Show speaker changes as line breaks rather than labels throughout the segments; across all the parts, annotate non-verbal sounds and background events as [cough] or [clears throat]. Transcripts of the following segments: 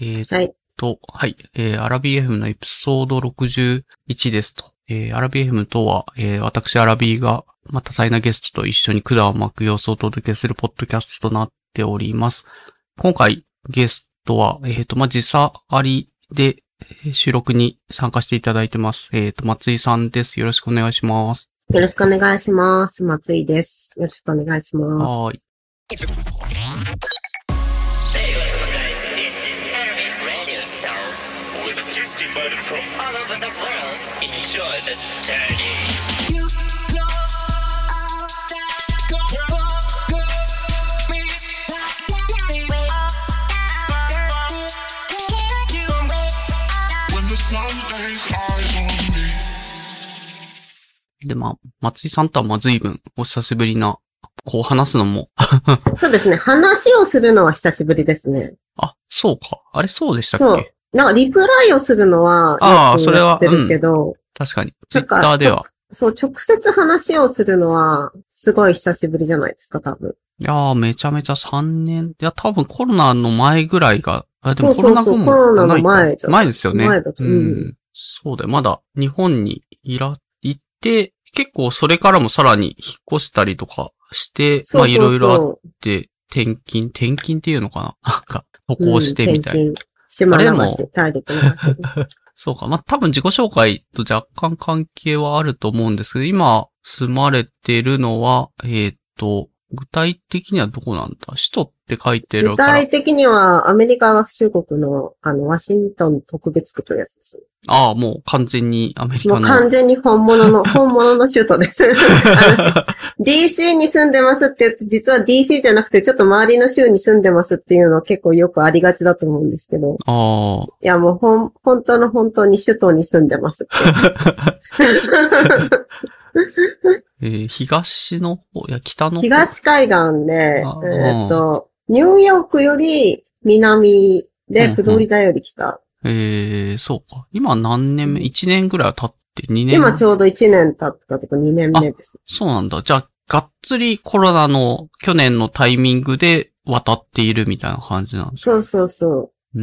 えー、
はい。
と、はい。えー、アラビー FM のエピソード61ですと。えー、アラビー FM とは、えー、私アラビーが、まあ、多彩なゲストと一緒に管を巻く様子をお届けするポッドキャストとなっております。今回、ゲストは、えっ、と、まあ、時差ありで、えー収録に参加していただいてます。えっ、と、松井さんです。よろしくお願いします。
よろしくお願いします。松井です。よろしくお願いします。
はーい。
Hey, what's up, guys? This is Hermes Radio Show
with a guest invited from
all over the world. Enjoy the journey.
when the sun lays eyes on me.
で、まあ、松井さんとは、まあ、随分、お久しぶりな、こう話すのも、
そうですね。話をするのは久しぶりですね。
あ、そうか。あれそうでした
そ
っ
う
け。
なんか、リプライをするのは、
あー
よくやってるけど、
確かに。ツ
な
イ
ん
ッ
か
ターでは。
そう、直接話をするのは、すごい久しぶりじゃないですか、多分。
いやー、めちゃめちゃ3年。いや、多分コロナの前ぐらいが、あ、でも
そ
コロ
うそう
ナ
そう
後も
コロナの前
ない
じ
か
ゃん
前ですよね。
前だと
う
うんん。
そうだよ。まだ日本にいら、行って、結構それからもさらに引っ越したりとかして、
そうそうそう。
まあいろいろあって、転勤、転勤っていうのかな [laughs] なんか、渡
うん
航してみたいな。
転勤島流
あれ
[laughs]
も
し、大陸流し。
そうか。まあ、多分自己紹介と若干関係はあると思うんですけど、今住まれてるのは、えーっ、と、具体的にはどこなんだ首都って書いてる
具
から。
体的には、アメリカ合衆国の、あの、ワシントン特別区というやつです。
ああ、もう完全にアメリ
も
カ
う
の
完。全に本物の、本物の首都です。あのし DC に住んでますって言って、実は DC じゃなくて、ちょっと周りの州に住んでますっていうのは結構よくありがちだと思うんですけど、
あ
いやもうほん、本当の本当に首都に住んでますって。
あ、えー東の方、いや、北の方。
東海岸で、え
あー
ーっと、ニューヨークより南
うんう
で、
ん
フロリダより北。
えー、そうか。今何年目 ?1 年ぐらいは経って、2年。
今ちょうど1年経ったとこ2年目です。
そうなんだ。じゃあ、がっつりコロナの去年のタイミングで渡っているみたいな感じなんです。
そうそうそう。
うー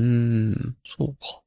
ん、そうか。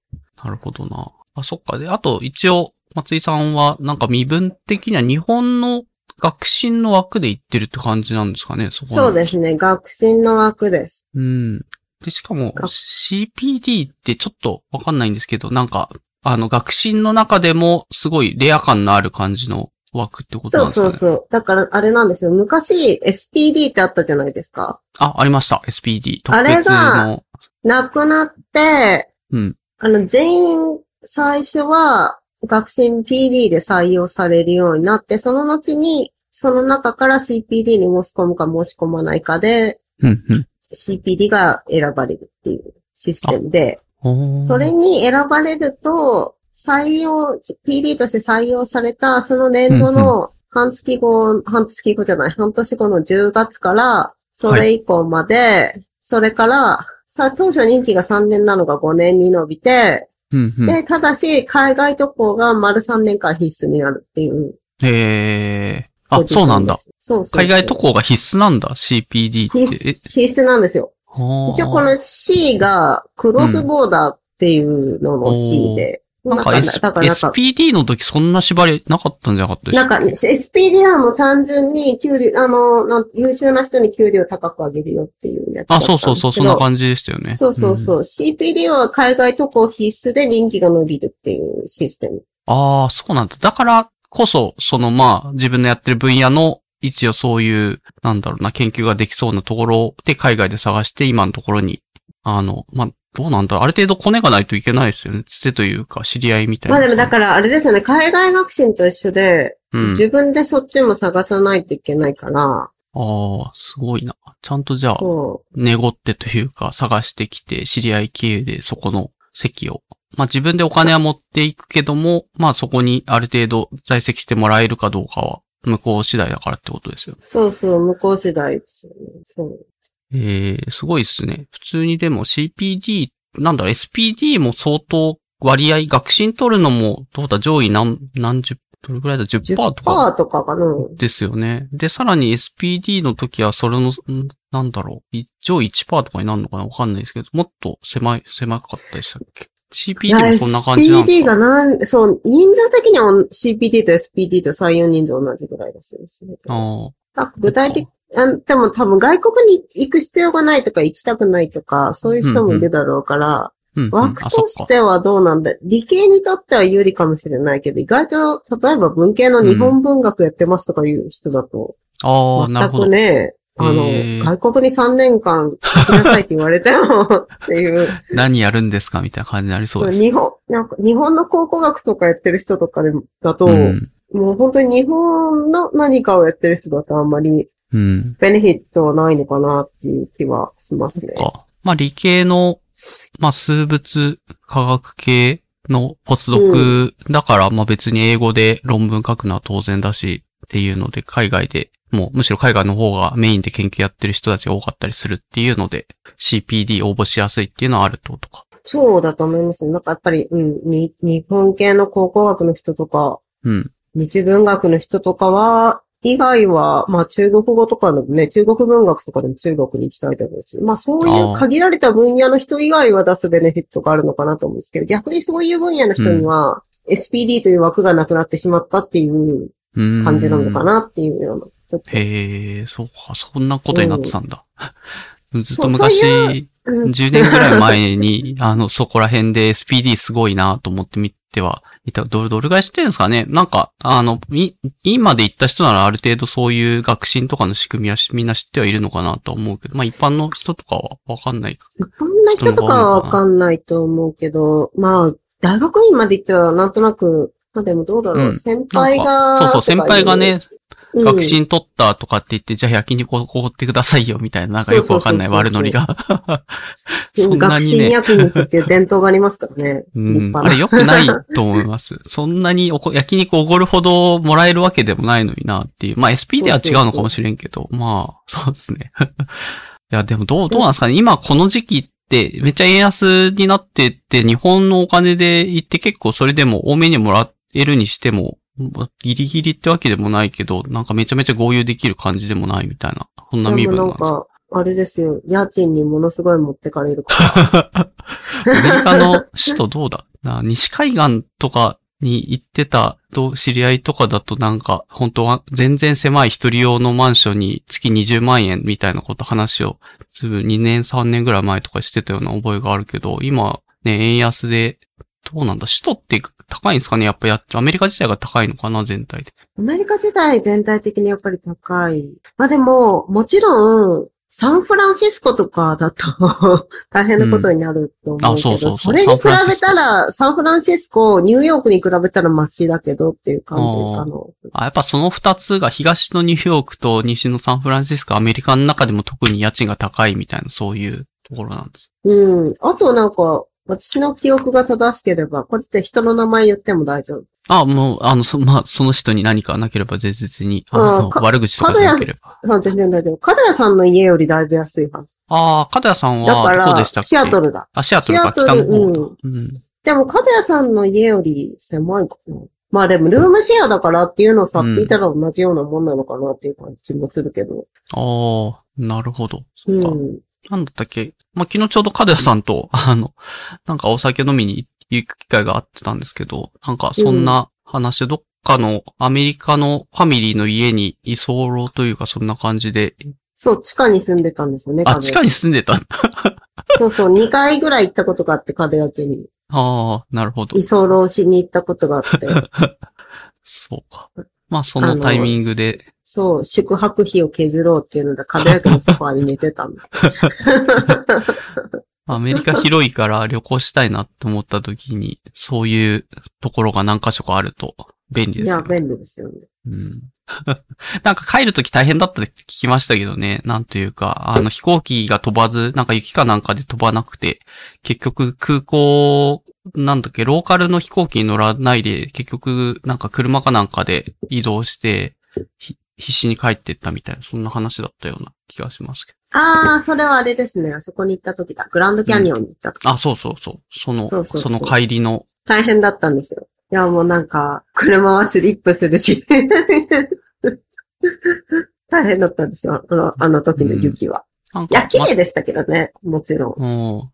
なるほどな。あ、そっか。で、あと一応、松井さんは、なんか身分的には日本の学進の枠で行ってるって感じなんですかね、そこに
そうですね。学進の枠です。
うん。で、しかも、
学
CPD ってちょっとわかんないんですけど、なんか、あの、学進の中でもすごいレア感のある感じの枠ってこと
そ
なん
う
ですか
そ
ね。
うそう。だから、あれなんですよ。昔、SPD ってあったじゃないですか。
あ、ありました。SPD。特
あれ
別
が
の。
なくなって、
うん。
あの、全員、最初は、学生 PD で採用されるようになって、その後に、その中から CPD に申し込むか申し込まないかで、
うん、うん
CPD が選ばれるっていうシステムで、
おー。
それに選ばれると、採用、PD として採用された、その年度の半月後、半月後じゃない、半年後の10月から、それ以降まで、それから、さ、当初任期が3年なのが5年に伸びて、
うん、うん。
で、ただし、海外渡航が丸3年間必須になるっていう。
えー。あ、そうなんだ。。
そうそう。
海外渡航が必須なんだ、CPD
必
って。
須、必須なんですよ。一応こ
れ
の C が、クロスボーダーっていうのの C で。
なんか S、SPD の時そんな縛りなかったんじゃなかったでし
な
た
ん
っけ
か、SPD はもう単純に給料、あの、なん優秀な人に給料高く上げるよっていうやつだ
あ、
ったん
そ
で
う
すけ
そ
ど。
うそう、そんな感じでしたよね。
そうそうそう。
ん。
CPD は海外渡航必須で人気が伸びるっていうシステム。
ああ、そうなんだ。だからこそ、そのまあ、自分のやってる分野の、一応そういう、なんだろうな、研究ができそうなところで海外で探して、今のところに、あの、まあ、どうなんだろうある程度コネがないといけないですよね。つてというか、知り合いみたいな。
まあでもだからあれですよね、海外学習と一緒で、
うん。
自分でそっちも探さないといけないから、
ああ、すごいな。ちゃんとじゃあ、
そう。
寝ごってというか、探してきて、知り合い経由でそこの席を。まあ自分でお金は持っていくけども、まあそこにある程度在籍してもらえるかどうかは、向こう次第だからってことですよ。
そうそう、向こう次第ですよね。そう。
えー、すごいっすね。普通にでも CPD、なんだろう、SPD も相当割合、学習取るのも、どうだ、上位何、何十どれぐらいだ ?10% とか。
10%とかかな。
ですよね。で、さらに SPD の時はそれの、んなんだろう。一応1%とかになるのかなわかんないですけど、もっと狭い、狭かったでしたっけ ?CPD もそんな感じなんです
SPD
か
がなん、そう、人数的には CPD と SPD と採用人数同じぐらいですよ。
ああ。
あ具体的、あでも多分外国に行く必要がないとか行きたくないとか、そういう人もいるだろうから、
うん、うん。
枠
あ、そ
と
っ
し
か。
てはどうなんだ理系にとっては有利かもしれないけど、意外と、例えば文系の日本文学やってますとかいう人だと、
ああ、なる
全
ほ
く
ど。
ね、あの、
へー
外国に3年間行きなさいって言われても、 [laughs] っていう。
何やるんですかみたいな感じになりそうです。
日本、なんか日本の考古学とかやってる人とかでだと、
うん。
もう本当に日本の何かをやってる人だとあんまり
うん。
ベネフィットはないのかなっていう気はしますね。
か。まあ理系の、まあ数物科学系のポスドクだから、まあ別に英語で論文書くのは当然だし、っていうので海外で、もうむしろ海外の方がメインで研究やってる人たちが多かったりするっていうので、CPD 応募しやすいっていうのはあるってことか。
そうだと思いますね。なんかやっぱり、うん、に日本系の考古学の人とか、
うん。
日文学の人とかは、以外は、まあ中国語とかのね、中国文学とかでも中国に行きたいだろうし、まあそうい
あ
う
ー
限られた分野の人以外は出すベネフィットがあるのかなと思うんですけど、逆にそういう分野の人には、SPD という枠がなくなってしまったっていう
うーん。
感じなのか。なっていうような。ちょっと
へえ、そうか、そんなことになってたんだ。ずっと
そうそう
昔、
うん
10年ぐらい前
[laughs]
に、あの、そこら辺で SPD すごいなと思って見てはいた。どれ、どれぐらい知ってるんですかねなんか、あの、い、今で行った人ならある程度そういう学習とかの仕組みはしみんな知ってはいるのかなとは思うけど、まあ一般の人とかはわかんない。
こんな人とかはわかんないと思うけど、まあ、大学院まで行ったらなんとなく、まあでもどうだろう、
うんな
先
ん
輩が
か、そうそう、先輩がね、
うん、
学信取ったとかって言って、じゃあ焼肉を奢ってくださいよみたいな、なんかよくわかんない
そうそ
悪
うそうそ
ノ
う
リが。 [laughs]
う
そ
ん
んな
学
に
信
ね。
焼肉っていう伝統がありますからね。立
うん、
派
あ
な。
れ良くないと思います。 [laughs] そんなにおこ焼肉おごるほどもらえるわけでもないのになっていう。まあ SP では違うのかもしれんけど、まあ、そうですね。 [laughs] いや、でもどう、どうなんですかね今この時期ってめっちゃ円安になってって、日本のお金で行って結構それでも多めにもらえるにしても、ギリギリってわけでもないけど、なんかめちゃめちゃ合流できる感じでもないみたいな、そんな身
で
分な
も
んで
なん
すか
か、あれですよ。家賃にものすごい持ってかれるか
[laughs]
ら。
アメリカの首都どうだな [laughs] 西海岸とかに行ってたと知り合いとかだとなんか、本当は全然狭い一人用のマンションに月20万円みたいなこと話を、ずいぶん2年3年ぐらい前とかしてたような覚えがあるけど、今ね、円安で、どうなんだ首都って高いんですかねやっぱやっアメリカ自体が高いのかな全体で。
アメリカ自体全体的にやっぱり高い。まあでも、もちろん、サンフランシスコとかだと [laughs] 大変なことになると思うけど、
うんあそうそうそう
それに比べたら、サンフランシスコ、ニューヨークに比べたら街だけどっていう感じかな。
あ、やっぱその二つが東のニューヨークと西のサンフランシスコ、アメリカの中でも特に家賃が高いみたいな、そういうところなんです。
うん。あとなんか、私の記憶が正しければ、これって人の名前言っても大丈夫。
あ、もう、あの、そ、 [laughs] まあ、その人に何かなければ、絶々に、あ
あ
の、
ー
その
か
悪口とかじゃなければ。
あ全然大丈夫。カズヤさんの家よりだいぶ安いはず。
ああ、片谷さん
だか
は、どこ
ら、
でしたっけ
シアトルだ。
あ、シアトルか、
シア
北
トル
の方だ。
うん
うん。
でも、か谷さんの家より狭いかな。まあでも、ルームシェアだからっていうのをさ、
うん
聞いたら同じようなもんなのかなっていう感じもするけど。
ああ、なるほど。そっか。
うん。
なんだったっけまあ、昨日ちょうどカデさんと、 [laughs] あの、なんかお酒飲みに行く機会があってたんですけど、なんかそんな話で、どっかのアメリカのファミリーの家に居候というかそんな感じで、
そう、地下に住んでたんですよね、
あ、地下
に
に住んでた。 [laughs]
そうそう、2回ぐらい行ったことがあって、か谷家に。
ああ、なるほど
居。候しに行ったことがあ
[laughs]
って。
そうか。まあ、そのタイミングで、
そう、宿泊費を削ろうっていうので、か谷家のソファーに寝てた
[laughs]
んです。
アメリカ広いから旅行したいなって思った時に、そういうところが何箇所かあると便利で
い
すよ
や、
ね。
便利ですよね。
うん。 [laughs] なんか帰るとき大変だったって聞きましたけどね。なんというか、あの飛行機が飛ばず、なんか雪かなんかで飛ばなくて、結局空港、なんだっけ、ローカルの飛行機に乗らないで、結局なんか車かなんかで移動して、ひ必死に帰ってったみたいな、そんな話だったような気がしますけ
あー、それはあれですね。あそこに行った時だ。グランドキャニオンに行った時。
ど。あ、そうそうそう。その、
そうそうそう
の帰りの、
大変だったんですよ。や、もうなんか、車はスリップするし。 [laughs] 大変だったんですよ。あの、あの時の雪は。
なん
いや、
か、
綺麗でしたけどね。もちろん。
まうん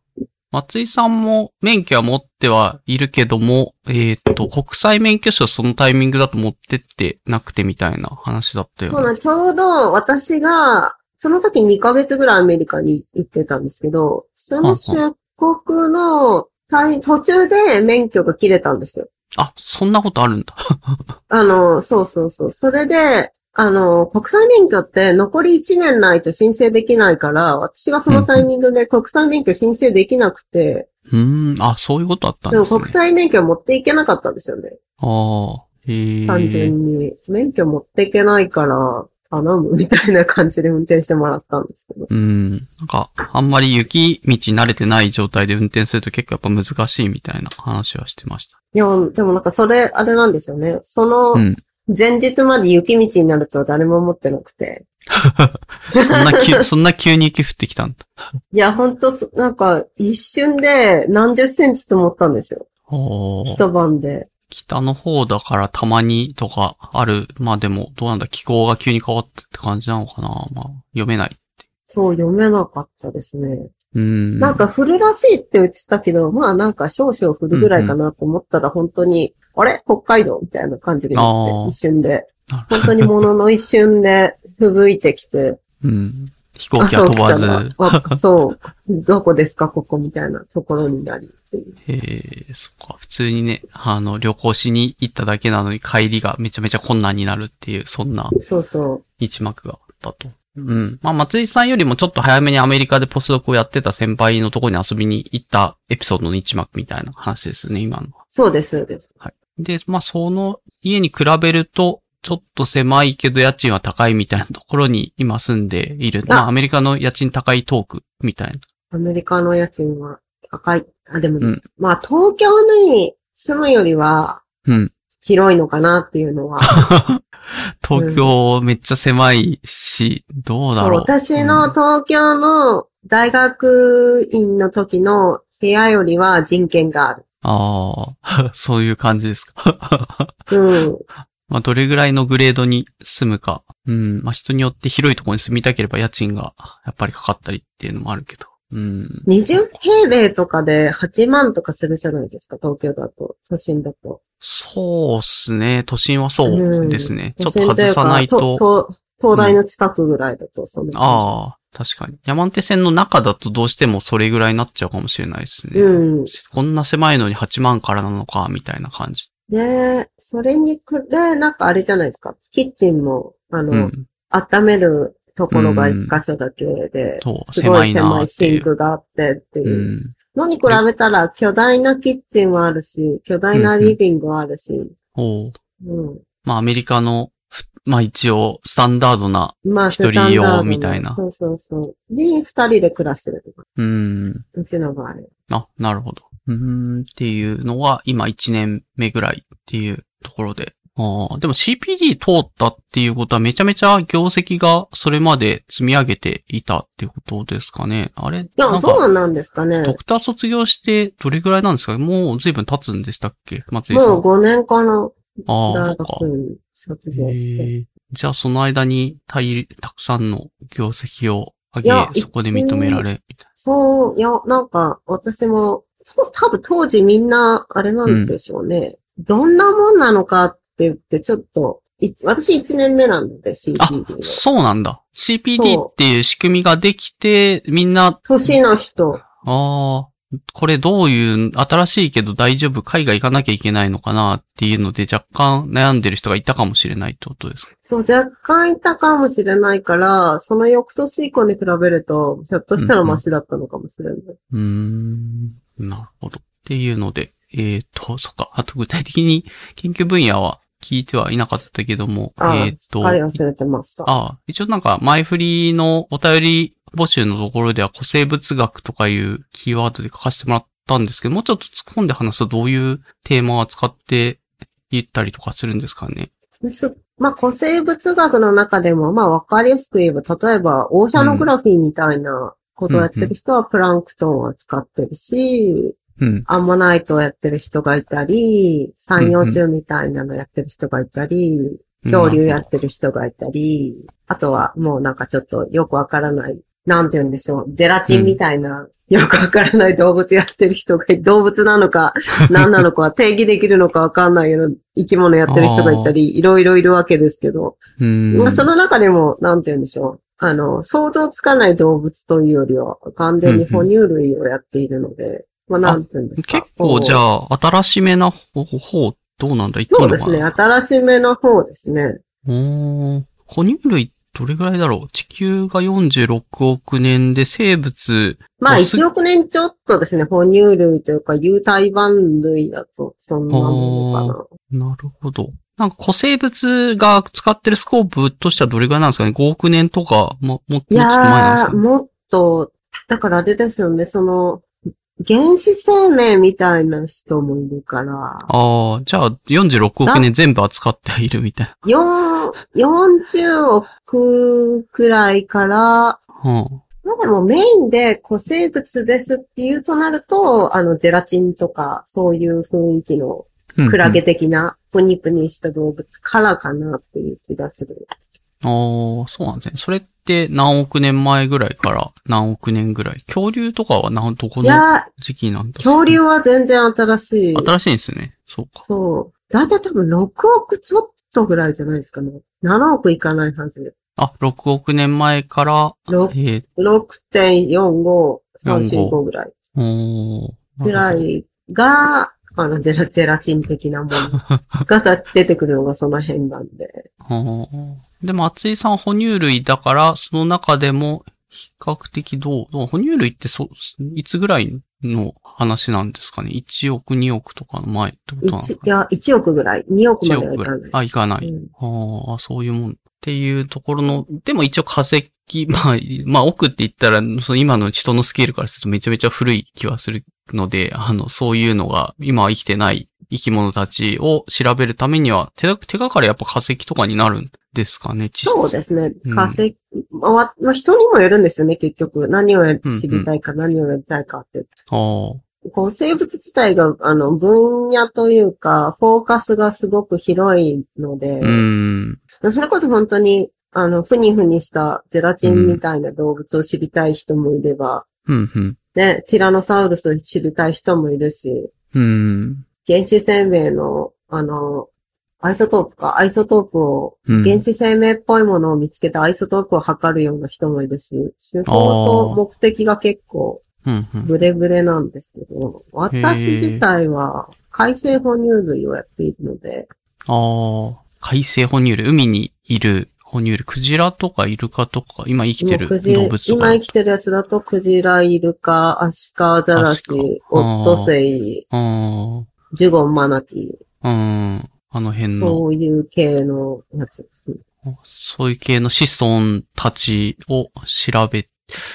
松井さんも免許は持ってはいるけども、えっ、と、国際免許証そのタイミングだと持ってってなくてみたいな話だったよね。
そうなん、ちょうど私が、その時2ヶ月ぐらいアメリカに行ってたんですけど、その出国のタイ途中で免許が切れたんですよ。
あ、そんなことあるんだ。
あの、そうそうそう。それで、あの、国際免許って残り1年ないと申請できないから、私がそのタイミングで国際免許申請できなくて、
うーん、あ、そういうことあったん
で
で
も
すね
国。際免許持っていけなかったんですよね。
ああ、ええ
単純に。免許持っていけないから、頼むみたいな感じで運転してもらったんですけど。
うん。なんか、あんまり雪道慣れてない状態で運転すると結構やっぱ難しいみたいな話はしてました。
いや、でもなんかそれ、あれなんですよね。その
うん、
前日まで雪道になるとは誰も思ってなくて。
そんな
[laughs]
急、そんな急に雪降ってきたんだ。
いや、ほんとそ、なんか、一瞬で何十センチ積もったんですよ。
おー
一晩で。
北の方だからたまにとかある。まあでも、どうなんだ、気候が急に変わったって感じなのかな。まあ、読めない。
そう、読めなかったですね。
うん。
なんか降るらしいって言ってたけど、まあなんか少々降るぐらいかなと思ったら本当に、あれ北海道みたいな感じにな
あ
っ
ー
て、一瞬で。
な
本当にものの一瞬で吹雪いてきて、
うん。飛行機は飛ばず。
朝起きたらわそう、どこですかここみたいなところになりっていう。
えー、そっか。普通にね、あの、旅行しに行っただけなのに帰りがめちゃめちゃ困難になるっていう、そんな
そうそう。
一幕があったと。うん。まあ、松井さんよりもちょっと早めにアメリカでポスドクをやってた先輩のところに遊びに行ったエピソードの一幕みたいな話ですよね、今のは。
そうです、そうです。
で、まあ、その家に比べると、ちょっと狭いけど家賃は高いみたいなところに今住んでいる。まあ、アメリカの家賃高いトークみたいな。
アメリカの家賃は高い。あ、でも、
うん
まあ東京に住むよりは
うん。
広いのかなっていうのは。
東京めっちゃ狭いし、どうだ
そう
ろう。
私の東京の大学院の時の部屋よりは人権がある。
ああ、そういう感じですか。 [laughs]
うん。
まあ、どれぐらいのグレードに住むか。うん。まあ、人によって広いところに住みたければ家賃がやっぱりかかったりっていうのもあるけど。うん。
20平米とかで8万とかするじゃないですか、東京だと。都心だと。
そうっすね。都心はそうですね。
うん
ちょっと外さないと。
と東大の近くぐらいだと、そんな感じ
ああ、確かに。山手線の中だとどうしてもそれぐらいになっちゃうかもしれないですね。
うん。
こんな狭いのに8万からなのか、みたいな感じ。
で、それにくで、なんかあれじゃないですか。キッチンも、あの、
うん。
温めるところが一箇所だけで、
そう、
すご
狭
い
いな
狭
ー
い
って
シ
い
ン
う。
クがあってっていうう。
ん。
のに比べたら、巨大なキッチンはあるし、巨大なリビングはあるし、
おう
うん。
まあ、アメリカのふ、まあ一応、スタンダードな、
まあ、
一人
スタンダード
用
な
みたいな
そうそうそう。で、二人で暮らしてるとか、
うん、
うちの場合。
あ、なるほど。うーん、っていうのが今1年目ぐらいっていうところで。ああ、でも CPD 通ったっていうことはめちゃめちゃ業績がそれまで積み上げていたっていうことですかね。あれ
いや、
なん
ど
か、
うなんですかね。
ドクター卒業してどれぐらいなんですかもう随分経つんでしたっけ松井さん。
もう5年かな、
ああ、そ
大
うか。
学院卒業して。
へえじゃあその間に大、たくさんの業績を上
いや
げ、そこで認められ。
そう、いや、なんか、私も、と多分当時みんな、あれなんでしょうね。どんなもんなのかって言って、ちょっと、い私1年目なんで、
あ
CPD の。、
そうなんだ。CPD
そう
っていう仕組みができて、みんな
年の人。
ああ、これどういう、新しいけど大丈夫、海外行かなきゃいけないのかなっていうので若干悩んでる人がいたかもしれないってことですか。
そう、若干いたかもしれないから、その翌年以降に比べると、ひょっとしたらマシだったのかもしれない。
うーん、なるほど。っていうので、えっ、と、そっか。あと具体的に研究分野は聞いてはいなかったけども、
ああ、
えっ、
す
と
っ、かり忘れてました。
ああ、一応なんか前振りのお便り募集のところでは古生物学とかいうキーワードで書かせてもらったんですけど、もうちょっと突っ込んで話すとどういうテーマを扱って言ったりとかするんですかね。
つまあ、古生物学の中でも、まあ、わかりやすく言えば、例えば、オーシャノグラフィーみたいなことをやってる人は、プランクトンを扱ってるし、
うん。
アンモナイトをやってる人がいたり、
うん
三
う
葉
ん
虫みたいなのやってる人がいたり、恐竜やってる人がいたり、あとはもうなんかちょっとよくわからない、なんて言うんでしょう、ゼラチンみたいな、よくわからない動物やってる人が、動物な
[laughs]
のか、何なのかは定義できるのかわかんないような生き物やってる人がいたり、いろいろいるわけですけど、
うん。
まあその中でも、なんて言うんでしょう。あの、想像つかない動物というよりは、完全に哺乳類をやっているので、まあ、なんて言うんですか。
結構じ
あ、
ゃあ、新しめな方、方どうなんだ言ってい
そ
いうの
です
か
ね。
な
新しめの方ですね。
おー哺乳類どれぐらいだろう地球が46億年で生物、
まあ、
あす
1億年ちょっとですね、哺乳類というか、有体版類だと、そんなものか
なるほど。なんか古生物が使ってるスコープとしてはどれぐらいなんですかね ?5 億年とか、も、も、もうちょっと前なん
な。い
で
や
す
ー、
かね
もっと、だからあれですよね、その、原始生命みたいな人もいるから、
ああ、じゃあ46億年全部扱っているみたいな。
4、40億くらいから、
うん
まあでもメインで古生物ですっていうとなると、あの、ゼラチンとか、そういう雰囲気の
うん。
クラゲ的な、プニプニした動物からかなっていう気がする。
ああ、そうなんですね。それって何億年前ぐらいから何億年ぐらい。恐竜とかは何、どこ
い
の
や、
時期なんですか
恐竜は全然新しい。
新しいんですね。そうか。
そう。だいたい多分6億ちょっとぐらいじゃないですかね。7億いかないはず。
あ、6億年前から、
6
えー、
6.45345ぐらい。
おー
ぐら。いが、あの、ゼラ、ゼラチン的なものがだ出てくるのがその辺なんで。
あーでも、厚井さんは哺乳類だから、その中でも、比較的どう、どう哺乳類ってそ、いつぐらいの話なんですかね ?1 億、2億とかの前ってことなの
一い
かな
や、1億ぐらい。2億ま
1
では
億
い
ぐ
から
い
な。い。
あ、いかない。
うん
ああ、そういうもん。っていうところの、でも一応化石、 [laughs] まあ、まあ奥って言ったら、その今の人のスケールからするとめちゃめちゃ古い気はするので、あの、そういうのが今は生きてない生き物たちを調べるためには、手が、手がかりやっぱ化石とかになるんですかね、地質。
そうですね
う。ん
化石、まあわまあ、人にもよるんですよね、結局。何をや知りたいか、何をやりたいかって。
ああ。
こう、生物自体が、あの、分野というか、フォーカスがすごく広いので、
うーん。
それこそ本当に、あの、ふにふにしたゼラチンみたいな動物を知りたい人もいれば、
うん、うん。
ね、ティラノサウルス知りたい人もいるし、
うーん。
原始生命の、あの、アイソトープか、アイソトープを、
うん
原始生命っぽいものを見つけてアイソトープを測るような人もいるし、手法と目的が結構
うん、うん。
ブレブレなんですけど、私自体は海生哺乳類をやっているので、
ああ。海生哺乳類、海にいる哺乳類、クジラとかイルカとか、今生きてる
もうクジ
動物と
今
か。
生きてるやつだとクジラ、イルカ、アシカ、アザラ
アシ
シ、オットセイ、
ああ。
ジュゴン、マナティ、
うん。あの辺の、
そういう系のやつですね。
そういう系の子孫たちを調べ、い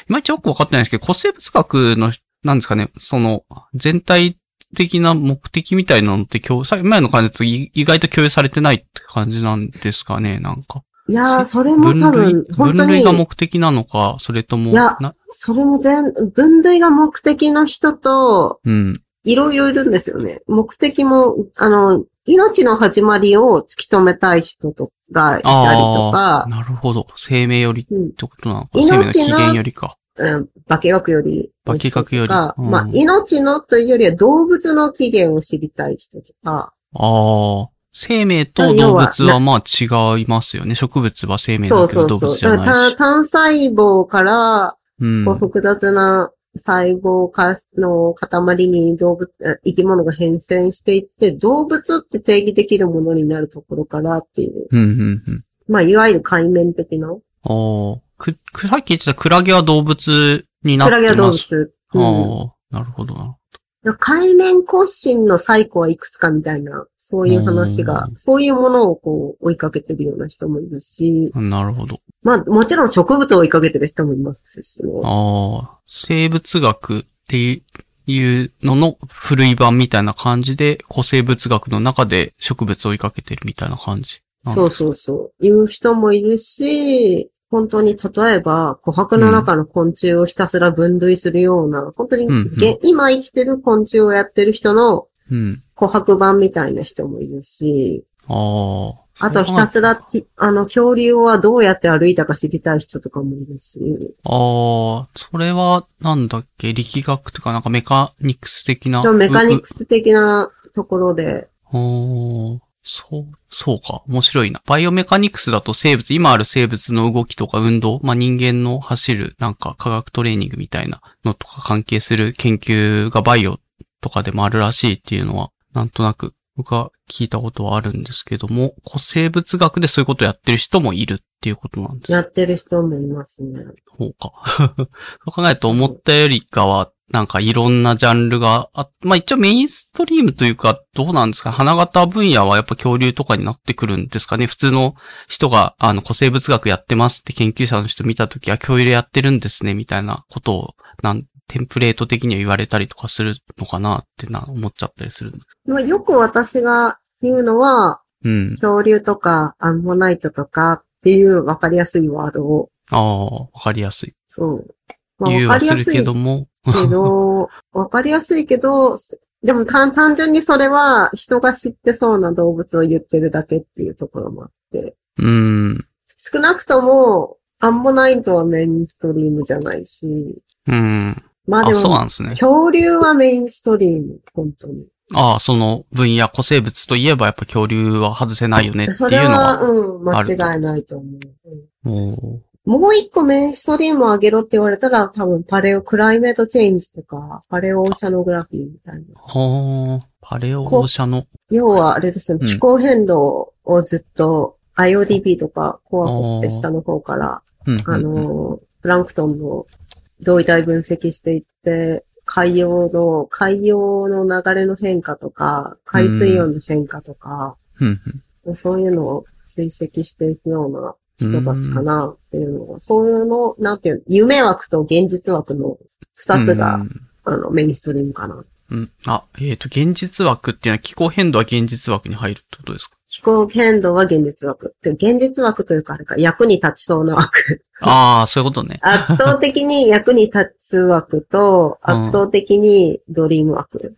まいちよくわかってないんですけど、古生物学の、なんですかね、その、全体的な目的みたいなのって共有、さ前の感じだとい意外と共有されてないって感じなんですかね、なんか。
いやー、
し
それも
分
多
類
分、、本当
分類
に、
が目的なのか、それとも、
いや
な
それも全、分類が目的の人と、
うん。
いろいろいるんですよね。目的も、あの、命の始まりを突き止めたい人とか、いたりと
ああ、
か、
なるほど。生命より
うん
ってことなのか。
命
生
の
命の起源よりか。
うん、化学よりの人と
化
か、
学よりうん
まあ、命のというよりは動物の起源を知りたい人とか、
ああ。生命と動物はまあ違いますよね。植物は生命
そ
だ
う
け
そ
ど動
うそ
物
う。
じゃ
だか
な
ら
いし。
単細胞から、
うん
こう複雑な細胞かの塊に動物、え生き物が変遷していって、動物って定義できるものになるところからっていう、
うんうんうん
まあ、いわゆる海面的な。
ああ。く、く、さっき言ってたクラゲは動物になっ
ク
てます。
ラゲは動物。うん
ああ。なるほどな。
海面骨身の最古はいくつかみたいな、そういう話が
う、
そういうものをこう追いかけてるような人もいるし、
なるほど。
まあもちろん植物を追いかけてる人もいますしね。
ああ。生物学っていうのの古い版みたいな感じで、古生物学の中で植物を追いかけてるみたいな感じ。
そうそうそう。いう人もいるし、本当に例えば、琥珀の中の昆虫をひたすら分類するような、本当に、
うんうん
げ今生きてる昆虫をやってる人の
うん。
琥珀版みたいな人もいるし、
ああ。
あとひたすら
あ
ち、あの、恐竜はどうやって歩いたか知りたい人とかもいるし、
あー、それは、なんだっけ、力学とかなんかメカニクス的な。
ちょメカニク
ス。
ス的なところで、
おーそう、そうか。面白いな。バイオメカニクスだと生物、今ある生物の動きとか運動、まあ、人間の走るなんか科学トレーニングみたいなのとか関係する研究がバイオとかでもあるらしいっていうのは、なんとなく僕は聞いたことはあるんですけども、古生物学でそういうことやってる人もいるっていうことなんですね
やってる人もいますね。
そうか。そう考えると思ったよりかは、なんかいろんなジャンルがあ、まあ一応メインストリームというか、どうなんですか花形分野はやっぱ恐竜とかになってくるんですかね普通の人が、あの、古生物学やってますって研究者の人見たときは、恐竜やってるんですね、みたいなことを、なん、テンプレート的には言われたりとかするのかなってな、思っちゃったりする。
まあよく私が言うのは、
うん。
恐竜とかアンモナイトとかっていう分かりやすいワードを、
ああ、わかりやすい。
そう。まあ、
言
分
う
か
は
り
す
や
る
すい
けども、
け
[laughs]
ど、わかりやすいけど、すでも単単純にそれは人が知ってそうな動物を言ってるだけっていうところもあって、
うん。
少なくともアンモナイトはメインストリームじゃないし、
うん。
まあで
あ、そう
も、
なんですね。
恐竜はメインストリーム、本当に。
ああ、その分野、古生物といえばやっぱ恐竜は外せないよねっていう
そ
の
れは、
は。
うん、間
ある
違いないと思う。うん
おー
もう一個メインストリームを上げろって言われたら、多分パレオクライメートチェンジとか、パレオオーシャノグラフィーみたいな。
ほー、パレオオーシャノ。
要はあれですよね、
うん
気候変動をずっと IODP とかコアコって下の方から、
うんうん
あ
うん
の、プランクトンの動体分析していって、海洋の、海洋の流れの変化とか、海水温の変化とか、
うん
そういうのを追跡していくような人たちかなっていうのが、そういうの、なんていうの、夢枠と現実枠の二つが、
うん
あの、メインストリームかな。
うん。あ、えっと、現実枠っていうのは気候変動は現実枠に入るってことですか
気候変動は現実枠。で現実枠というか、あれか、役に立ちそうな枠。
ああ、そういうことね。
圧倒的に役に立つ枠と、
うん
圧倒的にドリーム枠。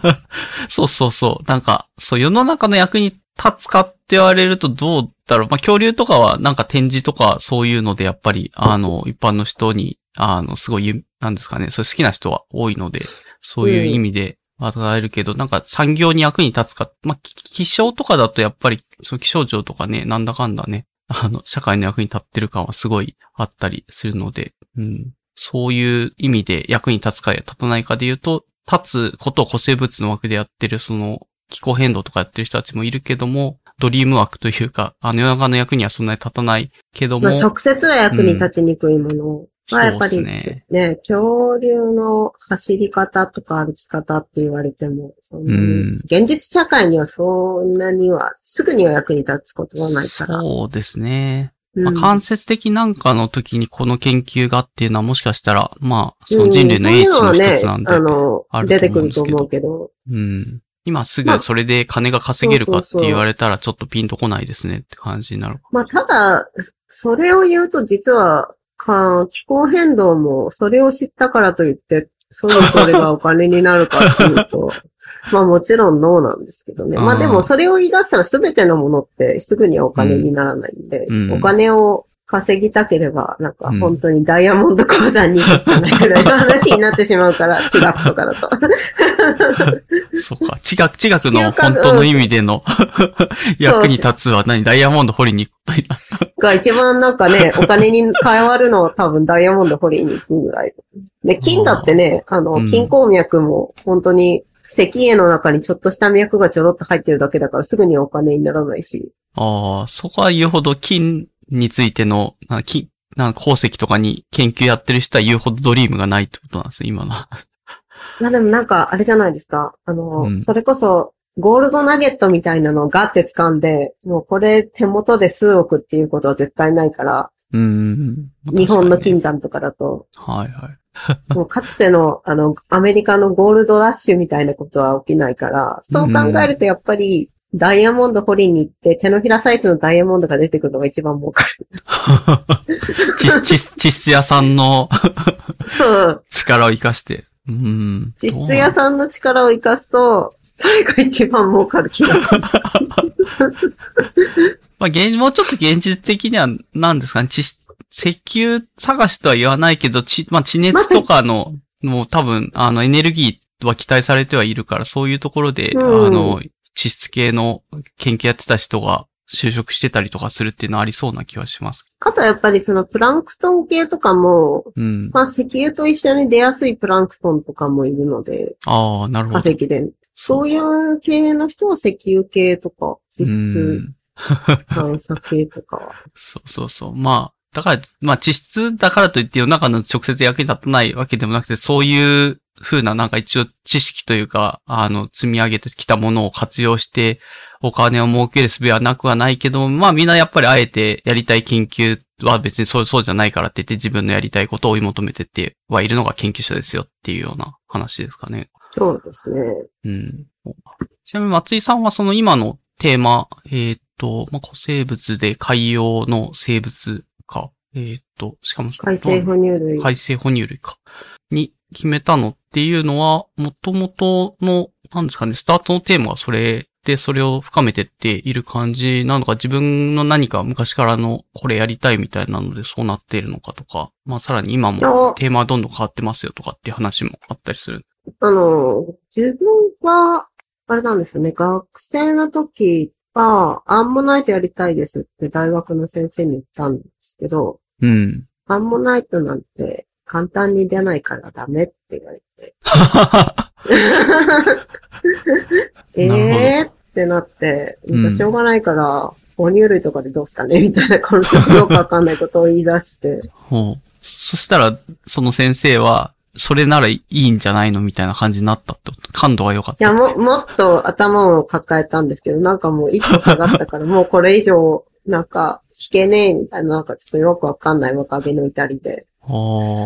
[laughs] そうそうそう。なんか、そう、世の中の役に立つかって言われるとどうだろう。まあ、恐竜とかはなんか展示とかそういうのでやっぱり、あの、一般の人に、あの、すごいゆ、なんですかね、それ好きな人は多いので、そういう意味で与えるけど、なんか産業に役に立つか、まあ、き気象とかだとやっぱり、その気象庁とかね、なんだかんだね、あの、社会の役に立ってる感はすごいあったりするので、うん。そういう意味で役に立つか立たないかで言うと、立つことを古生物の枠でやってる、その、気候変動とかやってる人たちもいるけども、ドリーム枠というか、あの世の中の役にはそんなに立たないけども、
まあ、直接は役に立ちにくいものは、やっぱり、
そうですね
ね恐竜の走り方とか歩き方って言われても、そんなに
うん
現実社会にはそんなには、すぐには役に立つことはないから。
そうですね。まあ、
うん
間接的なんかの時にこの研究がっていうのはもしかしたら、まあ、その人類の英知の一つなんで、
うんそういうの
あ
はね、あの、
る
出
と思
てく
うん
る
です
と
けど
思うけど、
うん。今す
ま
ぐ
あ
それで金が稼げるかって
そうそうそう
言われたらちょっとピンとこないですねって感じになる。
まあ、ただ、それを言うと実は、か気候変動もそれを知ったからといって、そろそれがお金になるかってい
[laughs]
うと、まあもちろんノーなんですけどね。
うん
まあでもそれを言い出したら全てのものってすぐにはお金にならないんで、
うんうん
お金を稼ぎたければ、なんか本当にダイヤモンド鉱山に行くしかないくらいの話になってしまうから、地学とかだと。
そうか。地学、地学の
地球科
本当の意味での [laughs] 役に立つは何ダイヤモンド掘りに行くとい
が一番なん
[laughs]
かね、お金に変わるのは多分ダイヤモンド掘りに行くぐらい。で、金だってね、あ
うん
の、金鉱脈も本当に石英の中にちょっとした脈がちょろっと入ってるだけだからすぐにはお金にならないし。
ああ、そこは言うほど金についての、な金、なんか鉱石とかに研究やってる人は言うほどドリームがないってことなんですね、今の。
まあでもなんかあれじゃないですか。あの、
うん
それこそ、ゴールドナゲットみたいなのをガって掴んで、もうこれ手元で数億っていうことは絶対ないから、
うん。
日本の金
確
山とかだと、
かにね。はいはい。
もうかつての、あの、アメリカのゴールドラッシュみたいなことは起きないから、そう考えるとやっぱり、ダイヤモンド掘りに行って、手のひらサイズのダイヤモンドが出てくるのが一番儲かる。
ち、ち、地質屋さんの
そう。
力を活かして。うん。
実質屋さんの力を活かすと、それが一番儲かる気がする。
まあ、現、もうちょっと現実的には、なんですかね、地、石油探しとは言わないけど、地、まあ、地熱とかの、もう多分、あの、エネルギーは期待されてはいるから、そういうところで、
うん
あの、地質系の研究やってた人が就職してたりとかするっていうのはありそうな気はします。
あとはやっぱりそのプランクトン系とかも、
うん。
まあ石油と一緒に出やすいプランクトンとかもいるので、
ああ、なるほ
化
ど。
石で。そういう系の人は石油系とか、
う
地質
ん
探査系とかは。
そうそうそう。まあ、だから、まあ、地質だからといって世の中の直接役に立たないわけでもなくて、そういう風な、なんか一応知識というか、あの、積み上げてきたものを活用して、お金を儲ける術はなくはないけど、まあみんなやっぱりあえてやりたい研究は別にそうそうじゃないからって言って自分のやりたいことを追い求めてってはいるのが研究者ですよっていうような話ですかね。
そうですね。
うん。ちなみに松井さんはその今のテーマ、えっ、と、まあ、古生物で海洋の生物か、えっ、と、しかも、
海星哺乳類。
海生哺乳類か、に決めたのっていうのは、もともとの、なんですかね、スタートのテーマはそれで、それを深めてっている感じなのか、自分の何か昔からのこれやりたいみたいなのでそうなっているのかとか、まあ、さらに今も
お
テーマはどんどん変わってますよとかっていう話もあったりする。
あの、自分は、あれなんですよね、学生の時は、アンモナイトやりたいですって大学の先生に言ったんですけど、
うん。
アンモナイトなんて簡単に出ないからダメって言われ
[laughs]
て。え
なるほど
えーってなって、
うん
じゃあしょうがないから、哺乳類とかでどうすかねみたいな、このちょっとよくわかんないことを言い出して。
ほう。そしたら、その先生は、それならいいんじゃないのみたいな感じになったってこと。感度が良かっ
い
た。
や、も、もっと頭を抱えたんですけど、なんかもう一歩下がっ
[laughs]
たから、もうこれ以上、なんか、弾けねえ、みたいな、なんかちょっとよくわかんない若気の至りで、
あ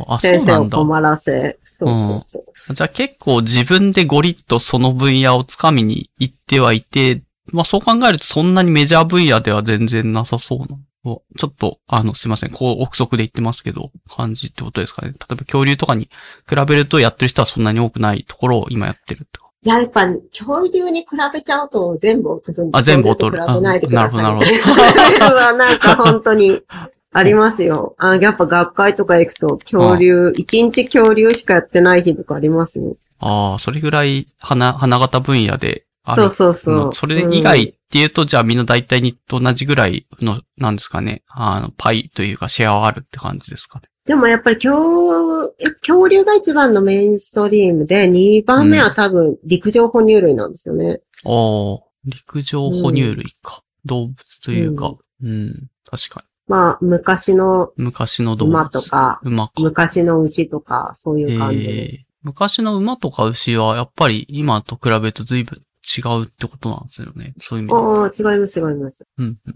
あ、あ、そう
先生
な
を
んだ。
困らせ、そうそうそう。
じゃあ結構自分でゴリッとその分野をつかみに行ってはいて、まあそう考えるとそんなにメジャー分野では全然なさそうな。おちょっと、あの、すいません。こう、憶測で言ってますけど、感じってことですかね。例えば恐竜とかに比べるとやってる人はそんなに多くないところを今やってるってこと
いや、やっぱ、恐竜に比べちゃうと全部劣るんで。
あ全部劣る
恐竜と比べないでくださ [laughs] い。
あなるほどなる
恐竜はなんか本当に、あります
[laughs]
よ。あやっぱ学会とか行くと、恐竜、一日恐竜しかやってない日とかありますよ。
ああ、それぐらい花、花形分野である
そうそうそ
の
う。
それ以外って言うと、じゃあみんな大体にと同じぐらいの、なんですかね、あの、パイというかシェアはあるって感じですかね。
でもやっぱり恐恐竜が一番のメインストリームで、2番目は多分陸上哺乳類なんですよね。
おー、陸上哺乳類か。動物というか、うん、確か
まあ、昔の
に。昔の動物。
馬と。か、
馬か。
昔の牛とか、そういう感じ
えー昔の馬とか牛は、やっぱり今と比べると随分違うってことなんですよね。そういう意味では
おー、違います、違います。
うんうん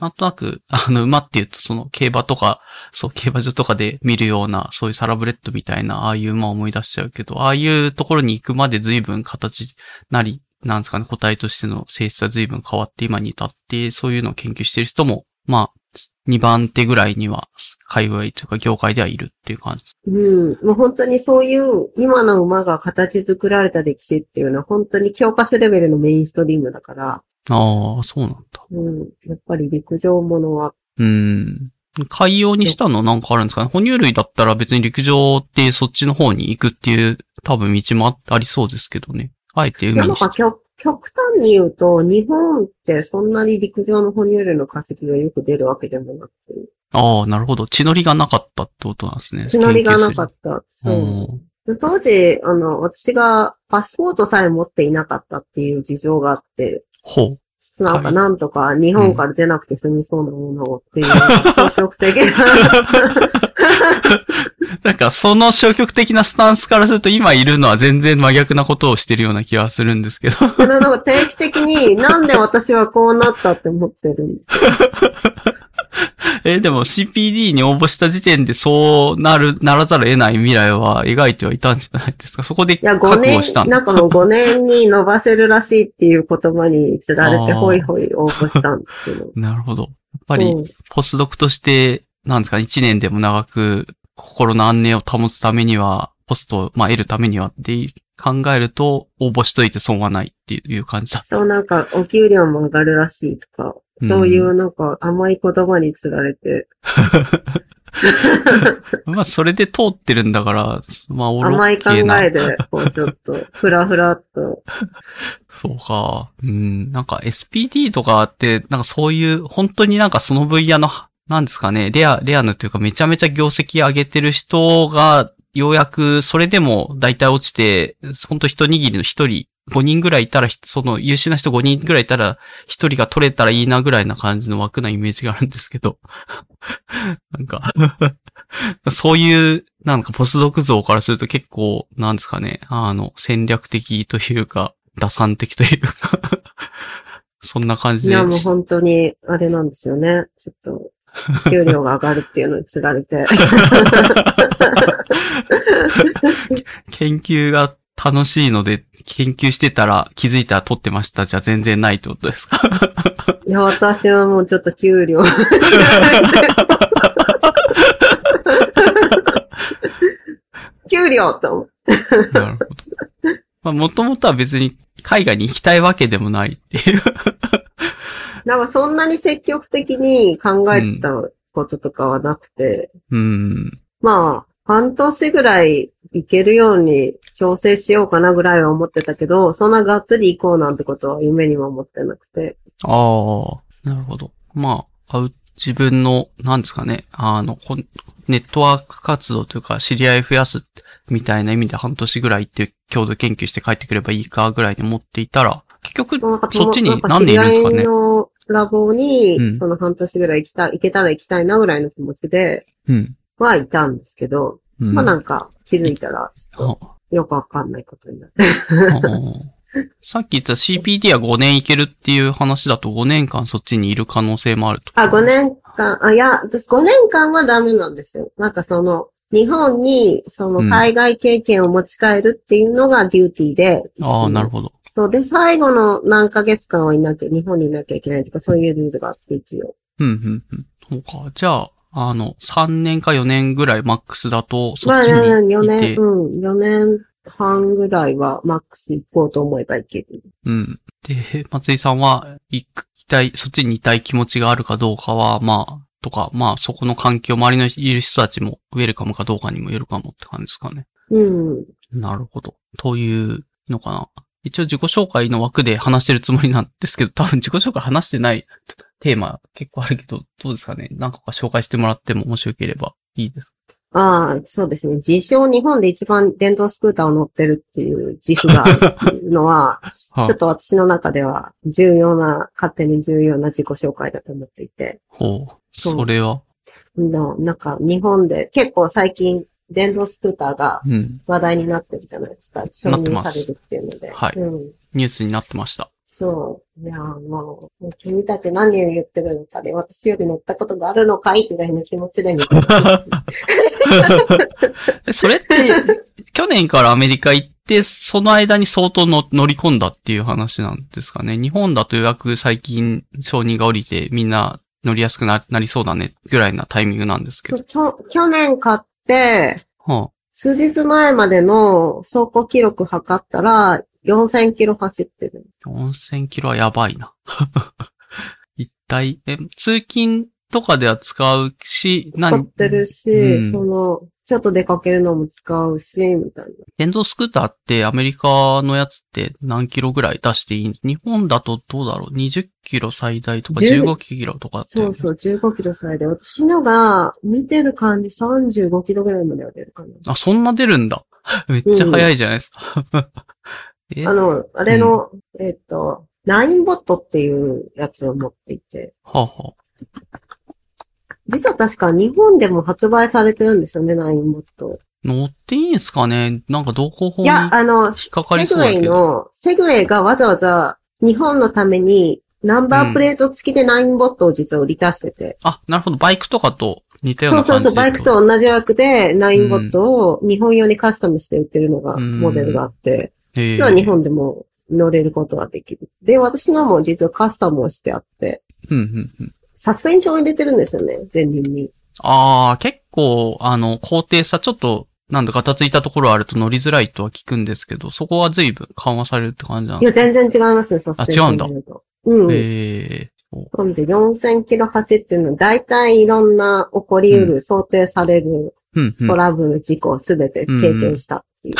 なんとなく、あの、馬っていうと、その、競馬とか、そう、競馬場とかで見るような、そういうサラブレッドみたいな、ああいう馬を思い出しちゃうけど、ああいうところに行くまで随分形なり、なんですかね、個体としての性質は随分変わって今に至って、そういうのを研究してる人も、まあ、2番手ぐらいには、海外というか業界ではいるっていう感じ。
うん。もう本当にそういう、今の馬が形作られた歴史っていうのは、本当に教科書レベルのメインストリームだから、
ああ、そうなんだ。
うん。やっぱり陸上ものは、
うん。海洋にしたのなんかあるんですかね哺乳類だったら別に陸上ってそっちの方に行くっていう多分道もあありそうですけどね。あえて
いや
海
なん
にし
か
た。
極極端に言うと、日本ってそんなに陸上の哺乳類の化石がよく出るわけでもなくて、
ああ、なるほど。血のりがなかったってことなんですね。
血のりがなか
っ
った。
た
そう。当時、あの、私がパスポートさえ持っていなかったっていう事情があって、
ほう。
ちょっとなんか
はい
なんとか日本から出なくて済みそうなものをっていう、消極的 [laughs] な。
なんかその消極的なスタンスからすると今いるのは全然真逆なことをしてるような気がするんですけど。 [laughs]
なんか定期的になんで私はこうなったって思ってるんですよ。
え、でも CPD に応募した時点でそうなる、ならざるを得ない未来は描いてはいたんじゃないですか。そこで
いや、
覚
5
悟した
年、
んだ。
なんかもう5年に伸ばせるらしいっていう言葉に釣られて、ほいほい応募したんですけど。やっ
なるほど。 [laughs] やっぱり、ポスドクとして、なんですか、1年でも長く心の安寧を保つためには、ポストを、まあ、得るためにはって考えると、応募しといて損はないっていう感じだ。
そうなんか、お給料も上がるらしいとか、そういうなんか甘い言葉に釣られて、
まあ、それで通ってるんだから、まあ、おろ
甘い考
けな
えで、こ
[laughs]
うちょっと、ふらふらっと。
そうか。うん。なんか SPD とかって、なんかそういう、本当になんかその分野の、なんですかね、レア、レアのというかめちゃめちゃ業績上げてる人が、ようやく、それでも大体落ちて、ほんと一握りの一人、5人ぐらいいたら、ひその優秀な人5人ぐらいいたら、一人が取れたらいいなぐらいな感じの枠なイメージがあるんですけど。 [laughs] なんか、 [laughs] そういう、なんかポスドク像からすると結構、なんですかね、あの、戦略的というか、打算的というか、そんな感じ
い
で。
や、もう本当に、あれなんですよね。ちょっと。給料が上がるっていうのに釣られて。
研究が楽しいので、研究してたら気づいたら取ってましたじゃ全然ないってことですか
いや、私はもうちょっと給料。 [laughs] 給料と思う。
なるほど。まあ、もともとは別に海外に行きたいわけでもないっていう。 [laughs]
なんかそんなに積極的に考えてたこととかはなくて、
うん。
まあ、半年ぐらい行けるように調整しようかなぐらいは思ってたけど、そんながっつり行こうなんてことは夢にも思ってなくて。
ああ、なるほど。まあ、会う自分の、なんですかね、あの、ほんネットワーク活動というか、知り合い増やすみたいな意味で半年ぐらい行って、共同研究して帰ってくればいいかぐらいに思っていたら、結局、
うなんか
そっちに
なんか
何年いるんですか
知り合
ね
い。のラボに、
うん
その半年ぐらい行きたい、行けたら行きたいなぐらいの気持ちで
うん。
はいたんですけど、
うん
まあなんか気づいたら、ちょっ
あ
とよくわかんないことになって。
さっき言った CPD は5年いけるっていう話だと5年間そっちにいる可能性もあると。
あ、5年間、あ、いや、私5年間はダメなんですよ。なんかその、日本に、その
うん
海外経験を持ち帰るっていうのがデューティーで。
ああ、なる
ほ
ほど。
ど。そう。で、最後の何ヶ月間はいなきゃ、日本にいなきゃいけないとか、そういうルールがあって、一応。
うん、うん、うん。そうか。じゃあ、あの、3年か4年ぐらいマックスだと、そ
まあ、
っちに
4
い
年、
て、
うん、4年半ぐらいはマックス行こうと思えば行ける。
うん。で、松井さんは、行きたい、そっちにいたい気持ちがあるかどうかは、まあ、とか、まあ、そこの環境、周りのいる人たちも、ウェルカムかどうかにもよるかもって感じですかね。
うん。
なるほど。というのかな。一応自己紹介の枠で話してるつもりなんですけど、多分自己紹介話してないテーマ結構あるけど、どうですかね。何個か紹介してもらっても、もしよければいいです。
ああ、そうですね。自称日本で一番電動スクーターを乗ってるっていう自負があるっていうのは、
[laughs] は
ちょっと私の中では重要な、勝手に重要な自己紹介だと思っていて、
ほう。
そう
それは。
ななんか日本で結構最近電動スクーターが
うん。
話題になってるじゃないですか。承
なって
認
ま
さ
す
れるっていうので。
はい
うん。
ニュースになってました。
そう。いやーもう、もう君たち何を言ってるのかで、私より乗ったことがあるのかいぐらいの気持
[laughs]
ちで見てます。
えそれって、 [laughs] 去年からアメリカ行って、その間に相当の乗り込んだっていう話なんですかね。日本だと予約最近承認が降りて、みんな乗りやすくななりそうだね、ぐらいなタイミングなんですけ
そ
ど。
うきょ去年買って、
は
数日前までの走行記録測ったら、4000キロ走ってる。
あ、4000キロはやばいな。 [laughs] 一体、え、通勤とかでは使うし、
使ってるし、
うん
その、ちょっと出かけるのも使うし、みたいな。
電動スクーターってアメリカのやつって何キロぐらい出していい日本だとどうだろう ?20 キロ最大とか
10
15キロとかって。
そうそう、15キロ最で。私のが、見てる感じ35キロぐらいまでは出るかな。
あ、そんな出るんだ。 [laughs] めっちゃ速いじゃないですか。 [laughs] え
あの、あれの、えっと、ナインボットっていうやつを持っていて、
はあ、は
実は確か日本でも発売されてるんですよね、ナインボッ
あ、
ト。
乗っていいんすかねなんか同行法
い
に。
や、あの、
引っかかり
セ
そう
グウ
だけ
ェイ
ど
の、セグウェイがわざわざ日本のためにナンバープレート付きで LINE ボットを実は売り出してて。
あ、なるほど。バイクとかと似たよう
そう
な
そ
感
う
じ
そう、バイクと同じ枠で LINE ボットを日本用にカスタムして売ってるのが、
うん
モデルがあって、
実
実は日。本でも乗れることができる。で、私のも実はカスタムをしてあって、
うんうんうん。
サスペンションを入れてるんですよね、前輪に。
ああ、結構、あの、高低差、ちょっと、なんだかたついたところあると乗りづらいとは聞くんですけど、そこは随分緩和されるって感じないの
や、全然違いますね、サスペンション入れると。うん。
ええー。
なんで4000キロ走っていうのは大体いろんな起こり得る、想定される
うん、うん
ト。ラブル、事故すべて経験したって
[laughs]
いう。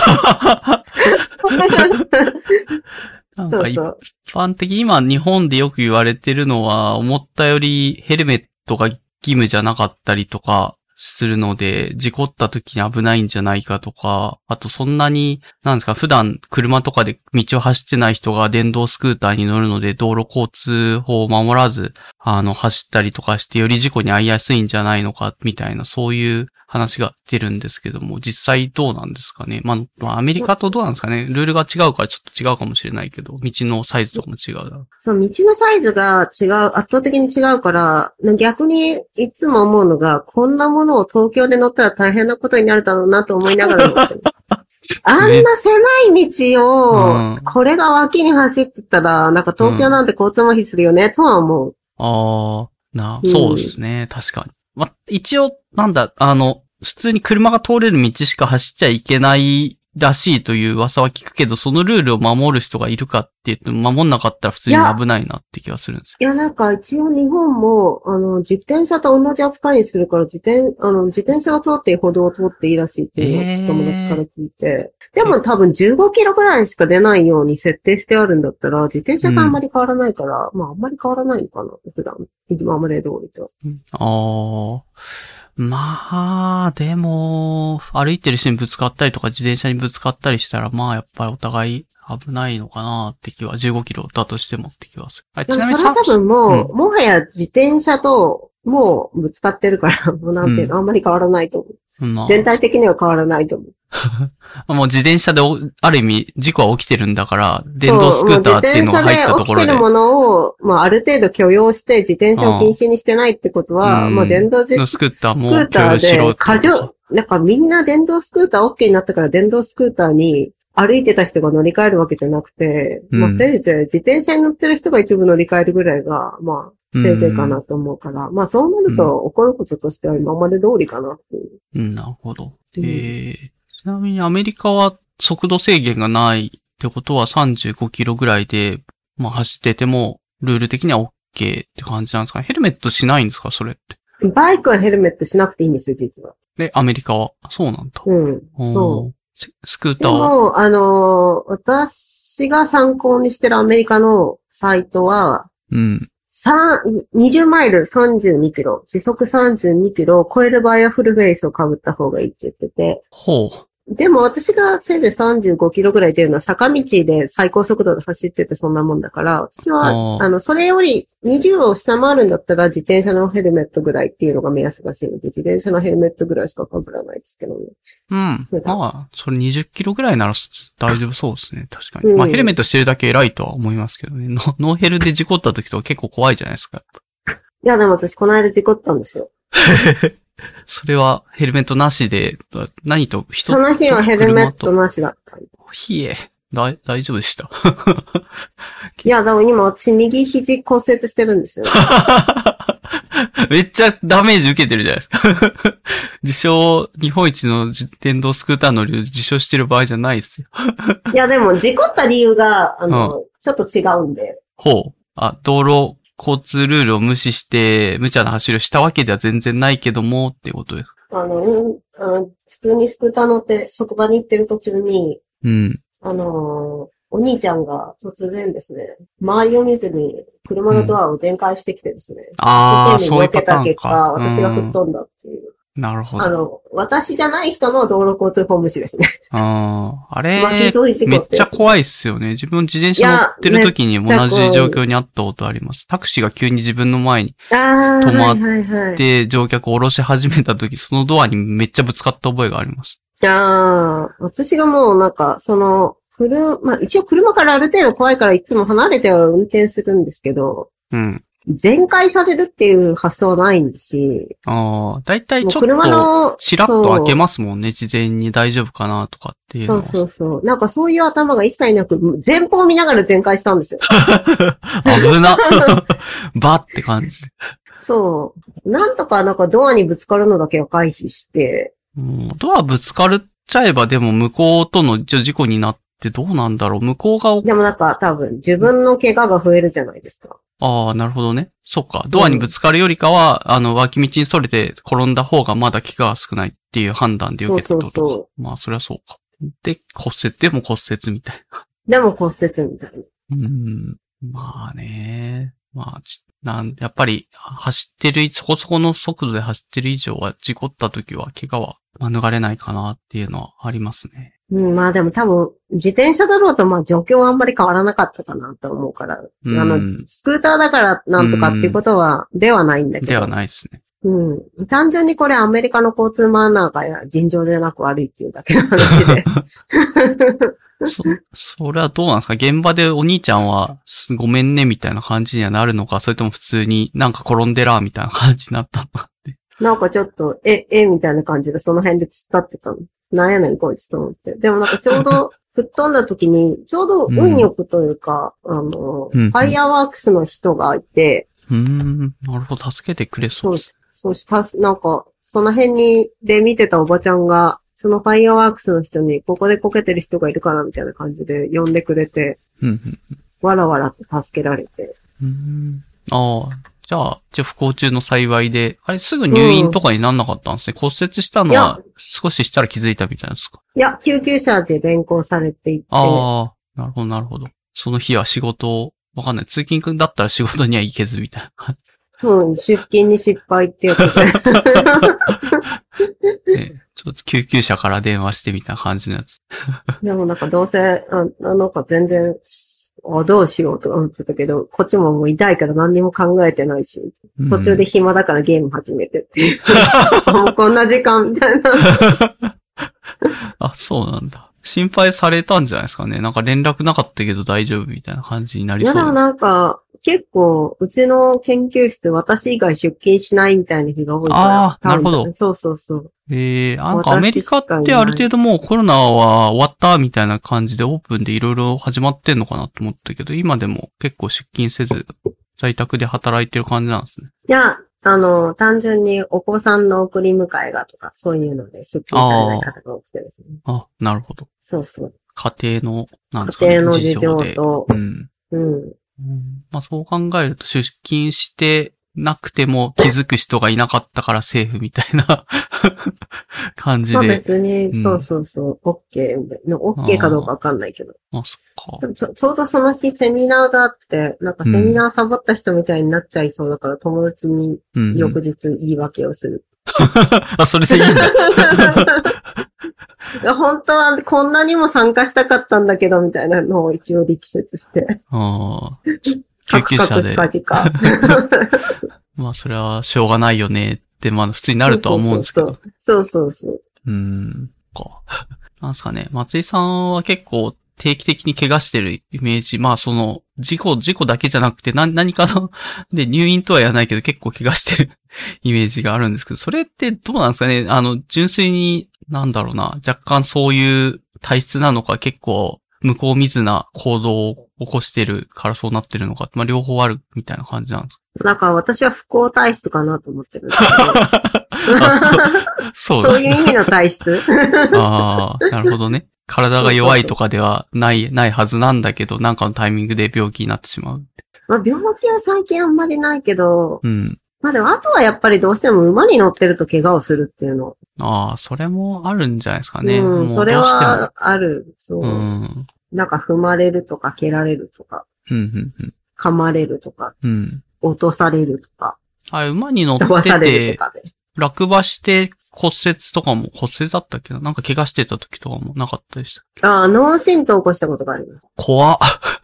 なん
そ
か
う
一
そう。
般的に今日本でよく言われてるのは、思ったよりヘルメットが義務じゃなかったりとかするので、事故った時に危ないんじゃないかとか、あとそんなに、なんですか、普段車とかで道を走ってない人が電動スクーターに乗るので、道路交通法を守らず、あの、走ったりとかしてより事故に遭いやすいんじゃないのか、みたいな、そういう話が出るんですけども、実際どうなんですかね。まあ、まあアメリカとどうなんですかね。ルールが違うからちょっと違うかもしれないけど、道のサイズとかも違うな。
そう、道のサイズが違う、圧倒的に違うから、逆にいつも思うのが、こんなものを東京で乗ったら大変なことになるだろうなと思いながら
[laughs]
乗ってる。あんな狭い道
う
を
ん、
これが脇に走ってたら、なんか東京なんて交通麻痺するよね、とは思う。
ああ、な、
うん
そうですね。確かに。まあ、一応、なんだ、あの、普通に車が通れる道しか走っちゃいけないらしいという噂は聞くけど、そのルールを守る人がいるかって言っても、守んなかったら普通に危ないなって気がするんですよ。
いや、なんか一応日本も、あの、自転車と同じ扱いにするから、自転、あの、自転車が通っていい歩道を通っていいらしいっていうのを
えー
友達から聞いて。でも多分15キロぐらいしか出ないように設定してあるんだったら、自転車とあんまり変わらないから、まああんまり変わらないのかな、普段。今まで通りと。
ああ。まあ、でも、歩いてる人にぶつかったりとか、自転車にぶつかったりしたら、まあ、やっぱりお互い危ないのかなって気は、15キロだとしてもって気はする。あ
で
ちなみ
も
に
それ
さ
は、多分もう、
う
もはや自転車と、もうぶつかってるから、もうなんていうの、あんまり変わらないと思う。
うんまあ
全体的には変わらないと思う。
もう自転車でお、ある意味、事故は起きてるんだから、電動スクーターっていうのが入ったところ
そうもう自転車で起きて
で。
るものを、まあ、ある程度許容して自転車を禁止にしてないってことは、
うん
まあ、電動自
スクーター
スク
も
ータ
許容し
ー
ろ
で、過剰、なんかみんな電動スクーター OK になったから電動スクーターに歩いてた人が乗り換えるわけじゃなくて、
うん
まあ、せいぜい自転車に乗ってる人が一部乗り換えるぐらいが、まあ、せいぜいかなと思うから、まあ、そうなると起こることとしては今まで通りかなっていう。
うん、なるほど。え
うん
ー、ちなみにアメリカは速度制限がないってことは35キロぐらいで、まあ走ってても、ルール的には OK って感じなんですかヘルメットしないんですかそれって。
バイクはヘルメットしなくていいんですよ、実は。
で、アメリカは。そうなんだ。
うん。そう。
う。ススクー
で
ターは。
も、あのー私が参考にしてるアメリカのサイトは、
うん。
さん20マイル32キロ、時速32キロを超える場合はフルフェイスを被った方がいいって言ってて、
ほう。
でも私がせいぜい35キロぐらい出るのは坂道で最高速度で走っててそんなもんだから、私
あ
は、
ー
あの、それより20を下回るんだったら自転車のヘルメットぐらいっていうのが目安らしいので、自転車のヘルメットぐらいしか被らないですけどね。
うん。
そうだ
まあ、それ20キロぐらいなら大丈夫そうですね。確かに。
うん
まあ、ヘルメットしてるだけ偉いとは思いますけどね。ノノーヘルで事故った時とか結構怖いじゃないですか。
いや、でも私この間事故ったんですよ。
それはヘルメットなしで、何と人
その日はヘルメット
の。
なしだった。い
ひえ。大大丈夫でした。 [laughs]
や、でも今私右肘骨折してる
[laughs]
んですよ。
めっちゃダメージ受けてるじゃないですか。 [laughs] 自称、日本一の自電動スクーター乗りを自称してる場合じゃないですよ。
いや、でも事故った理由が、あの、ちょっと違うんで。
ほう。あ、道路交通ルールを無視して、無茶な走りをしたわけでは全然ないけども、っていうことです。
あの、うんあの普通にスクーター乗って職場に行ってる途中に、
うん。
あの、お兄ちゃんが突然ですね、周りを見ずに車のドアを全開してきてですね、
ああ、
一生懸
そう
命
いう
避
パ
け
タ
た
ーン
結果、
か。
私が吹
う
っ
ん
飛んだっていう。
なるほど。
あ
あ
の、私じゃない人の道路交通法無視ですね。
あーあ
巻き
れ、
添え事故
め
っ。
ってちゃ怖いっすよね。自分自転車乗ってる時にも同じ状況にあったことあります。タクシーが急に自分の前に
ああ、
止ま
は
っ
いはいはい。
で乗客を降ろし始めた時、そのドアにめっちゃぶつかった覚えがあります。
ああ、私がもうなんか、その、車、まあ一応車からある程度怖いからいつも離れては運転するんですけど、
うん。
全開されるっていう発想はないんだし、
ああ、だいたい
もう
ちょっ
車
と、
の、
ちらっと開け
ま
ますもんね。事前に大丈夫かなとかっていうの
そ
は。
うそうそう。なんかそういう頭が一切なく、前方を見ながら全開したんですよ。
危なバって感じ。
そう。なんとかなんかドアにぶつかるのだけは回避して、
うんドアぶつかっちゃえばでも向こうとの一応事故になってどうなんだろう向こうが、
でもなんか多分自分の怪我が増えるじゃないですか。
ああ、なるほどね。そっか。ドアにぶつかるよりかは、あの、脇道にそれて転んだ方がまだ怪我が少ないっていう判断で受けたってことか
そうそうそ
まあ、そりゃそうか。で、骨折でも骨折みたい
でも骨折みたいな。
な。うん。まあね。まあ、ちなん、やっぱり、走ってる、そこそこの速度で走ってる以上は、事故った時は怪我は免れないかなっていうのはありますね。
うん、まあでも多分、自転車だろうと、まあ状況はあんまり変わらなかったかなと思うから、
うん
あの、スクーターだからなんとかっていうことは、ではないんだけど。
ではないです
[laughs]
ね。
うん。単純にこれアメリカの交通マナーが尋常でなく悪いっていうだけの話
[laughs]
で。
そ、それはどうなんですか現場でお兄ちゃんは、すごめんね、みたいな感じにはなるのか、それとも普通になんか転んでら、みたいな感じになったのか [laughs] って。
なんかちょっと、え、え、みたいな感じでその辺で突っ立ってたの。なんやねんこいつと思って。でもなんかちょ
[laughs]
うど、吹っ飛んだ時に、ちょうど運よくというか、あの、
うんうん
ファイアワークスの人がいて、
うーん、なるほど、助けてくれそ。
そうう、そうした、なんか、その辺に、で見てたおばちゃんが、そのファイアワークスの人に、ここでこけてる人がいるからみたいな感じで呼んでくれて、
うん、
わらわらと助けられて。
うん。うーんああ、じゃあ、じゃあ不幸中の幸いで、あれ、すぐ入院とかになんなかったんですね。骨折したのは、少ししたら気づいたみたいなんですか。
いや、救急車で連行されていって、
ああ、なるほど、なるほど。その日は仕事を、わかんない。通勤くんだったら仕事には行けず、みたいな感
うん、出勤に失敗っていうことで。
じで。ちょっと救急車から電話してみたいな感じのやつ。
でもなんかどうせ、あなんか全然、あどうしようとか思ってたけど、こっちももう痛いから何にも考えてないし、途中で暇だからゲーム始めてっていう。もうこんな時間みたいな。
あ、そうなんだ。心配されたんじゃないですかね。なんか連絡なかったけど大丈夫みたいな感じにないりそ
や
う
でも
な。
なんか、結構、うちの研究室、私以外出勤しないみたいな日が多いから。
あーなるほど
そうそうそう。
えー、なんか
私
アメリカってある程度もうコロナは終わったみたいな感じでオープンでいろいろ始まってんのかなと思ったけど、今でも結構出勤せず、在宅で働いてる感じなんですね。
いや、あの、単純にお子さんの送り迎えがとか、そういうので出勤されない方が多くてですね。
あ、なるほど。
そうそう。
家庭の、なんですか、ね、
家庭の事情
で。
と、
うん。
うん。
うんまあそう考えると出勤してなくても気づく人がいなかったからセーフみたい [laughs] な感じ
まあ
で。
別に、
うん
そうそうそう、OK みたいな、OK かどうかわかんないけど。
あ、そっか。
でもちょちょうどその日セミナーがあって、なんかセミナーサボった人みたいになっちゃいそうだから、友達に
うんうん
翌日言い訳をする
あ、それでいいんだ。
本当はこんなにも参加したかったんだけど、みたいなのを一応力説して。
あー [laughs]
カ
救急
クカ
車
クし
で。
かじか。
まあ、それはしょうがないよねって、まあ、普通 [laughs] になるとは思うんですけど。う
そうそうそう。
ん。か。 [laughs] なんですかね。松井さんは結構定期的に怪我してるイメージ。まあ、その、事故、事故だけじゃなくて、な、何かの、 [laughs] で、入院とはやらないけど、結構怪我してるイメージがあるんですけど、それってどうなんですかねあの、純粋に、なんだろうな、若干そういう体質なのか、結構、向こう見ずな行動を起こしてるからそうなってるのか、まあ、両方あるみたいな感じなんですか
なんか私は不幸体質かなと思ってるんですけ
そ
ど。
うだ
そういう意味の体質 [laughs]
ああ、なるほどね。体が弱いとかではない、ないはずなんだけど、なんかのタイミングで病気になってしまう。
まあ病気は最近あんまりないけど、
うん。
まあでもあとはやっぱりどうしても馬に乗ってると怪我をするっていうの。
ああ、それもあるんじゃないですかね。
う
も
ん、それ
どうしても
はある。そう、
うん。
なんか踏まれるとか蹴られるとか、
うん、うん、
噛まれるとか、
うん。うん。
落とされるとか、
あれ、馬に乗っ
飛ばさ
て
れ
て
ると、かで。
落馬して骨折とかも、骨折だったっけななんか怪我してた時とかもなかったでした。
ああ、脳震盪を起こしたことがあります。
怖っ。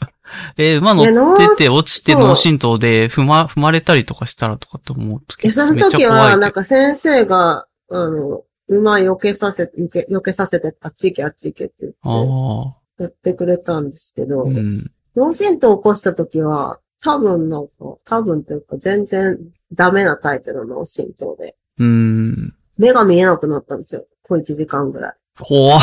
[laughs] えー馬乗
いや脳
ってて落ちて
そう
脳震盪で踏ま、踏まれたりとかしたらとかって思うと
え、
結
そ
構めっ
の
ちゃ
時
怖い
は、
け
なん
ど。
か先生が、あの、馬避けさせて、避け避けさせて、あっち行け、あっち行けって言って、
ああ、
やってくれたんですけど、
うん。
脳震盪を起こした時は、多分なんか、多分というか全然ダメなタイプの脳震盪で。
うーん。
目が見えなくなったんですよ。小1時間ぐらい。
怖っ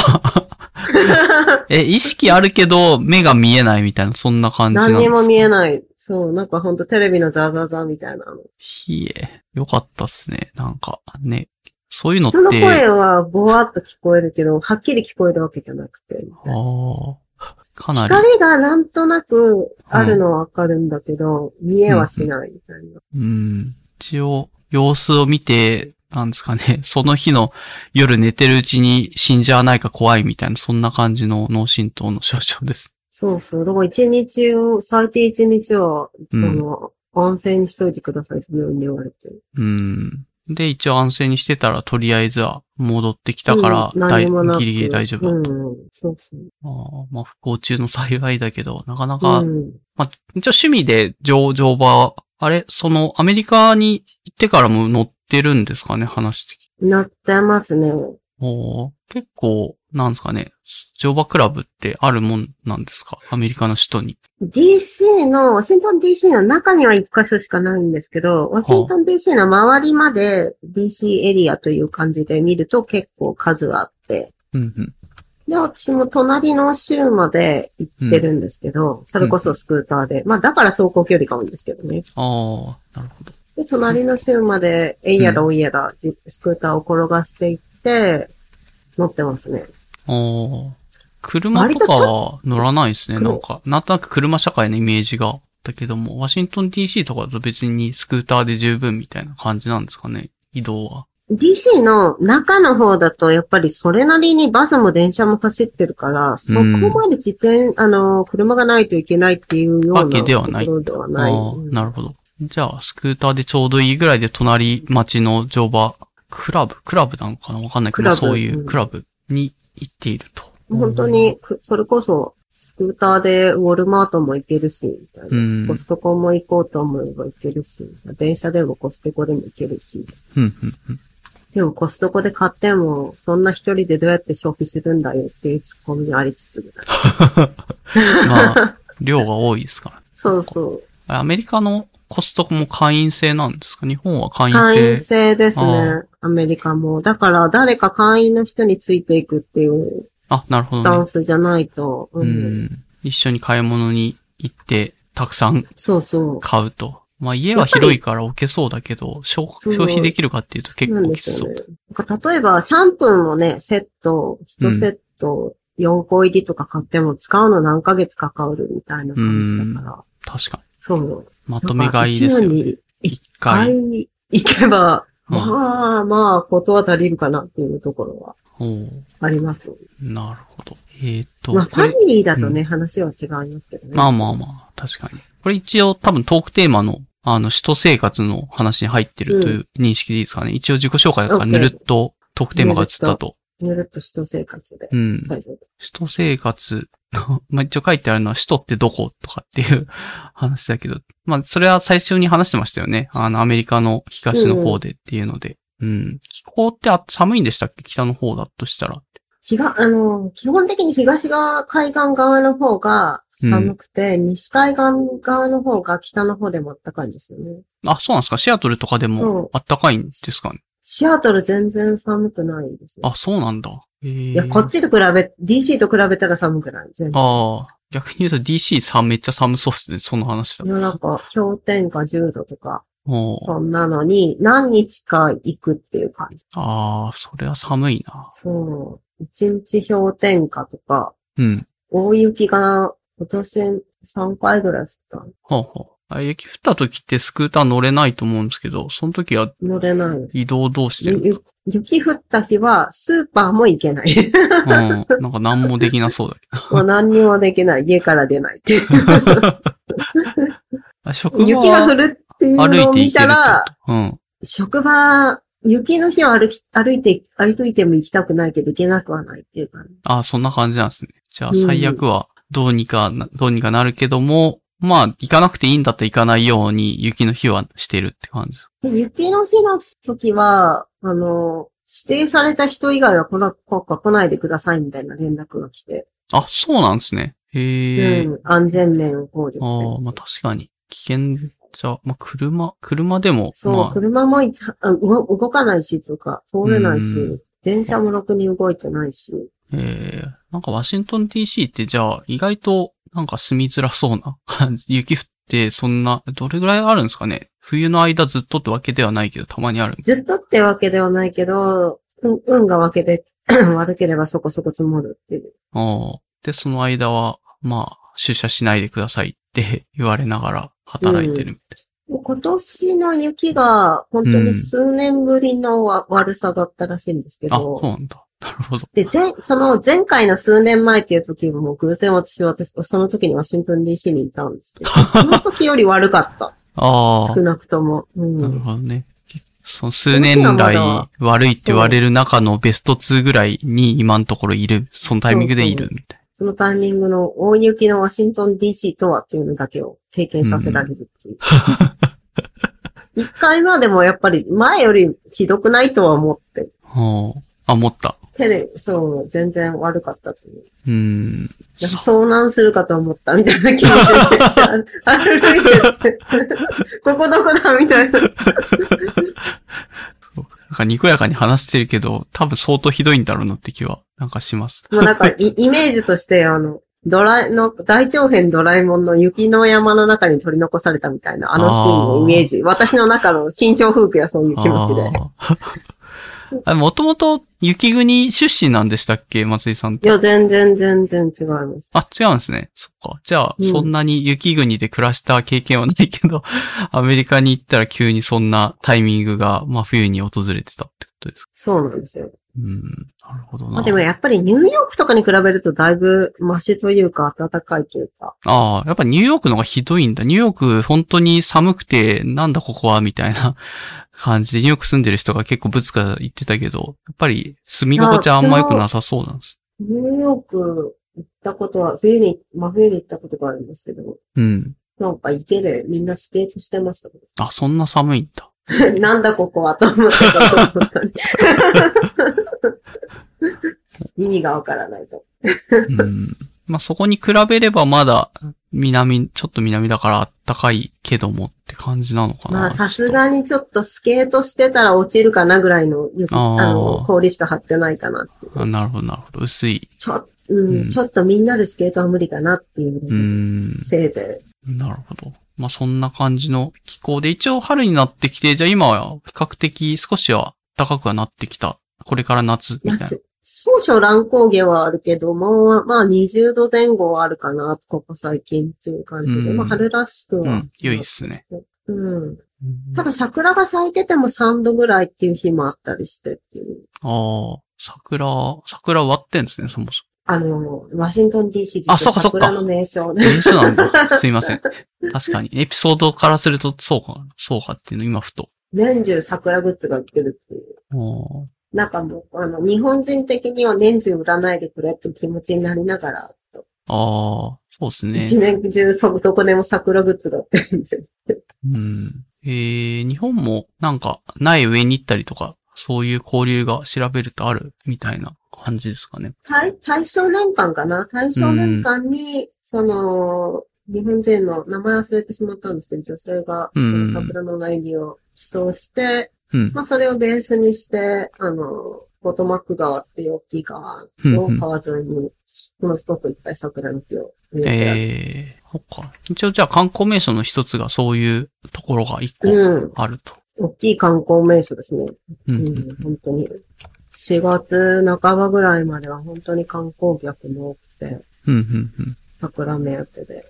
え、意識あるけど、目が見えないみたいな、そんな感じなん
何
です
に
か
も見えない。そう、なんかほんとテレビのザーザーザーみたいなの。
ひえ、よかったっすね。なんか、ね。そういうのって。
人の声はぼわっと聞こえるけど、はっきり聞こえるわけじゃなくて。みたいな
ああ。かなり。
光がなんとなくあるのはわかるんだけど、見えはしないみたいな。
うん。一応、様子を見て、なんですかね、その日の夜寝てるうちに死んじゃわないか怖いみたいな、そんな感じの脳震盪の症状です。
そうそう。だから一日を、最低一日は、
うん
あの、安静にしといてくださいって病院で言われて。
うん。で、一応安静にしてたら、とりあえずは戻ってきたから、
うん
大
何もなく
ギリギリ大丈夫だっ
うん
た。
うん、そうそう。
あーまあ、不幸中の幸いだけど、なかなか、
うん、
まあ、一応趣味で乗、乗馬、あれ、その、アメリカに行ってからも乗ってるんですかね、話的に
なってますね。
おー結構、なんですかね、乗馬クラブってあるもんなんですかアメリカの首都に。
DC の、ワシントン DC の中には一箇所しかないんですけど、ワシントン DC の周りまで DC エリアという感じで見ると結構数あって、
うんうん。
で、私も隣の州まで行ってるんですけど、それこそスクーターで、まあだから走行距離かもですけどね。
ああ、なるほど。
で、隣の州まで、えいやらおいやら、じスクーターを転がしていって、乗ってますね。
おー車とかは乗らないですね。
割
な
と
んか、なんとなく車社会のイメージがあったけども、ワシントン DC とかだと別にスクーターで十分みたいな感じなんですかね移動は。
DC の中の方だと、やっぱりそれなりにバスも電車も走ってるから、そこまで自転、あの、車がないといけないっていうような
わけではない
ところではない。
ああ
うん
なるほど。じゃあ、スクーターでちょうどいいぐらいで隣町の乗馬、クラブクラブなのかなわかんないけ
クラ
ど、
ブ
そういううんクラブに行っていると。
本当に、くそれこそ、スクーターでウォルマートも行けるし、みたいな。
うん
コストコも行こうと思えば行けるし、みたいな電車でもコストコでも行けるし。
うん。うん、うん、うん。
でもコストコで買っても、そんな一人でどうやって消費するんだよっていうツッコミありつつぐらい。
まあ、 [laughs] 量が多いですから。
そうそう。
あれアメリカのコストコも会員制なんですか日本は会員
会員
制。
制です
あ
ね。アメリカも。だから誰か会員の人についていくっていう
あ、なるほ
スタ
ど
ン
ね。
スじゃないと。
う
うん
ん。一緒に買い物に行って、たくさん
そうそう。
買うと。まあ家は広いから置けそうだけど、消
そう
消費できるかっていうと結
そうなん
構
で
きつ
す
そ
よね
う。。
なんか例えばシャンプーもね、セット、一セット、4個入りとか買っても使うの何ヶ月かかるみたいな感じだから。
確かに。
そう。
まとめ買い
だ
です
から
よ
一年
ね。
に
一
買い
回。
に行
[laughs]
けば、
うん
まあまあ、ことは足りるかなっていうところは
おう
ありますよね。
なるほど。えっ、と、
まあ、フ
これ
ァミリーだとね、話は違いますけどね。
まあまあまあ、確かに。これ一応多分トークテーマの、あの、首都生活の話に入ってるという認識でいいですかね。一応自己紹介だから、
OK
ぬるっとトークテーマが移ったと。
ぬるっと人生活で。
うん。
大丈夫です。
首都生活、 [laughs] まあ一応書いてあるのは首都ってどことかっていう話だけど、まあそれは最初に話してましたよね。あの、アメリカの東の方でっていうので。うん、気候ってあ寒いんでしたっけ北の方だとしたら。
日が、あの、基本的に東側、海岸側の方が寒くて、西海岸側の方が北の方でも暖かいんですよね。
あ、そうなんですかシアトルとかで
そう
もあったかいんですかね。
シアトル全然寒くないですね。
あ、そうなんだ。へー
いや、こっちと比べ、DC と比べたら寒くない。全然。
ああ、逆に言うと DC さんめっちゃ寒そうですね、その話だ
い。やなんか、氷点下10度とか、
もう、
そんなのに、何日か行くっていう感じ。
ああ、それは寒いな。
そう。一日氷点下とか、
うん。
大雪が今年3回ぐらい降った。
はあ、はあ。あ雪降った時ってスクーター乗れないと思うんですけど、その時は
乗れないです。
移動どうしてる
ゆゆ雪降った日は、スーパーも行け
[laughs]
ない。
のうん。なんか何もできなそうだけ
もう何にもできない。家から出ないっていう。 [laughs]
ど。あ職場
雪が降るっていう
歩
の
い
を
て
見
行け
た
るって
ら、
こと。うん。
職場、雪の日は歩き、歩いて、歩いても行きたくないけど行けなくはないっていう感じ。
ああ、そんな感じなんですね。じゃあ
うん
最悪はどうにかな、どうにかなるけども、まあ、行かなくていいんだったら行かないように雪の日はしてるって感じ。
で雪の日の時は、あの、指定された人以外は来な、こ来ないでくださいみたいな連絡が来て、
あ、そうなんですね。へえ。
うん、安全面を考慮して。
ああ、まあ確かに。危険じゃ、まあ、車、車でも、
そう、
まあ、
車もいたあ動動かないしとか、通れないうし、電車もろくに動いてないし。
えー、なんかワシントン DC ってじゃあ意外となんか住みづらそうな [laughs] 感じ。雪降ってそんな、どれぐらいあるんですかね冬の間ずっとってわけではないけど、たまにある。
ずっとってわけではないけど、うん運がわけで悪けれ [clears throat] ばそこそこ積もるっていう。
おーで、その間は、まあ、出社しないでくださいって言われながら働いてるみたい。
もう今年の雪が本当に数年ぶりのわ悪さだったらしいんですけ
あ、そ
ど
う、なんだ。なるほど。
で、前、その前回の数年前っていう時ももう偶然私は、私、その時にワシントン DC にいたんです
[laughs]
けど、その時より悪かった。
あ
少なくとも。う
あ、なる
ん。
ほどね。その数年来悪いって言われる中のベスト2ぐらいに今のところいる。そのタイミングでいるみたい
そのタイミングの大雪のワシントン DC とはっていうのだけを経験させられるっていう。一、回はでもやっぱり前よりひどくないとは思って、
な。おーあ、持った。
テレビ、そう、全然悪かったという。
うーん。
なんか遭難するかと思ったみたいな気持ちで、あ歩いてって、ここどこだみたいな。
なんかにこやかに話してるけど、多分相当ひどいんだろうなって気は、なんかします。
もうなん [laughs] かイ、イメージとして、あの、ドラえの、大長編ドラえもんの雪の山の中に取り残されたみたいな、あのシーンのイメージ。私の中の新潮風景はそういう気持ちで。
[laughs] あー。もともと雪国出身なんでしたっけ松井さんっ
い
て。
や、全然全然違います。
あ、違うんですね。そっか。じゃあ、
うん
そんなに雪国で暮らした経験はないけど、 [laughs] アメリカに行ったら急にそんなタイミングが真冬に訪れてたってことですか。
そうなんですよ。
うん。なるほど
まあ
な
で。もやっぱりニューヨークとかに比べるとだいぶマシというか暖かいというか。
ああ、やっぱニューヨークの方がひどいんだ。ニューヨーク本当に寒くて、なんだここはみたいな [laughs] 感じで、ニューヨーク住んでる人が結構ぶつか言ってたけど、やっぱり住み心地はあんま良くなさそうなんです。
ニューヨーク行ったことは、冬に、真冬に行ったことがあるんですけど、
うん。
なんか池でみんなスケートしてましたけ
あ、そんな寒いんだ。
ど。 [laughs] なんだここはと思ってた、本
[laughs]
当に。意味がわからないと。
うん。まあ、そこに比べればまだ、南、ちょっと南だから暖かいけどもって感じなのかな。
まあさすがにちょっとスケートしてたら落ちるかなぐらいの雪、
あー
あの、氷しか張ってないかなっていう
あなるほど、なるほど。薄い。
ちょ、うん、
うん
ちょっとみんなでスケートは無理かなっていう
う
ね、
ん。
せいぜ
なるほど。まあ、そんな感じの気候で、一応春になってきて、じゃあ今は比較的少しは高くはなってきた。これから夏
い。
みたいな。
夏、少々乱高下はあるけども、まあ20度前後はあるかな、ここ最近っていう感じで、
うん
まあ春らしく
う
は
ん。。良いっすね。
うん。ただ桜が咲いてても3度ぐらいっていう日もあったりしてっていう。
ああ、桜、桜割ってんですね、そもそ
あの、ワシントン DC
あそっかそっか
桜の名称で
も。。名所なんだ。すいません。確かに。エピソードからすると、そうか、そうかっていうの、今ふと。
[laughs] 年中桜グッズが売ってるっていう。
おー
なんかもう、あの、日本人的には年中売らないでくれっていう気持ちになりながら、
ああ、そうですね。
一年中そ、どこでも桜グッズが売ってるんですよ。
うん。えー、日本もなんか、ない上に行ったりとか、そういう交流が調べるとあるみたいな感じですかね。
対、対象年間かな対象年間に、その、日本人の名前忘れてしまったんですけど、女性が、そ
うん
の桜の苗木を寄贈して、
うん。
まあ、それをベースにして、あの、ポトマック川っていう大きい川の
うんうん
川沿いに、ものすごくいっぱい桜の木を植えてある。
えー、そっか。一応じゃあ観光名所の一つがそういうところが一個
うん。
あると。
大きい観光名所ですね。
う。
うんん、本当に。4月半ばぐらいまでは本当に観光客も多くて、
うん、うん、うん。
桜目当てで。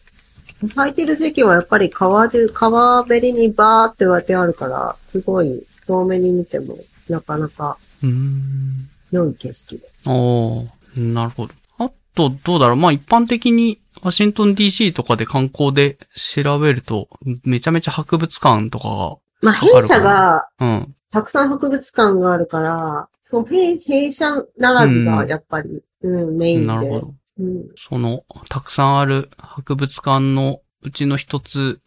咲いてる時期はやっぱり川中、川べりにバーって植えてあるから、すごい遠目に見てもなかなか
うん。
良い景色で。
おー、なるほど。あと、どうだろう。まあ、一般的に、ワシントン DC とかで観光で調べると、めちゃめちゃ博物館とか
ま
わかる
あ、
か
弊
な
社が
が、うん。
たくさん博物館があるから、その弊弊社並びがやっぱり、うん、メインで。
なるほど。
うん。
その、たくさんある博物館のうちの一つ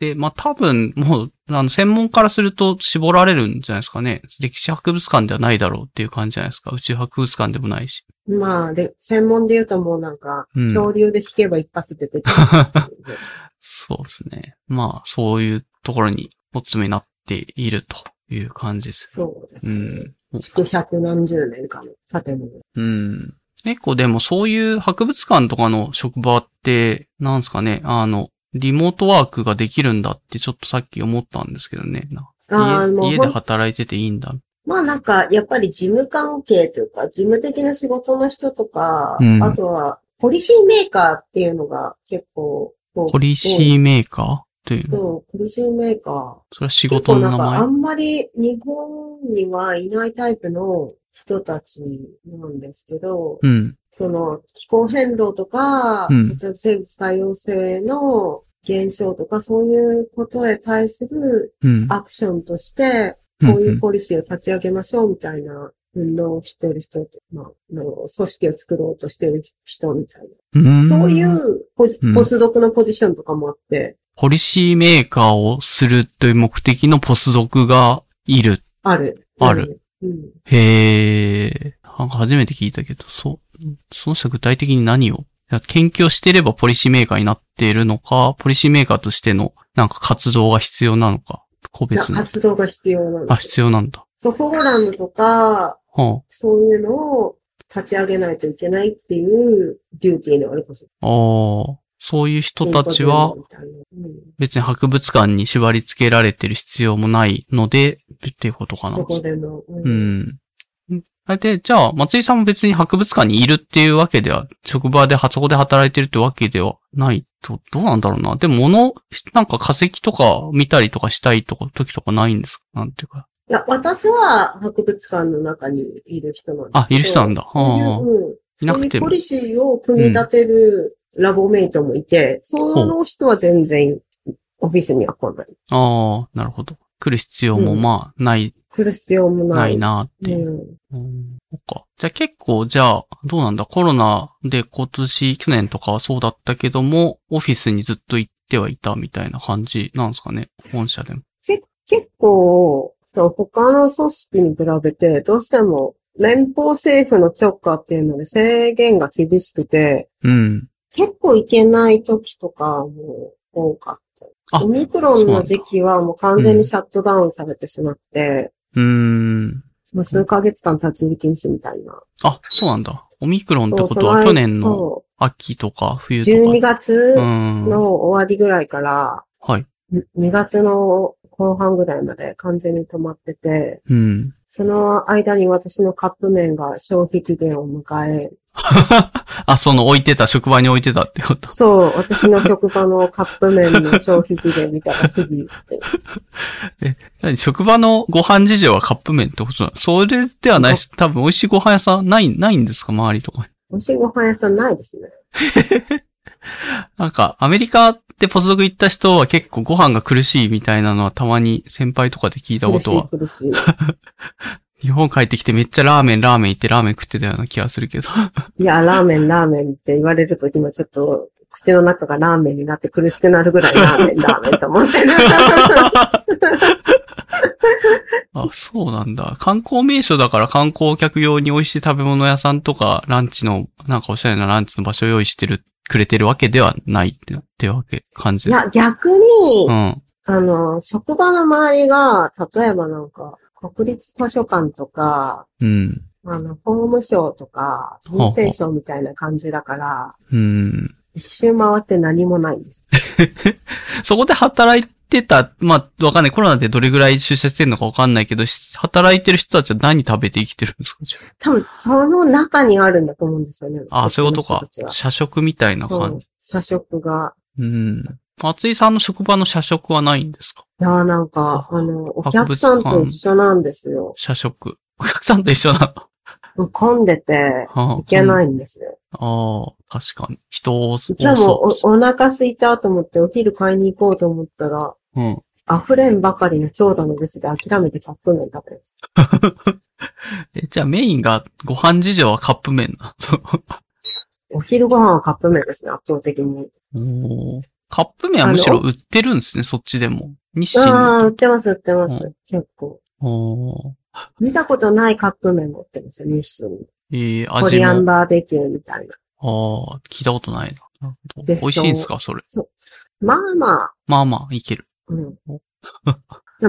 で、まあ、多分、もう、あの、専門からすると絞られるんじゃないですかね。歴史博物館ではないだろうっていう感じじゃないですか。宇宙博物館でもないし。
まあ、で、専門で言うともうなんか
うん、 [laughs]
恐竜で弾けば一発で出てくるっていう。
そうですね。まあ、そういうところにお詰めになっているという感じです。
そうです
う
ね。
ん。
築百何十年かの建物。
うん。結構でもそういう博物館とかの職場って、なんですかね、あの、リモートワークができるんだってちょっとさっき思ったんですけどね。な
ああ、も
家
う
家
ほ
で
ん、
働いてていいんだ。
まあなんか、やっぱり事務関係というか、事務的な仕事の人とか、
うん
あとは、ポリシーメーカーっていうのが結構、こう
ポリシーメーカーというの。
そう、ポリシーメーカ
それは仕
ー。
事の
結
名
構なんか、あ
前。
んまり日本にはいないタイプの人たちなんですけど、
うん。
その気候変動とか、
うん
例えば生物多様性の減少とか、そういうことへ対する
うん。
アクションとして、
うん
こういうポリシーを立ち上げましょうみたいな運動をしてる人と、まあ、あの組織を作ろうとしてる人みたい
うん
な。そういうポジ
うん
ポスドクのポジションとかもあって、
ポリシーメーカーをするという目的のポス族がいる。
ある。
ある。
うん。
へえ。なんか初めて聞いたけど、そう、その人は具体的に何をいや研究をしていればポリシーメーカーになっているのか、ポリシーメーカーとしてのなんか活動が必要なのか、個
な
別の。
活動が必要なの
あ、。必要なんだ。
そう、フォーラムとか、
は
そういうのを立ち上げないといけないっていうデューティーのあれこそ。
あ、あーそういう人たちは
みたいなうん
別に博物館に縛り付けられてる必要もないので、っていうことかな。
どこでも。う
う。ん。あれで、じゃあ、松井さんも別に博物館にいるっていうわけでは、職場で、はそこで働いてるってわけではないと、どうなんだろうな。でも、物、なんか化石とか見たりとかしたいとか、時とかないんですかなんていうか。
いや、私は博物館の中にいる人なんですけど
あ、いる人なんだ。
そういう
ああ
うん
いなく
そうい
て
う
も
ポ。リシーを組み立てるラボメイトもいて、その人は全然オフィスには来ない。
ああ、なるほど。来る必要も、
うん
まあ、ない、
来る必要もな。
ないいなっていうう。
ん。
うんそっか。じゃあ結構、じゃあ、どうなんだコロナで今年、去年とかはそうだったけども、オフィスにずっと行ってはいたみたいな感じなんですかね本社でも。
結構、と他の組織に比べて、どうしても連邦政府の直下っていうので制限が厳しくて、
うん。
結構行けない時とかも多かった。
あ
オミクロンの時期はもう完全にシャットダウンされてしまって、
うーん。
もう数ヶ月間立ち入り禁止みたいな。
あ、そうなんだ。オミクロンって
そう
こと
そ
は
の
去年の
そ
秋とか
う
冬とか。
12月
うん。
の終わりぐらいから、
はい。
2月の後半ぐらいまで完全に止まってて、
うん。
その間に私のカップ麺が消費期限を迎え、
あ、その置いてた、職場に置いてたってこと。 [laughs]
そう、私の職場のカップ麺の消費期限見たらすぐ
[laughs]
行って、
何職場のご飯事情はカップ麺ってことなのそれではないし、多分美味しいご飯屋さんない、ないんですか周りとかに。
美味しいご飯屋さんないですね。
なんか、アメリカってポスドク行った人は結構ご飯が苦しいみたいなのはたまに先輩とかで聞いたこ
苦
と
しい
は、
苦しい。
日本帰ってきてめっちゃラーメン、ラーメン行ってラーメン食ってたような気がする [laughs] けど。
いや、ラーメン、ラーメンって言われると今ちょっと口の中がラーメンになって苦しくなるぐらいラーメン、ラーメンと
[laughs]
思ってる。
あ、そうなんだ。観光名所だから観光客用に美味しい食べ物屋さんとか、ランチの、なんかおしゃれなランチの場所を用意してる、くれてるわけではないってなってわけ、感じ
い
です。
や、逆に、
うん。
あの、職場の周りが、例えばなんか、国立図書館とか、
うん。
あの、法務省とか、
ほうほう
民生省みたいな感じだから、
うん。
一周回って何もないんです。
そこで働いてた、まあ、わかんない。コロナでどれぐらい出社してるのかわかんないけど、し働いてる人たちは何食べて生きてるんですかじゃ
多分、その中にあるんだと思うんですよね。
あ、あそういうこと
そ
か
っちの人。たち
社食みたいな
はそ
感
う
じ。。
社食が。
うん。松井さんの職場の社食はないんですか
いやーなんか、あの、お客さんと一緒なんですよ。
社食。お客さんと一緒なの。
もう混んでて、
い
いけ
い
ないんですよ。
ああ、確かに。人を、そ
今日も
う
おお腹空いたと思ってお昼買いに行こうと思ったら、
うん。
溢れんばかりの長蛇の列で諦めてカップ麺食べます。
え、じゃあメインが、ご飯事情はカップ麺な
お昼ご飯はカップ麺ですね、圧倒的に。
の。 [laughs] おーカップ麺はむしろ売ってるんですね、そっちでも。日清
ああ、
で。
売ってます、売ってま
う
す。結構。
おー
見たことないカップ麺持ってますよ、日清に。
えー、
コ
味
リアン
も。
バーベキューみたいな。
ああ、聞いたことないな。なるほど
でしょ
美味しいんですか、それ。
そう。まあまあ、
まあまあ、いける。 [laughs]
うん。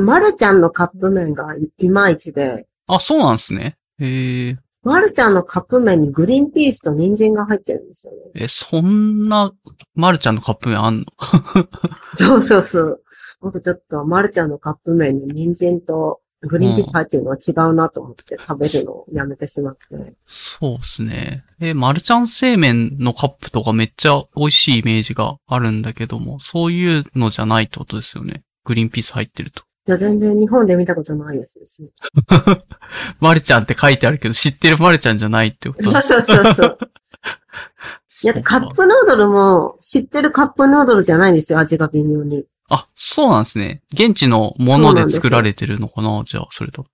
まるちゃんのカップ麺がいいまいちで、
あ、そうなんですね。ええ
まるちゃんのカップ麺にグリーンピースと人参が入ってるんですよね。
え、そんな、まるちゃんのカップ麺あんの
そうそうそう。僕ちょっとまるちゃんのカップ麺に人参とグリーンピース入ってるのは違うなと思って食べるのをやめてしまって。
そうですね。え、マルちゃん製麺のカップとかめっちゃ美味しいイメージがあるんだけども、そういうのじゃないってことですよね。グリーンピース入ってると。
いや、全然日本で見たことないやつですね。
マルちゃんって書いてあるけど、知ってるマルちゃんじゃないってこと。
そうそうそうそう。いや、カップヌードルも知ってるカップヌードルじゃないんですよ、味が微妙に。
あ、そうなんですね。現地のもので作られてるのかなじゃあ、それと。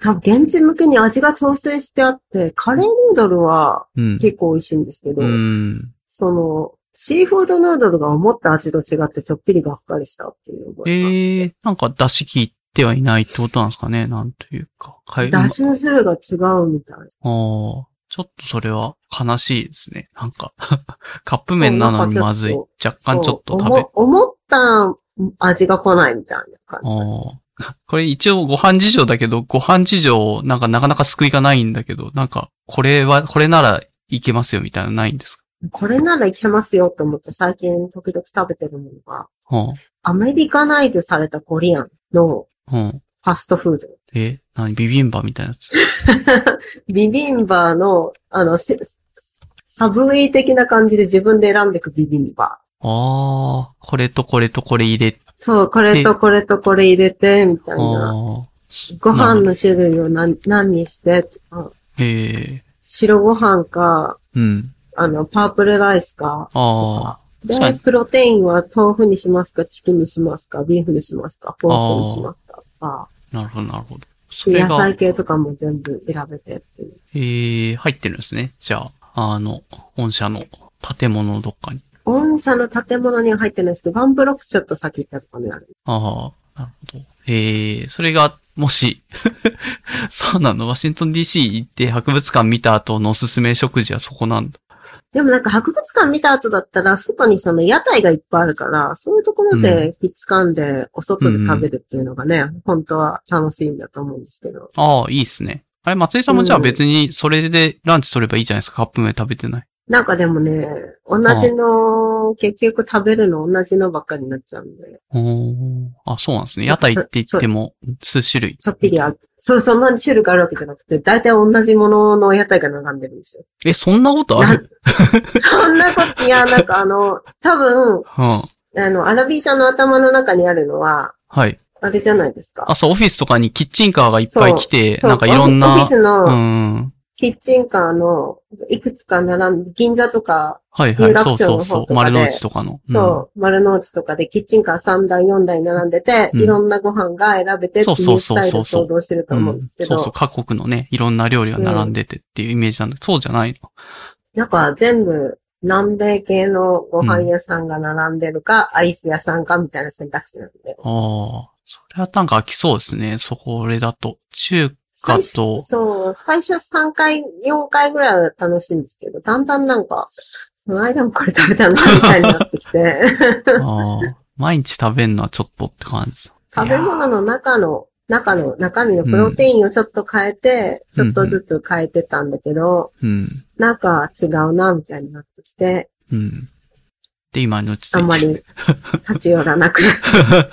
多分現地向けに味が調整してあって、カレーヌードルは
うん。
結構美味しいんですけど、
うん。
その、シーフードヌードルが思った味と違ってちょっぴりがっかりしたっていう覚
え
えが。
ー、なんか出汁切ってはいないってことなんですかね。なんというか。はい。
出汁の種類が違うみたい。
あーちょっとそれは悲しいですね。なんか、 [laughs] カップ麺なのにまずい。
そう
若干ちょっと食べ
そう。思思った味が来ないみたいな感じがし
ああ。 [laughs] これ一応ご飯事情だけど、ご飯事情、なんかなかなか救いがないんだけど、なんか、これは、これならいけますよみたいなのないんですか
た。これならいけますよと思って最近時々食べてるものが、
は
アメリカナイズされたコリアンの
あ、うん。
ファストフード。
え、何ビビンバみたいなやつ。
ビビンバの、あの、せサブウェイ的な感じで自分で選んでいくビビンバ。
ああ、これとこれとこれ入れ、
そう、これとこれとこれ入れて、みたい
あ
な。
あ、
ご飯の種類を何何にしてとか、
ええ
白ご飯か、
うん、
あの、パープルライスか。
あ
で
確かに、
プロテインは豆腐にしますか、チキンにしますか、ビーフにしますか、ポークにしますかとか。
あ、なるほど、なるほど。そ
で
れ
野
が
菜、系とかも全部選べてっていう。
ええ入ってるんですね。じゃあ、あの、本社の建物のどっかに。
御社の建物には入ってないですけど、ワンブロックちょっと先行ったところにある。
ああ、なるほど。ええそれが、もし、 [laughs] そうなの、ワシントン DC 行って博物館見た後のおすすめ食事はそこなんだ。
でもなんか博物館見た後だったら、外にその屋台がいっぱいあるから、そういうところでひっつかんで、お外で食べるっていうのがね、本当は楽しいんだと思うんですけど。
ああ、いいですね。あれ、松井さんもじゃあ
うん
別にそれでランチ取ればいいじゃないですか。カップ麺食べてない。
なんかでもね、同じの、結局食べるの同じのばっかりになっちゃうんで、
おーあ、そうなんですね。屋台って言っても数種類。
ちょっぴりあ、そう、そんなに種類があるわけじゃなくて、大体同じものの屋台が並んでるん
[laughs]
ですよ。
え、そんなことある
そんなこと、いや、なんかあの、多分、
は
あの、アラビーさんの頭の中にあるのは、
あ、はい。
あれじゃないですか
あ、。そう、オフィスとかにキッチンカーがいっぱい来て、
そう
なんかいろんな、
オフィス
う
の
ん。
キッチンカーのいくつか並んで、銀座とか、
はいは
有
い、
楽
そう
町
そう
の方
そ
とか
う。
で
丸の内とかの。
そう、丸の内とかでキッチンカー3台、4台並んでて、
うん
いろんなご飯が選べてって
そ
いう
そうそう
うス
そう
タイルを想像してると
うん
思うんですけ
そうそう、
ど、
各国のね、いろんな料理が並んでてっていうイメージなんだけど、そうじゃないの
なんか全部南米系のご飯屋さんが並んでるか、アイス屋さんかみたいな選択肢なん
ああ、
で。
それはなんか飽きそうですね、そこれだと。
[laughs]
中華
最
と
初、そう、最初3回、4回ぐらいは楽しいんですけど、だんだんなんか、この間もこれ食べたな、みたいになって
[laughs]
きて、
ああ毎日食べるのはちょっとって感じ。
食べ物の中の、中の、中身のプロテインをちょっと変えて、
うん
ちょっとずつ変えてたんだけど、
うん。
なんか違うな、みたいになってきて、
うん。で、今に落ち着い
あ
て。
んまり立ち寄らなく
[laughs]
なって。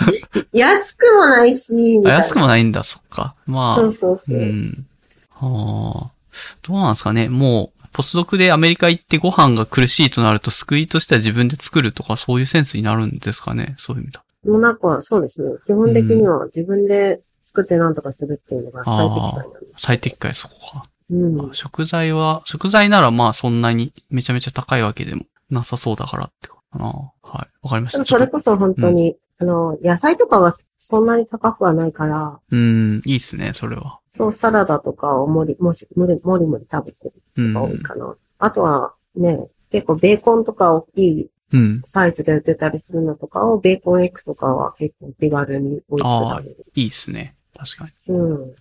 安くもないし、み
あ
たいな。
安くもないんだ、そっか。まあ。
そうそうそう。
うん。はあ。どうなんですかね。もう、ポスドクでアメリカ行ってご飯が苦しいとなると、救いとしては自分で作るとか、そういうセンスになるんですかね。そういう意味だ。
もうなんか、そうですね。基本的には自分で作ってなんとかするっていうのが最適解なんです。
最適解、そこか。
うん。
食材は、食材ならまあそんなにめちゃめちゃ高いわけでもなさそうだからってことかな。はい。わかりまし
で
た。
もそ
ちょ
れ
っ
こそ本当に、あの、野菜とかはそんなに高くはないから、
とうん、いいですね、それは。
そう、サラダとかをもり、もし、もりもりもり食べてる
うん
の。が多いかな。あとは、ね、結構ベーコンとか大きい
うん。
サイズで売ってたりするのとかを、ベーコンエッグとかは結構手軽に美味しく食べる。
いいですね。確かに。
うん。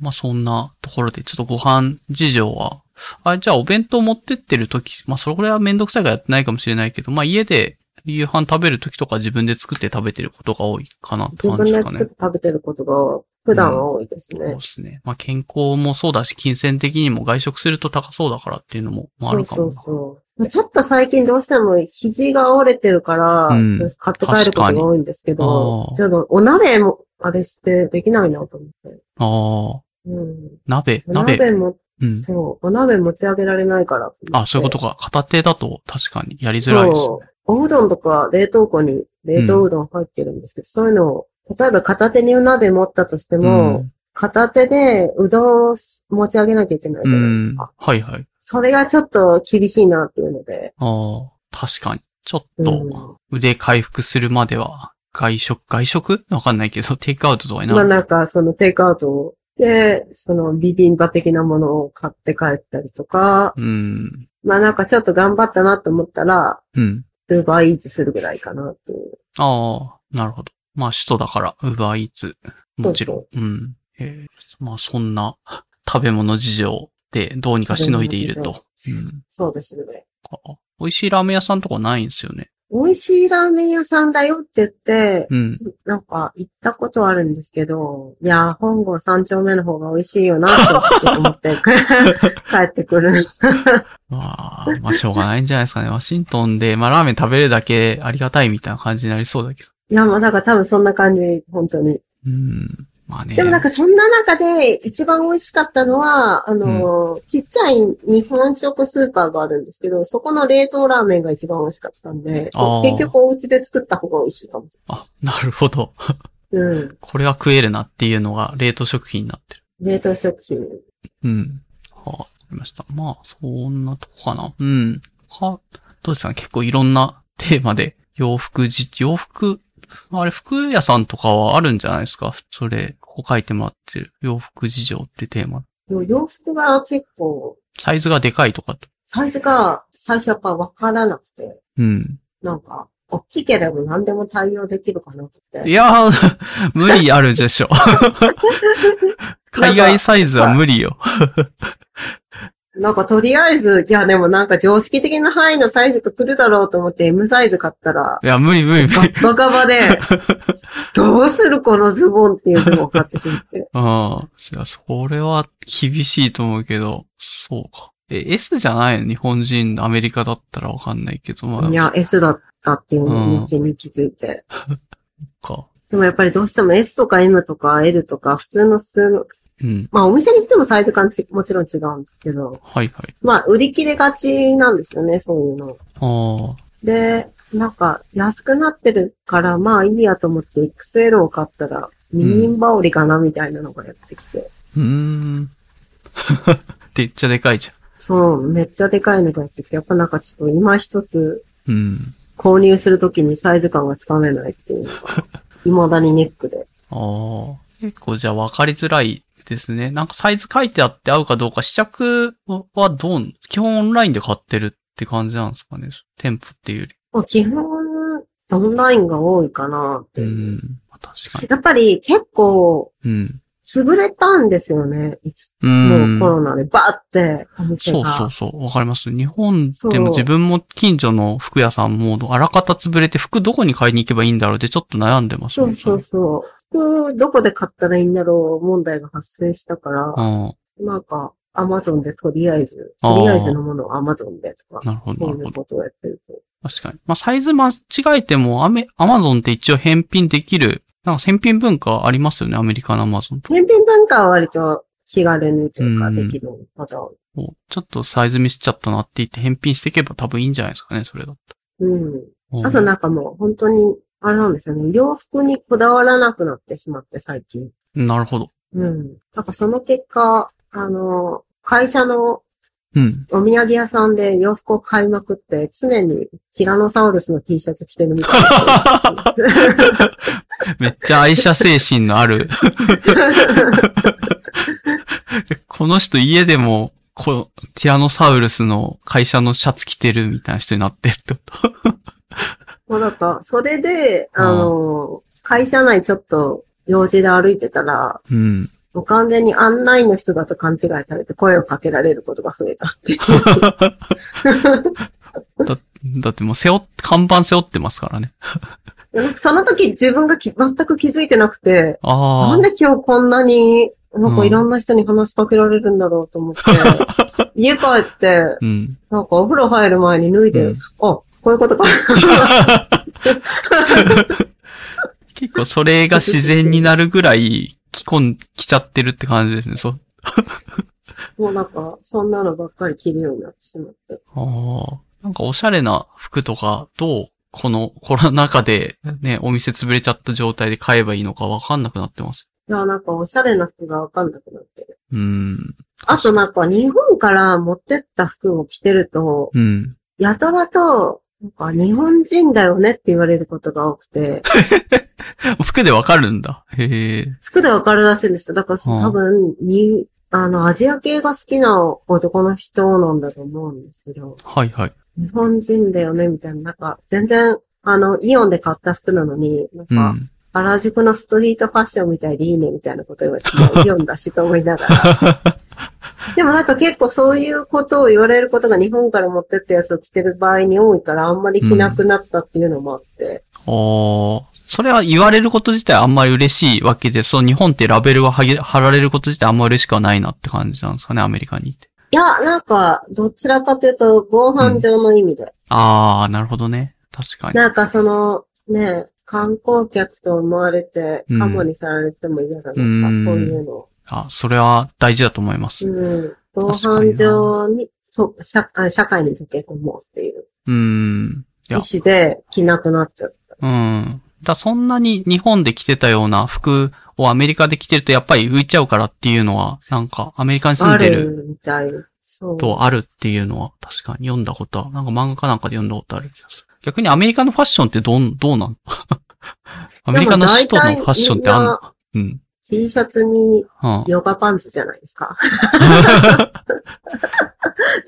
まあそんなところで、ちょっとご飯事情は。あ、じゃあお弁当持ってってる時、まあそれこれはめんどくさいからやってないかもしれないけど、まあ家で夕飯食べる時とか自分で作って食べてることが多いかなって
自
感
分
じ
で
ですか
作
ね。
って食べてることが普段は多いです
そう
ね
で。すね。まあ健康もそうだし、金銭的にも外食すると高そうだからっていうのもまああるかも
そ
な。
うそうそう。ちょっと最近どうしても肘が折れてるから、
うん
買って帰ることが多いんですけ
確か
ど
に、
ちょっとお鍋もあれしてできないなと思って。
ああ、
うん。
鍋、
お
鍋。
鍋も、
うん。
そう、お鍋持ち上げられないからと思って。
あ、そういうことか。片手だと確かにやりづらいです
そう。おうどんとか冷凍庫に冷凍うどん入ってるんですけど、そういうのを、例えば片手にお鍋持ったとして
ね。
も、片手でうどんを持ち上げなきゃいけない
うん。
じゃないで
う
す
ん。
か。
はいはい。
それがちょっと厳しいなっていうので。
ああ、確かに。ちょっ
うん
と、腕回復するまでは、外食、外食わかんないけど、テイクアウトとかに
ま
な
あ
る。
なんか、そのテイクアウトを、で、そのビビンバ的なものを買って帰ったりとか、
うん。
まあなんかちょっと頑張ったなと思ったら、
うん。
ウーバーイーツするぐらいかなっていう。
ああ、なるほど。まあ、首都だから、ウーバーイーツ。もちろん。
そ
う
う
ん。えーまあ、そんな、食べ物事情でどうにかしのいでいると。うん
そうですね。
あ美味しいラーメン屋さんとかないんですよね。
美味しいラーメン屋さんだよって言って、
うん
なんか行ったことあるんですけど、いやー、本郷三丁目の方が美味しいよなって思って帰ってくる。
まあ、まあ、しょうがないんじゃない
[laughs]
ですかね。ワシントンで、まあ、ラーメン食べるだけありがたいみたいな感じになりそうだけど。
いや、まあなんか多分そんな感じ、本当に。
うん。まあね。
でもなんかそんな中で一番美味しかったのは、あのー、ちっちゃい日本食スーパーがあるんですけど、そこの冷凍ラーメンが一番美味しかったんで、
あー
結局お家で作った方が美味しいかもし
あ、なるほど。
れない。うん。
これは食えるなっていうのが冷凍食品になってる。
冷凍食品。
うん。はあ、わかりました。まあ、そんなとこかな。うん。は、どうですかね結構いろんなテーマで、洋服じ、洋服、あれ、服屋さんとかはあるんじゃないですかそれ、ここ書いてもらってる。洋服事情ってテーマ。
でも洋服が結構、
サイズがでかいとかと。
サイズが最初やっぱ分からなくて、
うん。
なんか、大きければ何でも対応できるかなっ
い
て。
や [laughs] ー、無理あるで [laughs] しょ。海外サイズは無理よ。
なんかとりあえず、いやでもなんか常識的な範囲のサイズが来るだろうと思って M サイズ買ったら、
いや、無理無理無
ガ
理。
ッバガバで、
[laughs]
どうするこのズボンっていうのを買ってしまって。
うん。いや、それは厳しいと思うけど、そうか。え、S じゃないの日本人、アメリカだったらわかんないけど、 [laughs] まあ、
いや、S だったっていうのに、に気づいて。
そっか。
でもやっぱりどうしても S とか M とか L とか普通の普通の、
うん。
まあお店に行ってもサイズ感ちもちろん違うんですけど、
はいはい。
まあ売り切れがちなんですよね、そういうの。
ああ。
で、なんか、安くなってるから、まあいいやと思って XL を買ったら、ミニンバオリかなみたいなのがやってきて、
うーん。 [laughs] でっちゃでかいじ
そう、めっちゃでかいのがやってきて、やっぱなんかちょっと今一つ
ゃん。うん。
購入するときにサイズ感がつかめないっていうのが、未だにネックで。
ああ。結構じゃあ分かりづらいですね。なんかサイズ書いてあって合うかどうか、試着はどう、基本オンラインで買ってるって感じなんですかね。店舗っていうより。
まあ、基本、オンラインが多いかなって
う
いう。
ん。まあ確かに。
やっぱり結構、
うん。
潰れたんですよね。いつ
う
も
ん
うコロナでバーってお店
そう
が。
そうそう。わかります。日本でも
そう
自分も近所の服屋さんも、あらかた潰れて服どこに買いに行けばいいんだろうってちょっと悩んでます
そ
ね。
うそうそう。服、どこで買ったらいいんだろう問題が発生したから
う、ん。
なんか、アマゾンでとりあえず、
あー
とりあえずのものをアマゾンでとか、
なるほど、
そ
な
う
る
い
ほ
う
ど。
ことをやってると。
確かに。まあ、サイズ間違えても、アメ、アマゾンって一応返品できる、なんか返品文化ありますよね、アメリカのアマゾンと。
返品文化は割と気軽にという
う
か、
ん
できること。
こうちょっとサイズミスっちゃったなって言って返品していけば多分いいんじゃないですかね、それだと。
うん。
うん
あとなんかもう本当に、あれなんですよね。洋服にこだわらなくなってしまって、最近。
なるほど。
うん。なんかその結果、あの、会社の
うん。
お土産屋さんで洋服を買いまくって、常にティラノサウルスの T シャツ着てるみたいな人いるし。
[laughs] めっちゃ愛車精神のある。この人家でも、こう、ティラノサウルスの会社のシャツ着てるみたいな人になってるってこと。
もうなんか、それで、
うん
あの、会社内ちょっと用事で歩いてたら、
うん。
もう完全に案内の人だと勘違いされて声をかけられることが増えたっていう。
だ、だってもう背負っ、看板背負ってますからね。
なん [laughs] かその時自分がき全く気づいてなくて、な
あ
んで今日こんなに、なん
う
か
ん
いろんな人に話しかけられるんだろう
[laughs]
と思って、家帰って、
あ、うん。
なんかお風呂入る前に脱いで、
うん
あ、こういうことか。
結構それが自然になるぐらい着込ん、着ちゃってるって感じですね。そう。
もうなんか、そんなのばっかり着るようになってしまって。
ああ。なんかおしゃれな服とかと、このコロナ禍でね、お店潰れちゃった状態で買えばいいのかわかんなくなってます。
いや、なんかおしゃれな服がわかんなくなってる。
うん。
あとなんか日本から持ってった服を着てると、
うん。
やたらと、なんか日本人だよねって言われることが多くて、
服でわかるんだ。へえ。
服でわかるらしいんですよ。だからそ
うん
多分、に、あの、アジア系が好きな男の人なんだと思うんですけど、
はいはい。
日本人だよねみたいな、なんか全然、あの、イオンで買った服なのに、な
う
んか、
ん。
原宿のストリートファッションみたいでいいねみたいなこと言わ
[laughs]
れて、もうイオンだしと思いながら。でもなんか結構そういうことを言われることが日本から持ってったやつを着てる場合に多いからあんまり着なくなったっていうのもあって。
おー。それは言われること自体あんまり嬉しいわけで、そう日本ってラベルがはげ貼られること自体あんまり嬉しくはないなって感じなんですかね、アメリカに行って。
いや、なんかどちらかというと防犯上の意味で。
あー、なるほどね。確かに。
なんかそのね、観光客と思われて、
うん
カモにさられても嫌だなとか、
うん
そういうの。
あ、それは大事だと思います。
うん。防犯上にと社あ社会に溶け込もうっていう
うん。い
意
や
思で着なくなっちゃった。
うん。だそんなに日本で着てたような服をアメリカで着てるとやっぱり浮いちゃうからっていうのは、なんかアメリカに住んで
あ
る
るみたい。そう。
とあるっていうのは確かに読んだことは、なんか漫画かなんかで読んだことある気がする。逆にアメリカのファッションってどん、どう
[laughs]
なんアメリカの首都のファッションってあん
で
の
も
うん。
T シャツに
うん
ヨガパンツじゃないで
[laughs]
すか。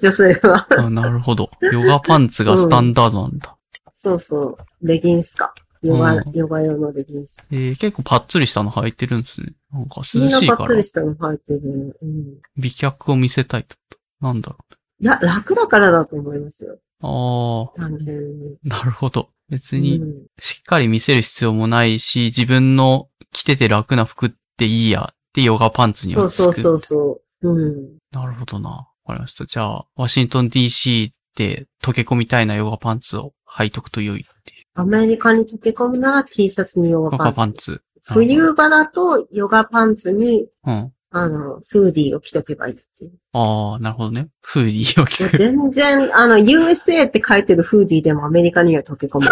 女性は。
あ、なるほど。ヨガパンツがスタンダードなんだ。
そうそう。レギンスか。ヨガ、
うん
ヨガ用のレギンス。
えー結構パッツリしたの履いてるんですね。なんか涼
みんな
しい
パ
か
ッツ
ら
リ、したの履いてる。うん。い
美脚を見せたいと。なんだろ
や、楽だからだと思いますよ。
う。あ
単純に。
あ、なるほど。別
う
に
ん、
しっかり見せる必要もないし、自分の着てて楽な服っていいやってヨガパンツに
そ
落
う
ち着く。
そうそうそう。うん。
なるほどな。わかりました。じゃあ、ワシントン DC で溶け込みたいなヨガパンツを履いとくと良いっていう。
アメリカに溶け込むなら T シャツにヨ
ヨ
ガパ
ガ
ンツ。
パンツ。
冬場だとヨガパンツに、
うん。
あの、フーディーを着とけばいいっていう。
ああ、なるほどね。フーディーを着 [laughs]
いや [laughs]
てく。
全然、あの、USA って書いてるフーディーでもアメリカには溶け込む。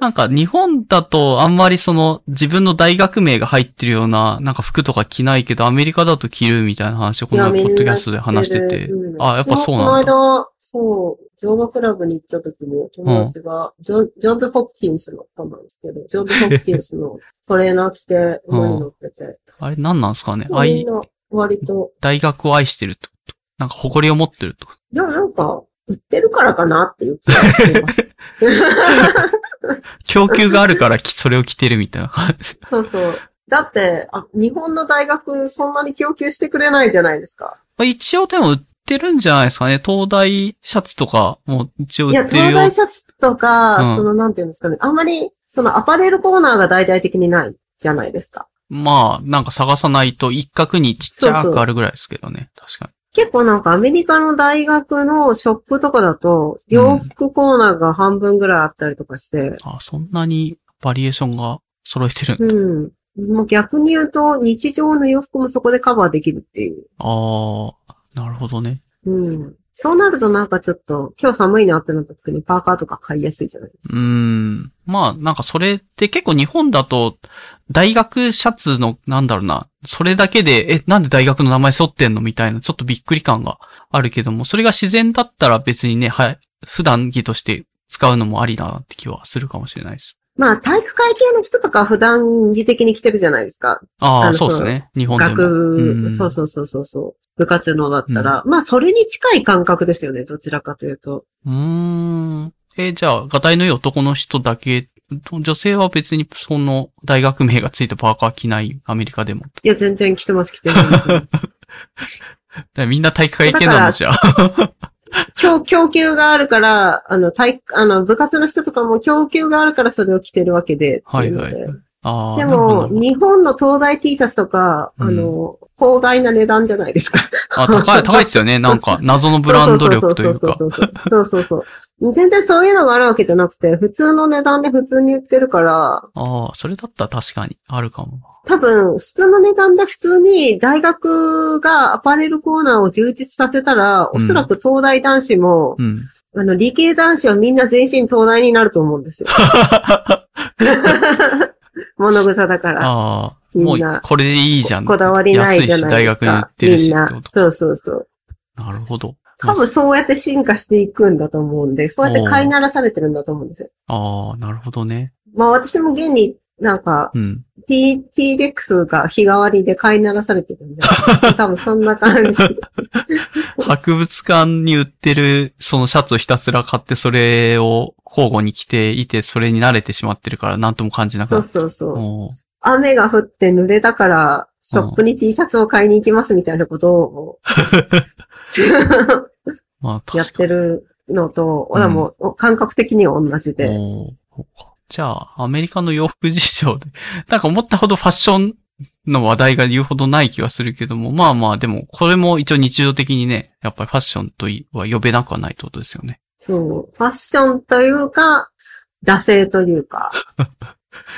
なんか日本だとあんまりその自分の大学名が入ってるようななんか服とか着ないけどアメリカだと着るみたいな話をこ
い
の
や
間ポ
みん
ッ
な
ドキャストで話してて。
うん
あやっぱそうなん
私
だ。
もこの間、そう、乗馬クラブに行った時に友達が、ジョンジョンズ・ホプキンスのファンなんですけど、ジョンズ・ホプキンスのトレーナー
[laughs]
着て、馬に乗ってて、
あれ何なんですかねあ
み
い
んな割と、
大学を愛してるってこと。なんか誇りを持ってるってこと。
でもなんか、売ってるからかなっていう気がし
[laughs]
てます。
供給があるからきそれを着てるみたいな感じ。
そうそう。だってあ、日本の大学そんなに供給してくれないじゃないですか。
まあ一応でも売ってるんじゃないですかね。東大シャツとかも一応
い
売
や、
ってる
東
よ。
大シャツとか、
うん
その、なんていうんですかね。あんまり、そのアパレルコーナーが大々的にないじゃないですか。
まあなんか探さないと一角にちっちゃ
そうそ
く
う
あるぐらいですけどね。確か
結構なんかアメリカの大学のショップとかだと、洋服コーナーが半分ぐらいあったりとかして、
に。あ、そんなにバリエーションが揃えてるんだ
うん。もう逆に言うと、日常の洋服もそこでカバーできるっていう。
ああ、なるほどね。
うん。そうなるとなんかちょっと、今日寒いなってなった時にパーカーとか買いやすいじゃないです
う
か。
ーん。まあ、なんかそれって結構日本だと、大学シャツの、なんだろうな、それだけで、え、なんで大学の名前沿ってんのみたいな、ちょっとびっくり感があるけども、それが自然だったら別にね、はい、普段着として使うのもありだなって気はするかもしれないです。
まあ、体育会系の人とか普段着的に着てるじゃないですか。
あ
あ
あ、
の
そうです
そう
ね。日本でも。
学、そう
う
そうそうそうそう。部活のだったら、まあ、それに近い感覚ですよね、どちらかというと。
ん。うーん。え、じゃあ、がたいのいい男の人だけ、女性は別にその大学名がついたパーカー着ない、アメリカでも。だか
いや、全然着てます、着てます。
らみんな体育会系なのじゃあ。
供供給があるから、あの、体育、あの、部活の人とかも供給があるからそれを着てるわけで。
はいはい
ってうので
ああ、
で
なるほど
も、。日本の東大 T シャツとか、あの、高外な値段じゃないですか。
あ、高い、高いですよ
[laughs]
ね。なんか、謎 [laughs] のブランド力というか
そ。うそうそうそう。そうそうそう。全然そういうのがあるわけじゃなくて、普通の値段で普通に売ってるから、
ああ、それだったら確かに、あるかも。
多分、普通の値段で普通に大学がアパレルコーナーを充実させたら、おそらく東大男子も、
うん。
あの、理系男子はみんな全身東大になると思う
[laughs]
んですよ。物草だから。
ああ、
みん
もう
な、
これでいいじゃん。
こだわりないじゃないです
安い
か。
し大学に売ってるし
みん
ってこ
な。
と
そうそうそう。
なるほど。
多分そうやって進化していくんだと思うんで、そうやって飼いならされてるんだと思うんですよ。
ああ、なるほどね。
まあ私も現になんか、
うん。
T、t レックスが日替わりで飼いならされてる
[laughs]
んで、多分そんな感じ。
博物館に売ってる、そのシャツをひたすら買って、それを交互に着ていて、それに慣れてしまってるから、なんとも感じなく
そ
な
う
っ
そうそう。
おー
雨が降って濡れたから、ショップに T シャツを買いに行きますみたいなこ
[laughs]
とを [laughs]
まあ、
やっ
確か
てるのと、俺はもう感覚的には同じ
に。
で。
おーそうかじゃあ、アメリカの洋服事情で、 [laughs] なんか思ったほどファッションの話題が言うほどない気はするけども、まあまあ、でも、これも一応日常的にね、やっぱりファッションとは呼べなくはないってことですよね。
そう。ファッションというか、惰性というか、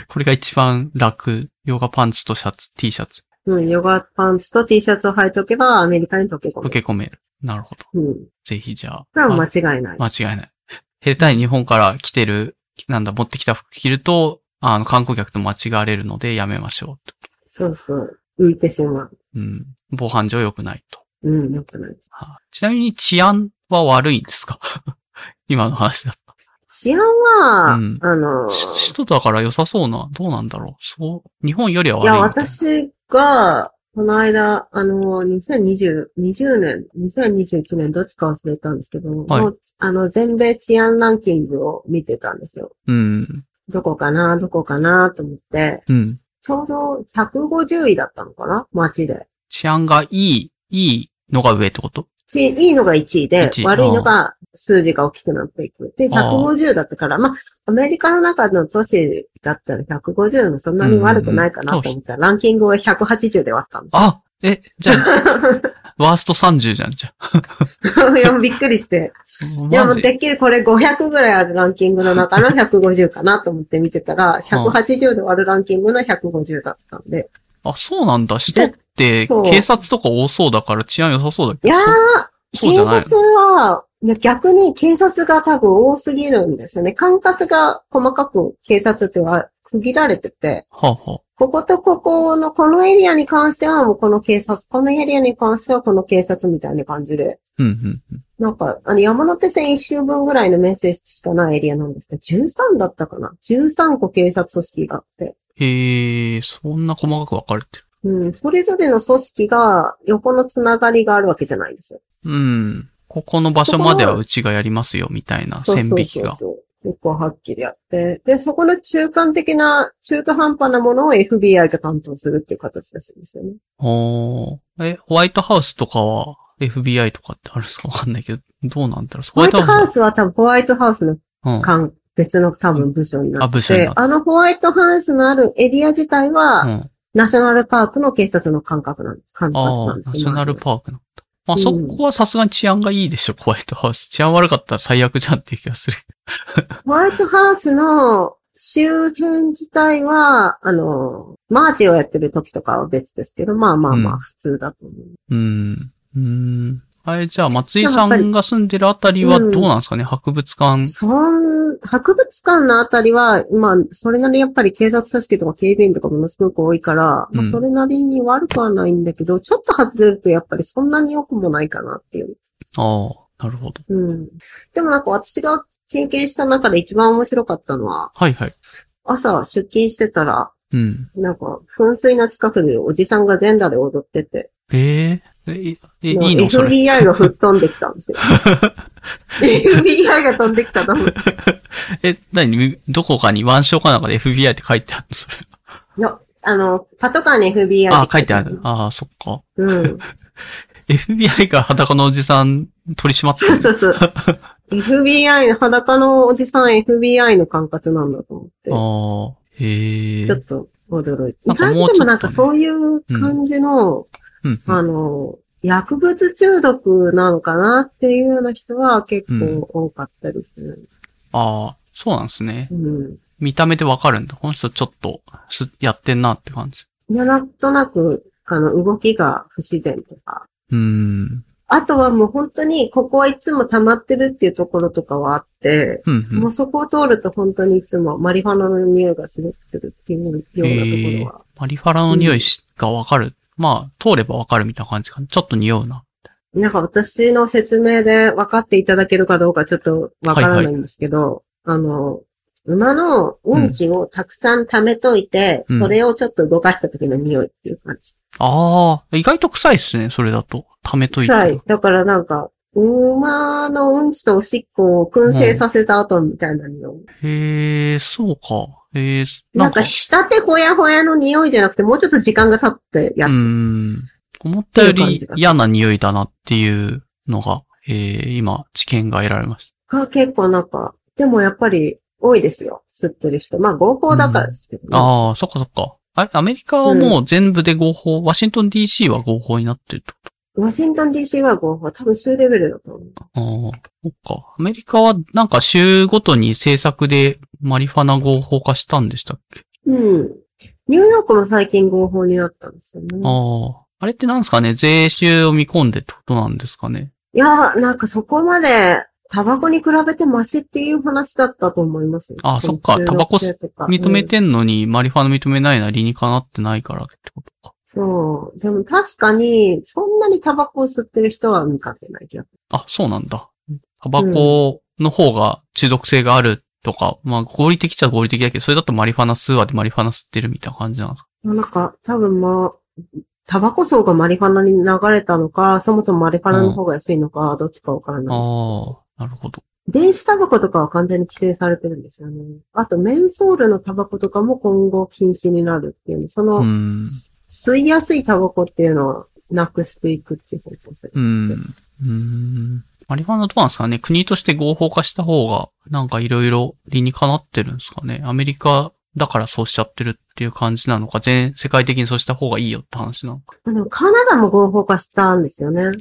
これが一番楽。ヨガパンツとシャツ、T シャツ、
うん、ヨガパンツと T シャツを履いておけばアメリカに溶け
受
込む。
け込める。なるほど。
うん。
ぜひじゃあ。
これは間違いない。
間違いない。下手に日本から来てる、なんだ、持ってきた服着ると、あの、観光客と間違われるのでやめましょう
そうそう。浮いてしまう。
と。うん。防犯上良くないと。
うん、よくないです。
はあちなみに治安は悪いんですか [laughs] 今の話だと。
治安は、
うん
あの、
し首都だから良さそうな、どうなんだろう。そう、日本よりはい悪い
や、
のか。
私が、この間、あの、2020、20年、2021年、どっちか忘れたんですけど、
はい
もうあの、全米治安ランキングを見てたんですよ。
うん。
どこかな、どこかな、と思って、
うん。
ちょうど150位だったのかな街で。
治安がいい、いいのが上ってこと
ちいいのが1位で
一位、
悪いのが数字が大きくなっていく。で、150だったから、まあ、アメリカの中の都市だったら150もそんなに悪くないかなと思ったら、ランキングは180で割ったんですよ。
あえ、じゃ
[laughs]
あ、ワースト30じゃん、じゃあ。
いやびっくりして。いや、
マ
もう
ジ
てっきりこれ500ぐらいあるランキングの中の150かなと思って見てたら、180で割るランキングの150だったんで。
あ、そうなんだ。首都って
そう
警察とか多そうだから治安良さそうだけ
い
ど。
やー、
そう
警
じゃない
察は、いや逆に警察が多分多すぎるんですよね。管轄が細かく警察っては区切られてて、
はあ、は
こことここのこのエリアに関してはもうこの警察、このエリアに関してはこの警察みたいな感じで。
あ、うんうんうん。
なんか、あの、山手線一周分ぐらいの面積しかないエリアなんですけど、13だったかな ?13 個警察組織があって。
へえ、そんな細かく分かれてる。
うん、それぞれの組織が横のつながりがあるわけじゃないんですよ。
うん。ここの場所まではうちがやりますよ、みたいな
そう
線
そう
引
そ
き
う
が。
そう。結構はっきりあって。で、そこの中間的な、中途半端なものを FBI が担当するっていう形らしいんですよね。
ほーえ、ホワイトハウスとかは FBI とかってあるんですかわかんないけど、どうなんだろう。ホ
ホワイトハウ
ス
スは多分ホワイトハウスの
うん。
関別の多分部署にな
あ部
っ
署に
て
なっ、て
あのホワイトハウスのあるエリア自体は、
うん。
ナショナルパークの警察の管轄なん管轄
あ
な
あ、
ん
ナ
です
シ
よ。
ョナルパークなんだ。まあ、
うん
そこはさすがに治安がいいでしょ、ホワイトハウス。治安悪かったら最悪じゃんっていう気がする。
ホワイトハウスの周辺自体は、あの、マーチをやってる時とかは別ですけど、まあまあま
う
あ
ん
普通だと思う。
うん。うん。あれ、じゃあ、松井
でも
さ
やっぱり
んが住んでるあたりはどうなんですかね、博物館。
そん、博物館のあたりは、まあ、それなりやっぱり警察組織とか警備員とかものすごく多いから、ま
う
あ
ん
それなりに悪くはないんだけど、ちょっと外れるとやっぱりそんなに良くもないかなっていう。
ああ、なるほど。
うん。でもなんか私が経験した中で一番面白かったのは、
はいはい。
朝出勤してたら、
うん。
なんか、噴水の近くでおじさんが全裸で踊ってて、
えええ、え、い
もう
いのそれ。
FBI が吹っ飛んできたんですよ。FBI が飛んできたと思って。
え、なに、どこかに腕章かなんかで FBI って書いてあるのそれ。
いやあの、パトカーに FBI
ああ、書いてある。
る。
ああ、そっか。
うん。
FBI が裸のおじさん取り締まって
そうそうそう。FBI の、裸のおじさん FBI の管轄なんだと思って。
ああ、へえ。
ちょっと驚いて。
な
意
んかも
外
う
とでもなんか
ちょっ
そ
と
ういう感じの、
うんうん
あの、薬物中毒なのかなっていうような人は結構多かったりする。
ああ、そうなんですね。
うん。
見た目でわかるんだ。この人ちょっとすやってんなって感じ。
いや、なんとなく、あの、動きが不自然とか。
うーん。
あとはもう本当に、ここはいつも溜まってるっていうところとかはあって、
うんうん
もうそこを通ると本当にいつもマリファナの匂いがすごくするっていうようなところは。
マリファラの匂いしがわかる。まあ、通ればわかるみたいな感じかな。ちょっと匂うな。
なんか私の説明で分かっていただけるかどうかちょっと分からないんですけど、あの、馬のうんちをたくさん溜めといて、
うん
それをちょっと動かした時の匂いっていう感じ。
ああ、意外と臭いっすね、それだと。溜めといて。
臭い。だからなんか、馬のうんちとおしっこを燻製させた後みたいな匂い。
へえ、そうか。へえ、
なんか、したてほやほやの匂いじゃなくて、もうちょっと時間が経ってや
う
つ。
ーん。思ったよ
っていう感
り
じが
嫌な匂いだなっていうのが、えー、今、知見が得られまし
が結構なんか、でもやっぱり多いですよ。吸ってる人。まあ合法だからですけどね、
た。ああ、そっかそっか。あれ、アメリカはもう全部で合法、ワシントン DC は合法になってるってこ
ワシントン DC は合法。多分州レベルだと思う。
と。ああ、そっか。アメリカはなんか州ごとに政策でマリファナ合法化したんでしたっけ
うん。ニューヨークも最近合法になったんですよね。
ああ。あれってなんですかね税収を見込んでってことなんですかね
いや、なんかそこまで、タバコに比べてマシっていう話だったと思いますよ。
あそっか
この
タバコ
16とか
認め
うん
てんのに、マリファナ認めないのは理にかなってないからってことか。
そう。でも確かに、そんなにタバコを吸ってる人は見かけない気が
あ、そうなんだ。タバコの方が中毒性があるとか、まあ合理的っちゃ合理的だけど、それだとマリファナ吸うわでマリファナ吸ってるみたいな感じなのか。
なんか、多分まあ、タバコ層がマリファナに流れたのか、そもそもマリファナの方が安いのか、どっちかわからない。
ああ、なるほど。
電子タバコとかは完全に規制されてるんですよね。あと、メンソールのタバコとかも今後禁止になるっていう、そうの、
ん。
吸いやすいタバコっていうのはなくしていくっていう方向性です
う
ね。
ん。うん。マリファナどうなんですかね国として合法化した方が、なんかいろいろ理にかなってるんですかねアメリカだからそうしちゃってるっていう感じなのか、全世界的にそうした方がいいよって話なのか。
あでもカナダも合法化したんですよね。
ああ、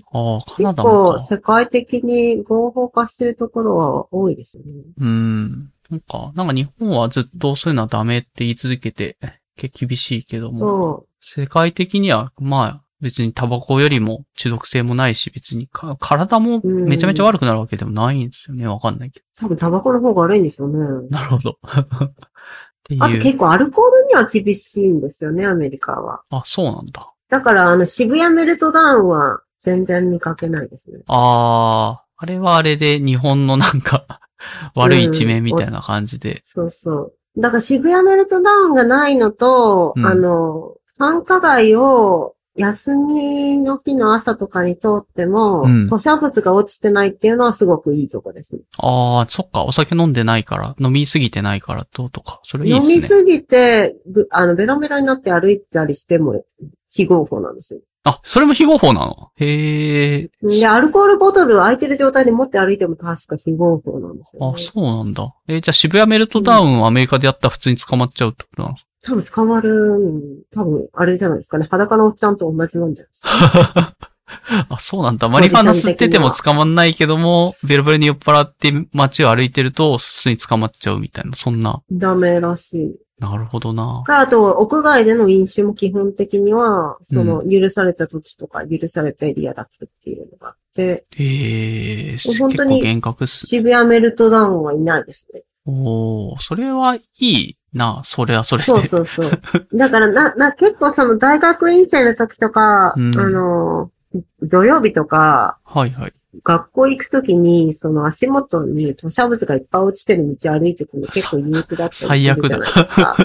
カナ
結
ダも
構
か。
世界的に合法化してるところは多いですよね。
うん。なんか、なんか日本はずっとそういうのはダメって言い続けて、結構厳しいけども、
そう。
世界的には、まあ、別にタバコよりも中毒性もないし、別にか体もめちゃめちゃ悪くなるわけでもないんですよね。わかんないけど。
多分タバコの方が悪いんでしょうね。
なるほど。っていう。
あと結構アルコールには厳しいんですよね、アメリカは。
あ、そうなんだ。
だから、あの、渋谷メルトダウンは全然見かけないですね。
あー、あれはあれで日本のなんか、悪い一面みたいな感じで。
そうそう。だから渋谷メルトダウンがないのと、
うん
あの、繁華街を休みの日の朝とかに通っても、
うん
吐砂物が落ちてないっていうのはすごくいいとこですね。
あー、そっか、お酒飲んでないから、飲みすぎてないからどうとか。それいい
飲
っすね。
みすぎて、ぶあの、ベロベロになって歩いたりしても非合法なんですよ。
あ、それも非合法なのへー。
で、アルコールボトルを空いてる状態に持って歩いても確か非合法なんですよ、ね。
あ、そうなんだ。えーじゃあ渋谷メルトダウンをアメリカでやったら普通に捕まっちゃうってことなの
多分捕まる、多分あれじゃないですかね。裸のおっちゃんと同じなんじゃないですか。
あ、そうなんだ。マリファナ吸ってても捕まんないけども、ベロベロに酔っ払って街を歩いてると、普通に捕まっちゃうみたいな、そんな。
ダメらしい。
なるほどな。
かあと、屋外での飲酒も基本的には、その、許された時とか、許されたエリアだけっていうのがあって、
ええー、結
本当に
構厳格っす。
渋谷メルトダウンはいないですね。
おー、それはいいな、それはそれで。
そうそう
[laughs]
そう。だから、な、な、結構その、大学院生の時とか、
うん
あの、土曜日とか、
はいはい。
学校行くときに、その足元に土砂物がいっぱい落ちてる道歩いてくるの結構憂鬱だったりするじゃないですか。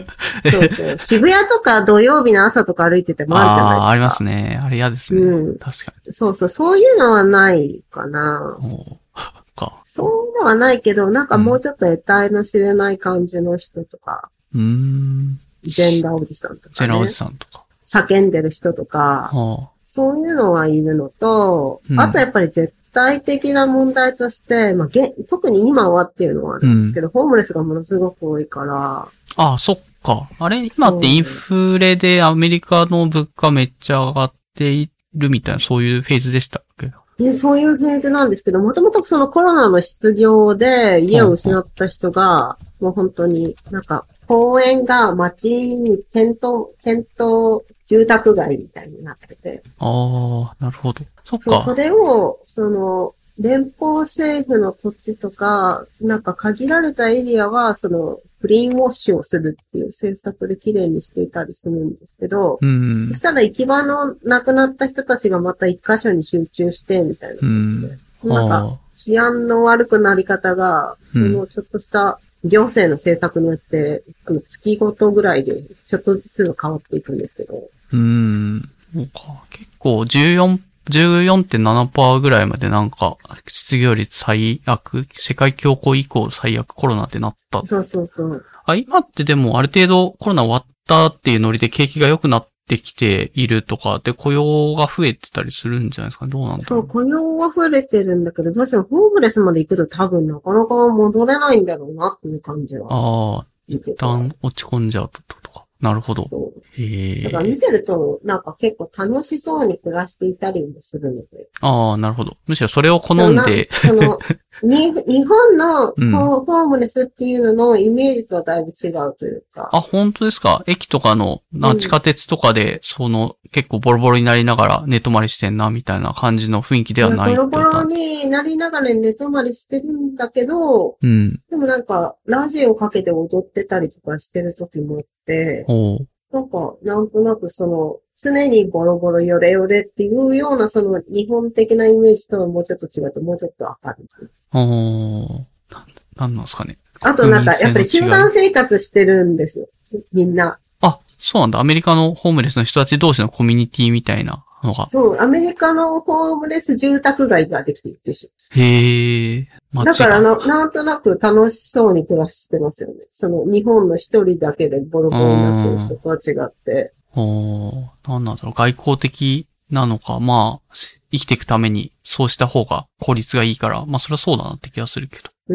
そうそう。渋谷とか土曜日の朝とか歩いててもあるじゃない
[laughs] あ
ですか。
あー、ありますね。あれ嫌ですね。
うん
確か
そうそう。そういうのはないかな。
に。おー、か。
そういうのはないけど、なんかもうちょっと得体の知れない感じの人とか、
うーん。
ジェンダーおじさんと
ジ
か、
ェラお
ね
じ、さんとか。
叫んでる人とか、
は
そういうのはいるのと、
うん
あとやっぱり絶対的な問題として、まあ、げ特に今はっていうのはあるんですけど、ホームレスがものすごく多いから、
あ、そっか。あれ今ってインフレでアメリカの物価めっちゃ上がっているみたいな、そういうフェーズでしたっけ
でそういうフェーズなんですけど、もともとそのコロナの失業で家を失った人が、もう本当になんか公園が街に店頭、店頭住宅街みたいになってて、
ああ、なるほど。そっ
そう
か。
それを、その、連邦政府の土地とか、なんか限られたエリアは、その、グリーンウォッシュをするっていう政策で綺麗にしていたりするんですけど、
うん
そ。したら行き場のなくなった人たちがまた一箇所に集中して、みたいな感じ
う
で。そのなんか、
あ
治安の悪くなり方が、そのちょっとした行政の政策によって、あの月ごとぐらいでちょっとずつ変わっていくんですけど、
ーうん。そうか。結構14、14.7%ぐらいまでなんか、失業率最悪、世界恐慌以降最悪コロナってなった。
そうそうそう。
あ、今ってでもある程度コロナ終わったっていうノリで景気が良くなってきているとか、で雇用が増えてたりするんじゃないですかねどうなんだ
そ
ろう
う、。雇用は増えてるんだけど、どうしてもホームレスまで行くと多分なかなか戻れないんだろうなっていう感じは
ああ、
見
一
てて。
旦落ち込んじゃうととか。なるほど。
そう。
へ
だ
え
から。見てると、なんか結構楽しそうに暮らしていたりもするので。
ああ、なるほど。むしろそれを好んで、
その、
[laughs]
に日本のこ
うん
うホームレスっていうののイメージとはだいぶ違うというか。
あ、本当ですか駅とかの、な
うん
地下鉄とかで、その、結構ボロボロになりながら寝泊まりしてんな、みたいな感じの雰囲気ではない
ボ
ってこ
ロ
と
ボ
な
ロ
んだ
になりながら寝泊まりしてるんだけど、
うん。
でもなんか、ラジオかけて踊ってたりとかしてる時もあって、
おう。
なんか、なんとなくその、常にボロボロヨレヨレっていうような、その日本的なイメージとはもうちょっと違って、もうちょっと明るい。
おーなんなんなんですかね。
あとなんか、やっぱり
国民性の違い
集団生活してるんですよ。みんな。
あ、そうなんだ。アメリカのホームレスの人たち同士のコミュニティみたいなのが。
そう、アメリカのホームレス住宅街ができていってし
へえ。街が
だからな、なんとなく楽しそうに暮らしてますよね。その、日本の一人だけでボロボロになってる人とは違って。
おーなんなんだろう。外交的なのか、まあ、し生きていくために、そうした方が効率がいいから、まあそれはそうだなって気がするけど。
う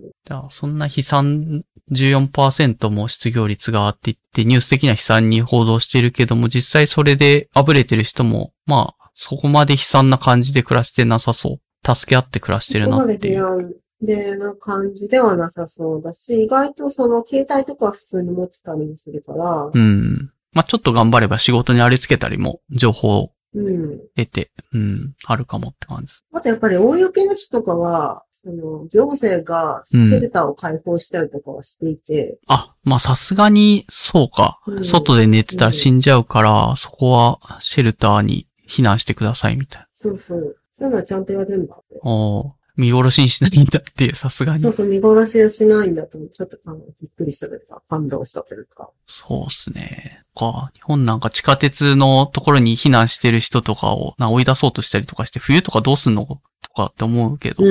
じゃあ、そんな悲惨14%も失業率があっていって、ニュース的には悲惨に報道しているけども、実際それであぶれてる人も、まあ、そこまで悲惨な感じで暮らしてなさそう。助け合って暮らしてる
そこ
な
ま
っ
で
てい
批
う。
判でな感じではなさそうだし、意外とその、携帯とかは普通に持ってたりもするから、
うん。まあ、ちょっと頑張れば仕事にありつけたりも、情報を
うん。
得て、うん、あるかもって感じ。
あとやっぱり大雪の日とかは、その、行政がシェルターを開放したりとかはしていて、
あ、まあ、さすがに、そうか
う。ん
外で寝てたら死んじゃうから、そこはシェルターに避難してください、みたいな。
そうそう。そういうのはちゃんとやるんだって。
おー見殺しにしないんだっていう、さすがに
そう。そう、見殺しをしないんだと、ちょっとあのびっくりしたというか、感動したというか。
そうっすね。か、日本なんか地下鉄のところに避難してる人とかをな追い出そうとしたりとかして、冬とかどうすんのとかって思うけど、
う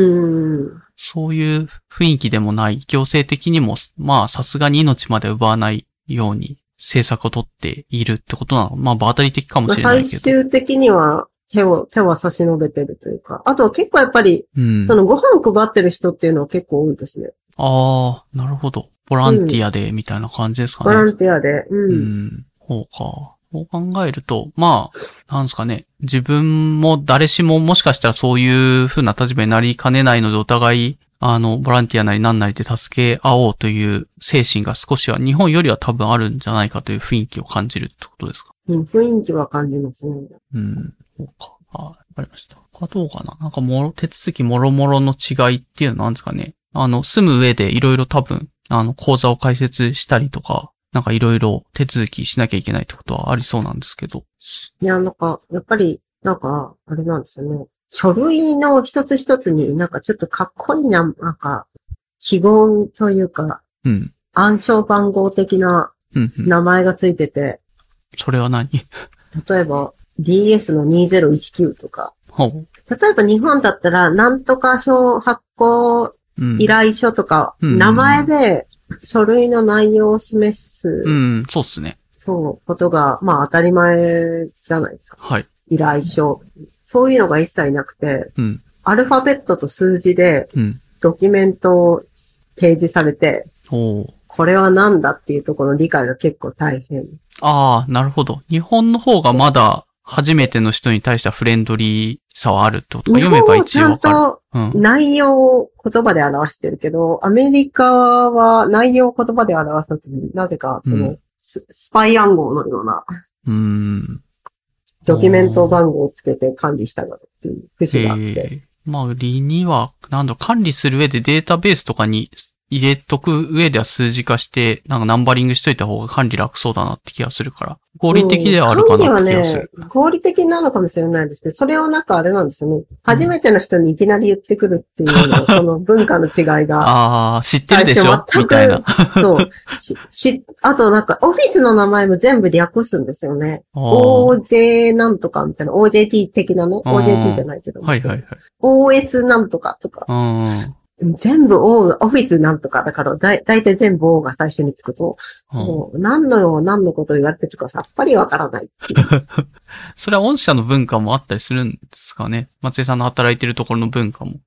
ん。
そういう雰囲気でもない、行政的にも、まあさすがに命まで奪わないように政策を取っているってことなの。まあ場当たり的かも
まあ、
しれな
最
いけど。
終的には手を、手は差し伸べてるというか。あとは結構やっぱり、
うん。
そのご飯配ってる人っていうのは結構多いですね。
ああ、なるほど。ボランティアで、みたいな感じですかね。
ボランティアで。うん。
うん。そうか。そう考えると、まあ、なんですかね。自分も誰しももしかしたらそういう風な立場になりかねないので、お互い、あの、ボランティアなりなんなりで助け合おうという精神が少しは日本よりは多分あるんじゃないかという雰囲気を感じるってことですか。
うん雰囲気は感じますね。
うん。そうか。あわかりました。他どうかななんかもろ、手続きもろもろの違いっていうのはなんですかね。あの、住む上でいろいろ多分、あの、講座を開設したりとか、なんかいろいろ手続きしなきゃいけないってことはありそうなんですけど。
いや、なんか、やっぱり、なんか、あれなんですよね。書類の一つ一つになんかちょっとかっこいいな、なんか、記号というか、
うん。
暗証番号的な
うん、うん。
名前がついてて、
それは何 [laughs]
例えば DS の2019とか、
ほう。
例えば日本だったら、なんとか書発行
うん。
依頼書とか、
うん
名前で書類の内容を示す、
うん、そうっすね。
そう、ことが、まあ当たり前じゃないですか。
はい。
依頼書。そういうのが一切なくて、
うん。
アルファベットと数字で
うん。
ドキュメントを提示されて、
おー。
これは何だっていうところの理解が結構大変。
ああ、なるほど。日本の方がまだ初めての人に対してはフレンドリーさはあるってことか。
日
読
本
めば
は
一
ち
応わ
ゃん
か
と
る。うん。
内容を言葉で表してるけど、アメリカは内容を言葉で表さずに、なぜかその、
うん
ススパイ暗号のような
うーん。
ドキュメント番号をつけて管理したがるっていう節があって。
えーまあ、理には、なんだ、管理する上でデータベースとかに入れとく上では数字化して、なんかナンバリングしといた方が管理楽そうだなって気がするから。合理的ではあるかなって気がする。
うん管理はね、合理的なのかもしれないですけど、それをなんかあれなんですよね。初めての人にいきなり言ってくるっていうの、その文化の違いが。
[laughs] ああ、知ってるでし
最
ょ
初全く
みたいな。
そう。し、し、あとなんか、オフィスの名前も全部略すんですよね。
おー
OJ なんとかみたいな、OJT 的なね。OJT じゃないけど。
はいはいはい。
OS なんとかとか。全部 O が、オフィスなんとかだから、だい、だいたい全部 O が最初につくと、
うんうん。
もう何のよう何のことを言われてるかさっぱりわからないっていう。
それは御社の文化もあったりするんですかね松井さんの働いてるところの文化も。
い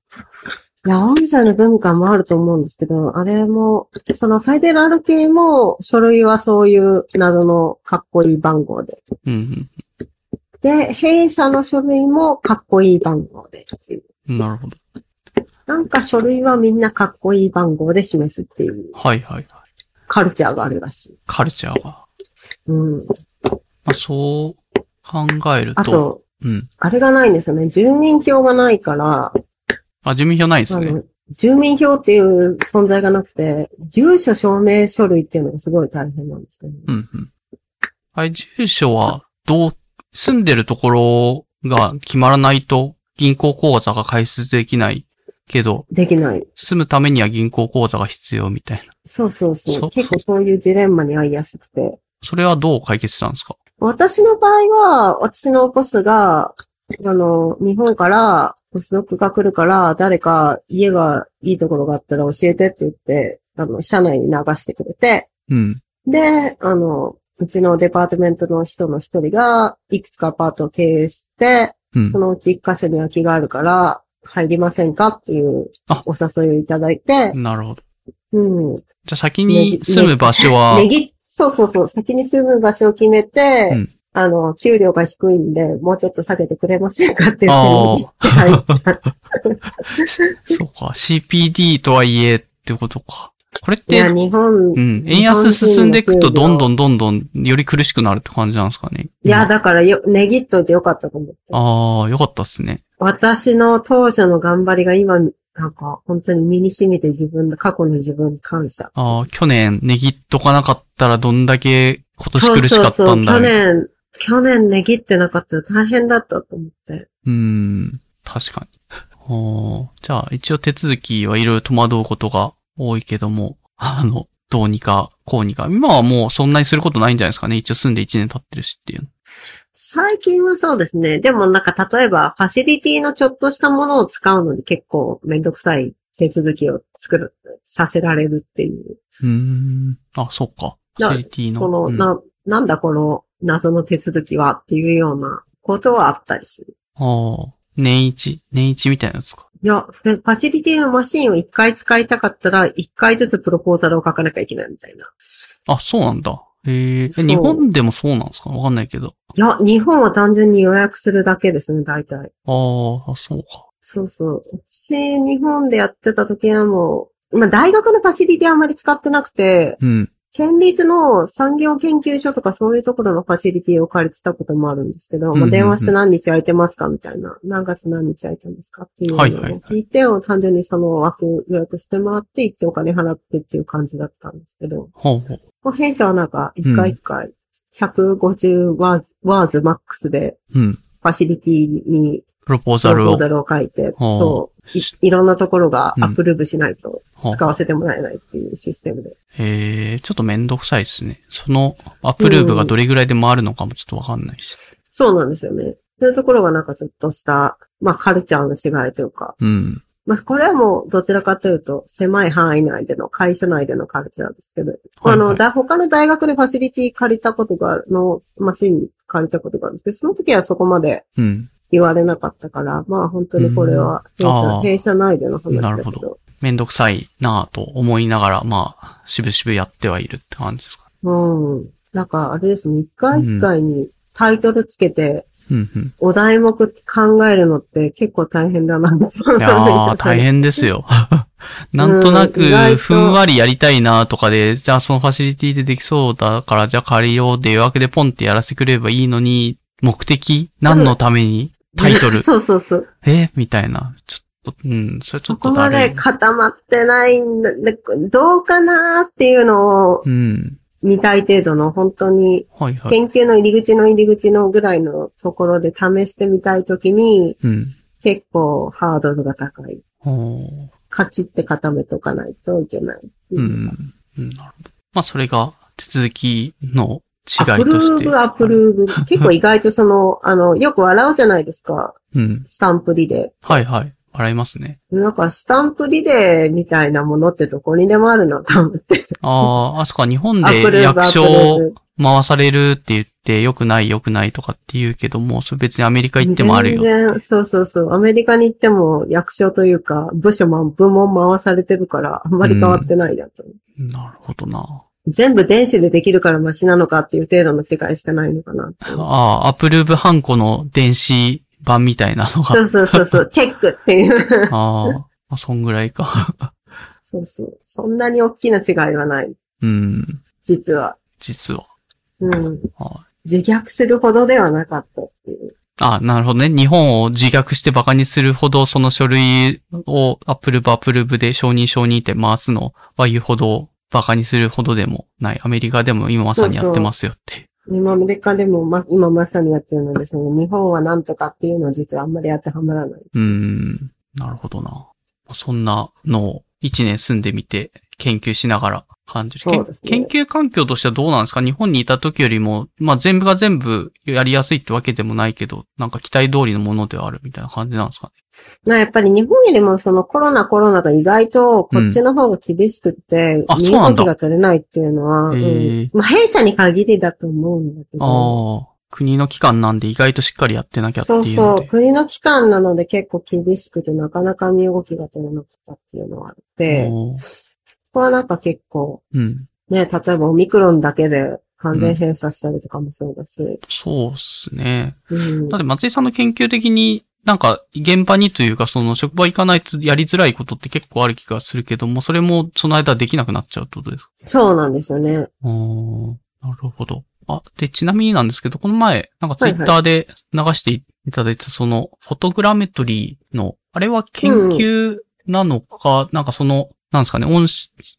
や、御社の文化もあると思うんですけど、あれも、そのフェデラル系も書類はそういう謎のかっこいい番号で。
うん
で、弊社の書類もかっこいい番号でっていう。
うん。なるほど。
なんか書類はみんなかっこいい番号で示すっていう
はいはいはい。
カルチャーがあるらしい。
カルチャーは。
うん。
まあ、そう考えると。
あと、
うん。
あれがないんですよね。住民票がないから、
あ、住民票ないです
あ
ね。
の、住民票っていう存在がなくて、住所証明書類っていうのがすごい大変なんですよね。
うんうん。あれ、住所は、どう、住んでるところが決まらないと、銀行口座が開設できないけど、
できない。
住むためには銀行口座が必要みたいな。
そうそうそう。
そう
結構そういうジレンマに遭いやすくて。
それはどう解決したんですか
私の場合は、私のボスが、あの、日本から、ボスドックが来るから、誰か家がいいところがあったら教えてって言って、あの、社内に流してくれて、
うん。
で、あの、うちのデパートメントの人の一人が、いくつかアパートを経営して、
うん
そ。のうち一箇所に空きがあるから、入りませんかっていう
あ
お誘いをいただいて、
なるほど。
うん。
じゃあ先に住む場所は、
ねぎ、そうそうそう、先に住む場所を決めて、
うん
あの、給料が低いんで、もうちょっと下げてくれませんかって言って、
あー
ねぎって
[laughs]
入った。
そうか、CPD とはいえってことか。これっ
いや、
て、
日本、
うん、円安進んでいくとどんどんどんどんより苦しくなるって感じなんですかね。
いや、だからよ、ねぎっといてよかったと思って。
ああ、よかったっすね。
私の当初の頑張りが今、なんか、本当に身に染みて自分の、過去の自分に感謝。
ああ、去年、ねぎっとかなかったらどんだけ今年
そう
苦し
そ
か
う
った
そう、
んだ
去
よ。
年、去年ねぎってなかったら大変だったと思って。
うーん、確かに。おーじゃあ、一応手続きはいろいろ戸惑うことが多いけども、あの、どうにか、こうにか。今はもうそんなにすることないんじゃないですかね。一応住んで1年経ってるしっていう。
最近はそうですね。でもなんか例えばファシリティのちょっとしたものを使うのに結構めんどくさい手続きを作る、させられるっていう。
うーん。あ、そうか。ファ
な
シリティの。
その、
うん
な、なんだこの謎の手続きはっていうようなことはあったりする。
ああ、年一、年一みたいなやつか。
いや、ファファシリティのマシンを一回使いたかったら、一回ずつプロポーザルを書かなきゃいけないみたいな。
あ、そうなんだ。へえ。え
そう
日本でもそうなんですかわかんないけど。
いや、日本は単純に予約するだけですね、大体。
ああ、そうか。
そうそう。私、日本でやってた時はもう、まあ大学のファシリティあんまり使ってなくて、
うん。
県立の産業研究所とかそういうところのファシリティを借りてたこともあるんですけ
う
ど、
んうん
ま
う
あ
ん
電話して何日空いてますかみたいな、何月何日空いてますかっていうのを
はいはいはい
聞いて、単純にその枠予約してもらって行ってお金払ってっていう感じだったんですけど、
ほうほう。
まあ弊社はなんか一回一回150ワーズ、ワーズマックスで
うん。
ファシリティに
プロポーザ
プ
ル
ロ
を。
ポーザルを書いて、
あー
そうい、いろんなところが
うん
アップルーブしないと
ほう
使わせてもらえないっていうシステムで。
へえ、ちょっとめんどくさいですね。その、アプルーブがどれぐらいで回るのかもちょっとわかんないし。
そうなんですよね。そういうところがなんかちょっとした、まあカルチャーの違いというか、
うん。
まあ、これはもうどちらかというと、狭い範囲内での、会社内でのカルチャーですけど、
はい
あの、だ他の大学でファシリティ借りたことがある、の、マシン借りたことがあるんですけど、その時はそこまで
うん。
言われなかったから、まあ本当にこれは
うん
弊
あ
社
ー
弊社内での話だ
なる
け
ほ
ど
ど。めんどくさいなぁと思いながら、まあ、しぶしぶやってはいるって感じですかね。
うん。なんかあれですね、一回一回にタイトルつけて、
うんうん。
お題目考えるのって結構大変だな、みたい
い
な。
やー、大変ですよ。 [laughs] なんとなく
うん意外、と
ふんわりやりたいなとかで、じゃあそのファシリティでできそうだから、じゃあ借りようっていうわけでポンってやらせてくれればいいのに、目的何のためにタイトル
[laughs] そうそうそう。
えみたいな。ちょっと、うん、それちょ
そ
っ
ことま
だる
で
い。
固まってないんだ。でどうかなっていうのを
うん。
見たい程度の本当に
はいはい。
研究の入り口の入り口のぐらいのところで試してみたいときに
うん。
結構ハードルが高い。
おー
カチって固めておかないといけない。
うん。うん、なるほど。まあ、それが、手続きの違
アプ
い
ル
とし
ー
て。
ブ、アプルーブ。結構意外と
[laughs]
その、あの、よく笑うじゃないですか。
うん。
スタンプリレ
はいはい。笑いますね。
ー。なんか、スタンプリレーみたいなものってどこにでもあるなと思って。
ああ、あそっか、日本
アプル
で
ー
役
ブ、アプル
所
ーブ。
回されるって言って、良くない良くないとかって言うけども、それ別にアメリカ行ってもあるよ。
全然、そうそうそう。アメリカに行っても役所というか、部署も、部門回されてるから、あんまり変わってないだと。
なるほどな。
全部電子でできるからマシなのかっていう程度の違いしかないのかなって。
ああ、アプルーブハンコの電子版みたいなの
そ [laughs]
が。
うそうそうそう、チェックっていう。 [laughs]
あーまあ、そんぐらいか。
そうそう。そんなに大きな違いはない。
うん、
実は。
実は。
うん。
はい
自虐するほどではなかったっていう。
あ、なるほどね。日本を自虐して馬鹿にするほど、その書類をアップルーブアップルーブで承認承認って回すのは言うほど、馬鹿にするほどでもない。アメリカでも今まさにやってますよって。
今アメリカでも、ま、今まさにやってるので、その日本はなんとかっていうのは実はあんまり当てはまらない。
うーん。なるほどな。そんなのを一年住んでみて研究しながら感じる。けん
そうですね
研究環境としてはどうなんですか日本にいた時よりも、まあ全部が全部やりやすいってわけでもないけど、なんか期待通りのものではあるみたいな感じなんですかね。
まあやっぱり日本よりもそのコロナコロナが意外とこっちの方が厳しくって、
あ
身
そうな
動
んだ
きが取れないっていうのは、う
へー
ん、まあ弊社に限りだと思うんだけど、
ああ、国の機関なんで意外としっかりやってなきゃって
そう
いうの
そう、
で。
国の機関なので結構厳しくてなかなか身動きが取れなかったっていうのはあって、こ
おー
こはなんか結構、
うん。
ね、例えばオミクロンだけで完全閉鎖したりとかもそうだし、
そうっすね。
うん
だって松井さんの研究的に、なんか、現場にというか、その職場行かないとやりづらいことって結構ある気がするけども、それもその間できなくなっちゃうってことですか
そうなんですよね。
あーなるほど。あ、で、ちなみになんですけど、この前、なんかツ
は
イ
いはい
ッターで流していただいた、その、フォトグラメトリーの、あれは研究なのか、なんかその、なんですかね、御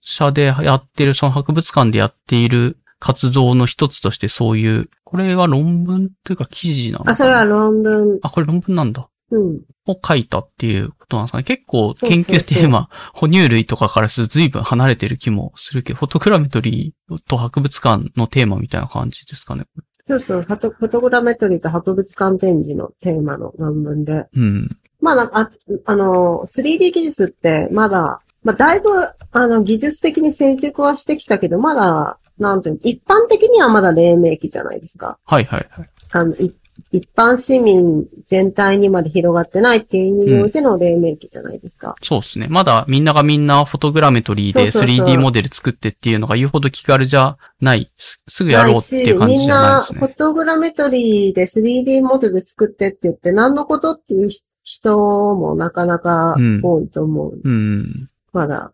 社でやってる、その博物館でやっている活動の一つとして、そういう、これは論文というか記事なのかな
あ、それは論文、
あ、これ論文なんだ。
うん。
を書いたっていうことなんですかね。結構
そうそう
研
そう
究テーマ、哺乳類とかからすると随分離れてる気もするけど、フォトグラメトリーと博物館のテーマみたいな感じですかね。
そうそう、フォトフォトグラメトリーと博物館展示のテーマの論文で。
うん。
まあ、なんか、ああの、3D 技術ってまだ、まあ、だいぶ、あの、技術的に成熟はしてきたけど、まだ、なんという、一般的にはまだ黎明期じゃないですか。
はいはいはい。
あの、い一般市民全体にまで広がってないっていう意味においての黎明期じゃないですか。
そうですね。まだみんながみんなフォトグラメトリーで
そうそうそう
3D モデル作ってっていうのが言うほど気軽じゃない。すすぐやろうっていう感じ
みん
じゃない
な、
です
フ
ね。
ォトグラメトリーで 3D モデル作ってって言って、何のことっていうひ人もなかなか多いと思う。
うん。
まだ。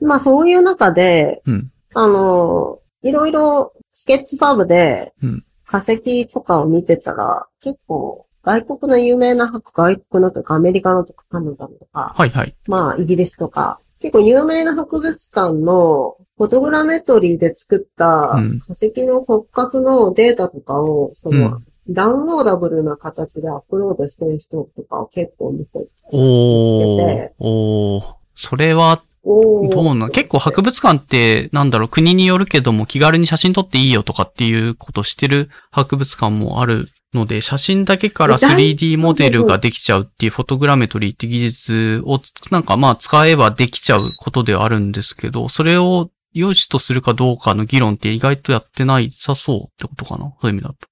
まあそういう中で、
うん
あの、いろいろスケッチファブで
うん
化石とかを見てたら、結構外国の有名な博、外国のとかアメリカのとかカナダのとか、
はいはい。
まあイギリスとか、結構有名な博物館のフォトグラメトリーで作った
うん
化石の骨格のデータとかを、その、
う
ダウンローダブルな形でアップロードしてる人とかを結構見て、
お
見つ
ー
けて。
おー。それは
おー
どうなん結構博物館って、なんだろう、国によるけども気軽に写真撮っていいよとかっていうことをしてる博物館もあるので、写真だけから
だい
3D モデルができちゃうっていうフォトグラメトリーって技術をつ、なんかまあ使えばできちゃうことではあるんですけど、それを良しとするかどうかの議論って意外とやってないさそうってことかなそういう意味だと。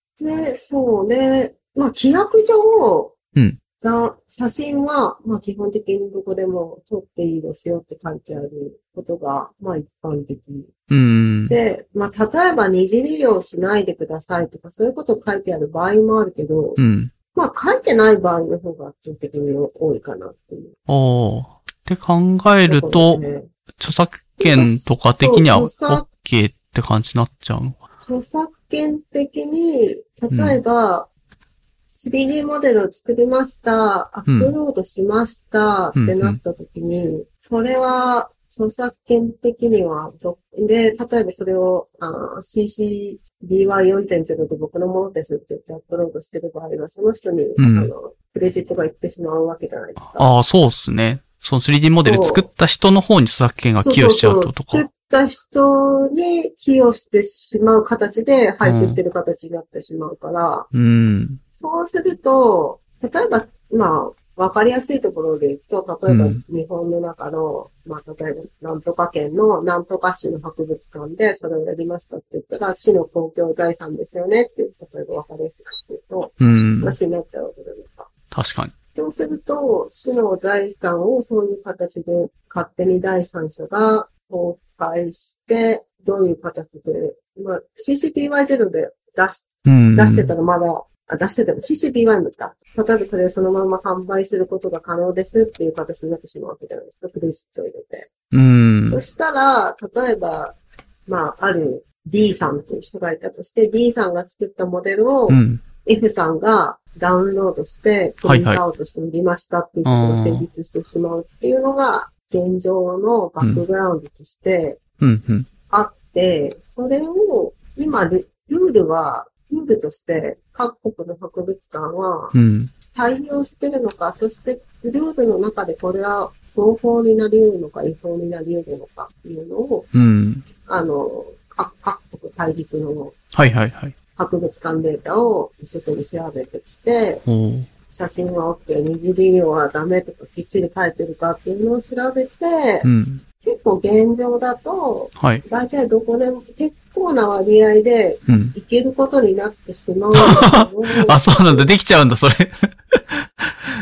で、そうね。まあ、規約上、
うん
だ写真は、まあ、基本的にどこでも撮っていいですよって書いてあることが、まあ、一般的。
うーん。
で、まあ、例えば、二次利用しないでくださいとか、そういうこと書いてある場合もあるけど、
うん。
まあ、書いてない場合の方が圧倒的に多いかなっていう。
おー。って考える
こと
と
で、ね
著作権とか的には
そう著作
OK って感じになっちゃうのか。
著作権的に、例えば、3D モデルを作りました、ア
うん
ップロードしましたってなった時に、それは著作権的にはど、で、例えばそれをあー CC BY4.0 で僕のものですって言ってアップロードしてる場合は、その人に、
ん
あのクレジットが行ってしまうわけじゃないですか。
ああ、そうっすね。その 3D モデル作った人の方に著作権が
そう
寄
そう
与しちゃう
そ
って
う
ことか。
作った人に寄与してしまう形で、配布してる形になってしまうから、
うん。
そうすると、例えば、まあ、わかりやすいところでいくと、例えば
うん
日本の中の、まあ、例えば、なんとか県のなんとか市の博物館でそれをやりましたって言ったら、市の公共財産ですよねって、例えばわかりやすく言うと、
うん。
話になっちゃうわけじゃないですか。
確かに。
そうすると、市の財産をそういう形で勝手に第三者が公開して、どういう形で、まあ、CCPY0 で出し
うん。
出してたらまだ、あ出してたら CCBY もか。例えばそれをそのまま販売することが可能ですっていう形になってしまうわけじゃないですか、クレジットを入れて。
うん
そ。したら、例えば、まあ、ある D さんという人がいたとして、D さんが作ったモデルを
うん。
F さんがダウンロードして、プ
はいはい
リントアウトして売りましたっていうことが成立してしまうっていうのが、現状のバックグラウンドとして
うん。うん。
あって、それを今ル、ルールは、ルールとして各国の博物館は
うん。
対応してるのか、そしてルールの中でこれは合法になり得るのか、違法になり得るのかっていうのを、
うん。
あの、各各国大陸の
はいはいはい。
博物館データを一生懸命調べてきて、
おー
写真は OK、二次利用はダメとかきっちり書いてるかっていうのを調べて
う、ん。
結構現状だと、
はい。
大体どこでも結構な割合で
うん。
いけることになってしまうんだけど
[laughs] あ、そうなんだ。できちゃうんだ、それ。 [laughs]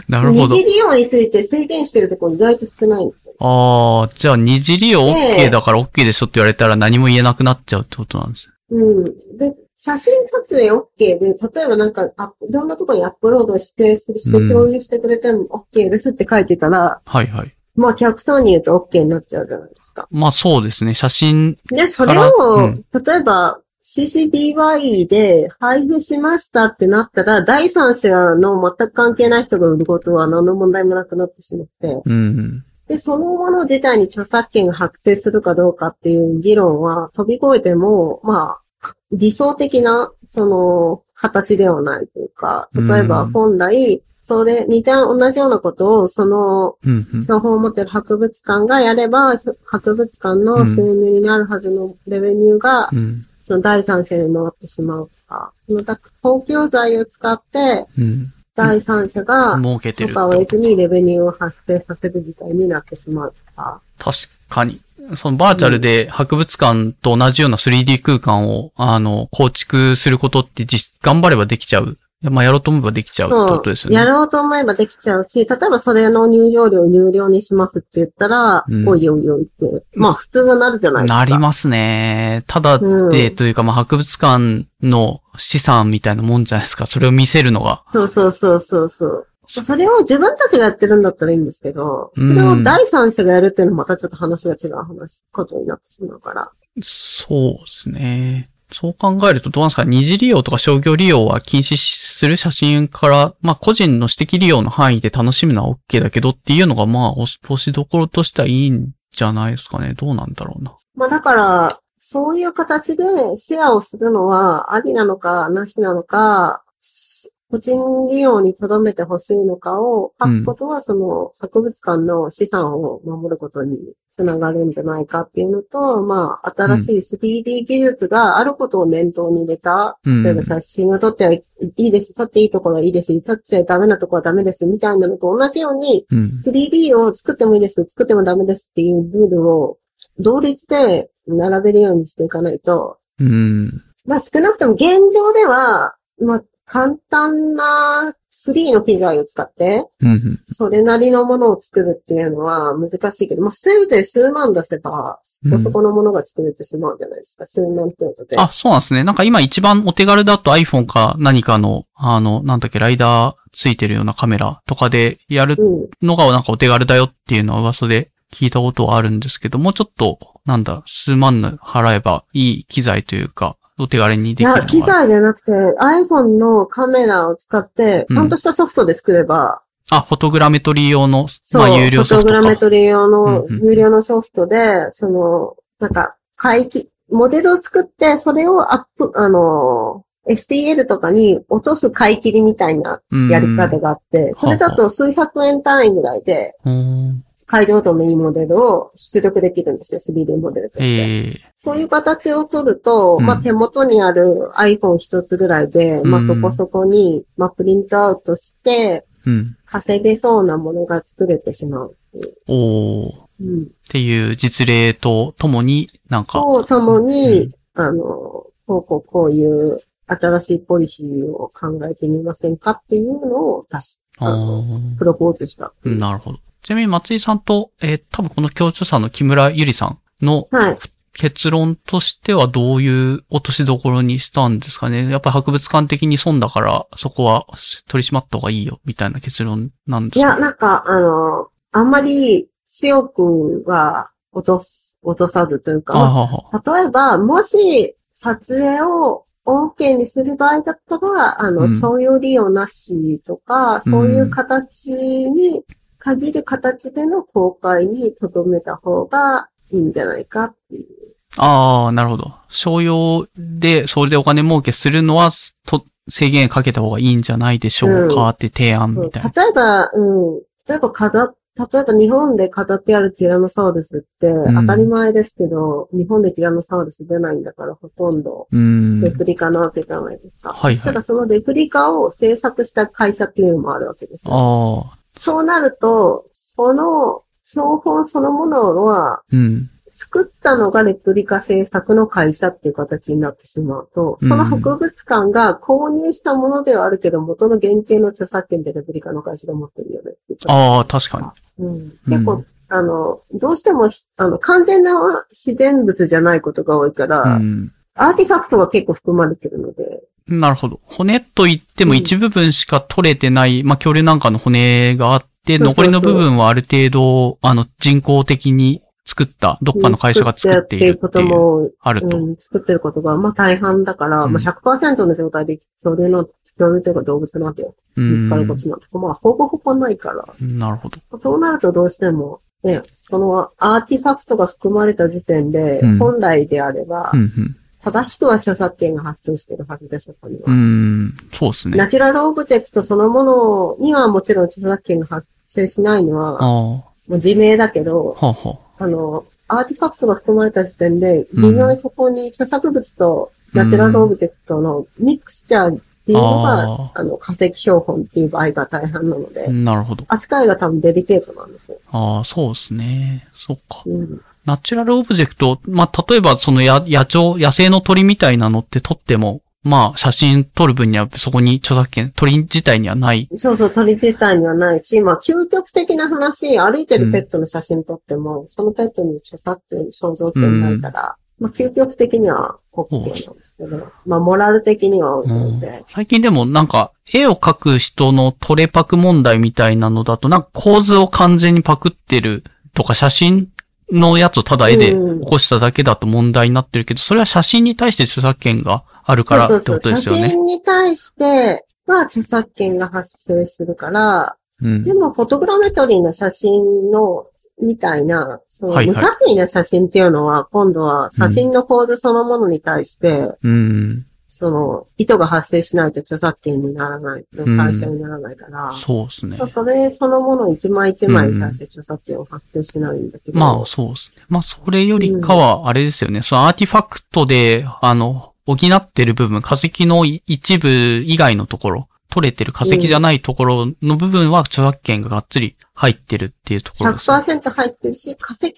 なるほ
二
ど
次。利用について制限してるところ意外と少ないんですよ。
ああ、じゃあ二次利用
え
OK
え
だから OK でしょって言われたら何も言えなくなっちゃうってことなんです。
うん。で、写真撮影 OK で、例えばなんか、あいろんなところにアップロードして、それして
うん
共有してくれても OK ですって書いてたら、
はいはい。
まあ客さんに言うと OK になっちゃうじゃないですか。
まあそうですね。写真、
で、それ
う
を、
ん
例えば CCBY で配布しましたってなったら、第三者の全く関係ない人が売ることは何の問題もなくなってしまって、
うん。
で、そのもの自体に著作権が発生するかどうかっていう議論は飛び越えても、まあ、理想的な、その、形ではないというか、例えば
うん
本来、それ、似た同じようなことを、その、
うん。うん。
標本を持ってる博物館がやれば、博物館の収入になるはずのレベニューが、
うん。
その第三者に回ってしまうとか、その、だ公共財を使って、
うん。
第三者が、
儲けてるっ
許
て
可を
こ
得
と
ずにレベニューを発生させる事態になってしまうとか。
確かに。そのバーチャルで博物館と同じような 3D 空間を、あの、構築することって実、頑張ればできちゃう。まあ、やろうと思えばできちゃうってことですよね。
やろうと思えばできちゃうし、例えばそれの入場料有料にしますって言ったら、
うん
おいおいおいって、まあ普通はなるじゃないですか。
なりますね。ただ
うん
で、というか、まあ、博物館の資産みたいなもんじゃないですか。それを見せるのが。
そうそうそうそうそう。それを自分たちがやってるんだったらいいんですけど、そ
うん
れを第三者がやるっていうのはまたちょっと話が違う話、ことになってしまうから。
そうですね。そう考えると、どうなんですか二次利用とか商業利用は禁止する写真から、まあ、個人の私的利用の範囲で楽しむのは OK だけどっていうのが、まあ、落としどころとしてはいいんじゃないですかね。どうなんだろうな。
まあだから、そういう形でシェアをするのはありなのかなしなのか、し個人利用に留めてほしいのかを書くことは、その博物館の資産を守ることにつながるんじゃないかっていうのと、まあ、新しい 3D 技術があることを念頭に入れた、
うん
例えば写真を撮ってはいいです、撮っていいところはいいです、撮っちゃダメなところはダメです、みたいなのと同じように、
うん。
3D を作ってもいいです、作ってもダメですっていうルールを同率で並べるようにしていかないと、
うん。
まあ少なくとも現状では、まあ簡単なフリーの機材を使って、
うん。
それなりのものを作るっていうのは難しいけど、まあせいぜい数万出せば、そこそこのものが作れてしまうじゃないですか、数万程度で。
あ、そうなんですね。なんか今一番お手軽だと iPhone か何かの、あの、なんだっけ、ライダーついてるようなカメラとかでやる
うん。
のがなんかお手軽だよっていうのは噂で聞いたことはあるんですけど、もうちょっと、なんだ、数万払えばいい機材というか、お手軽に
い
できるのが
や、機材じゃなくて iPhone のカメラを使って、ちゃんとしたソフトで作れば、
あ、フォトグラメトリー用の、
そ
ま
う、
あ、有料
フ
ソ
ォ
フ
ト
ト
グラメ
か。
トリー用の
うんうん
有料のソフトで、その、なんか、回帰、モデルを作って、それをアップ、あの、STL とかに落とす買い切りみたいなやり方があって、それだと数百円単位ぐらいで
うん
解像度のいいモデルを出力できるんですよ、3D モデルとして。
ええ
そういう形を取ると、
うん
まあ手元にある iPhone 一つぐらいで、まあ
うん
そこそこに、まあプリントアウトして、
うん。
稼げそうなものが作れてしまうっていう。
おー。っ
うん
ていう実例とともに、なんか、
とともに、
うん
あの、こうこうこういう新しいポリシーを考えてみませんかっていうのを出し、あのプロポーズした。
あーなるほど。ちなみに松井さんと、えー多分この教著者の木村ゆりさんの
はい。
結論としてはどういう落としどころにしたんですかねやっぱり博物館的に損だから、そこは取り締まった方がいいよ、みたいな結論なんで
い
すか
や、なんか、あの、あんまり強くは落とす、落とさずという
あは
か、
はは。
例えば、もし撮影を OK にする場合だったら、あの、
うん
商用利用なしとか、そういう形に、限る形での公開に留めた方がいいんじゃないかっていう。
ああ、なるほど。商用で、それでお金儲けするのは、と、制限かけた方がいいんじゃないでしょう
う
か
ん
って提案
そう
み
例
たいな。
えば、うん。例えば飾っ、例えば日本で飾ってあるティラノサウルスって
ん
当たり前ですけど、日本でティラノサウルス出ないんだからほとんど
うん。
レプリカなわけじゃないですか。
はいはい
そしたらそのレプリカを制作した会社っていうのもあるわけですよ。
ああ、
そうなると、その標本そのものは
うん。
作ったのがレプリカ制作の会社っていう形になってしまうと、その博物館が購入したものではあるけど、元の原型の著作権でレプリカの会社が持ってるよねっていう
ああ、確か
うん
うん
結構、あの、どうしてもひ、あの、完全な自然物じゃないことが多いから、
に。うん。
アーティファクトが結構含まれてるので、
なるほど。骨と言っても
うん
一部分しか取れてない、まあ、恐竜なんかの骨があって、
そうそうそ
残
う
りの部分はある程度、あの、人工的に作った、どっかの会社が作っているっ
作
て
っ
い
てるこ
う、
とも、
あると。
うん、作ってることが、まあ大半だから、
うん
まあ100%の状態で恐竜の、恐竜というか動物なんて見つかることなんて、まあほぼほぼないから、
うんなるほど。
そうなるとどうしても、ね、そのアーティファクトが含まれた時点で、
うん
本来であれば、
うん、うん。
正しくは著作権が発生してるはずです、そこに
う
は。
ん、そうですね
ナ。チュラルオブジェクトそのものにはもちろん著作権が発生しないの
あ
は、
あ、は
もう自明だけど、
あ、は
あの、アーティファクトが含まれた時点で、
うん
微妙にそこに著作物とナチュラルオブジェクトのミクスチャーっていうのが、
あ
あの、化石標本っていう場合が大半なので
あ、、なるほど。
扱いが多分デリケートなんですよ。
ああ、そうですね。そっか。
うん。
ナチュラルオブジェクト、まあ、例えばその野野鳥、野生の鳥みたいなのって撮っても、まあ、写真撮る分にはそこに著作権、鳥自体にはない。
そうそう、鳥自体にはないし、まあ、究極的な話、歩いてるペットの写真撮っても、そのペットに著作権、肖像権ないから、まあ、究極的には OK なんですけど、まあ、モラル的には OK なんで、
最近でもなんか、絵を描く人のトレパク問題みたいなのだと、なんか構図を完全にパクってるとか、写真のやつをただ絵で
うん
起こしただけだと問題になってるけど、それは写真に対して著作権があるからって
そう
こと
そうそ
で
う、
す
写
よね。
真に対しては著作権が発生するから、
うん
でも、フォトグラメトリーの写真の、みたいな、そ
は
の
いは
無
い
作為な写真っていうのは、今度は写真の構図そのものに対して、
うん。
その、意図が発生しないと著作権にならない、
ん
の対象にならないから、
そうですね
まあ。それそのもの一枚一枚に対して著作権を発生しないんだけど、
まあ、そうですね。まあ、それよりかは、あれですよね。そのアーティファクトで、あの、補ってる部分、化石の一部以外のところ、取れてる化石じゃないところの部分は著作権ががっつり入ってるっていうところです、ね。
100%入ってるし、化石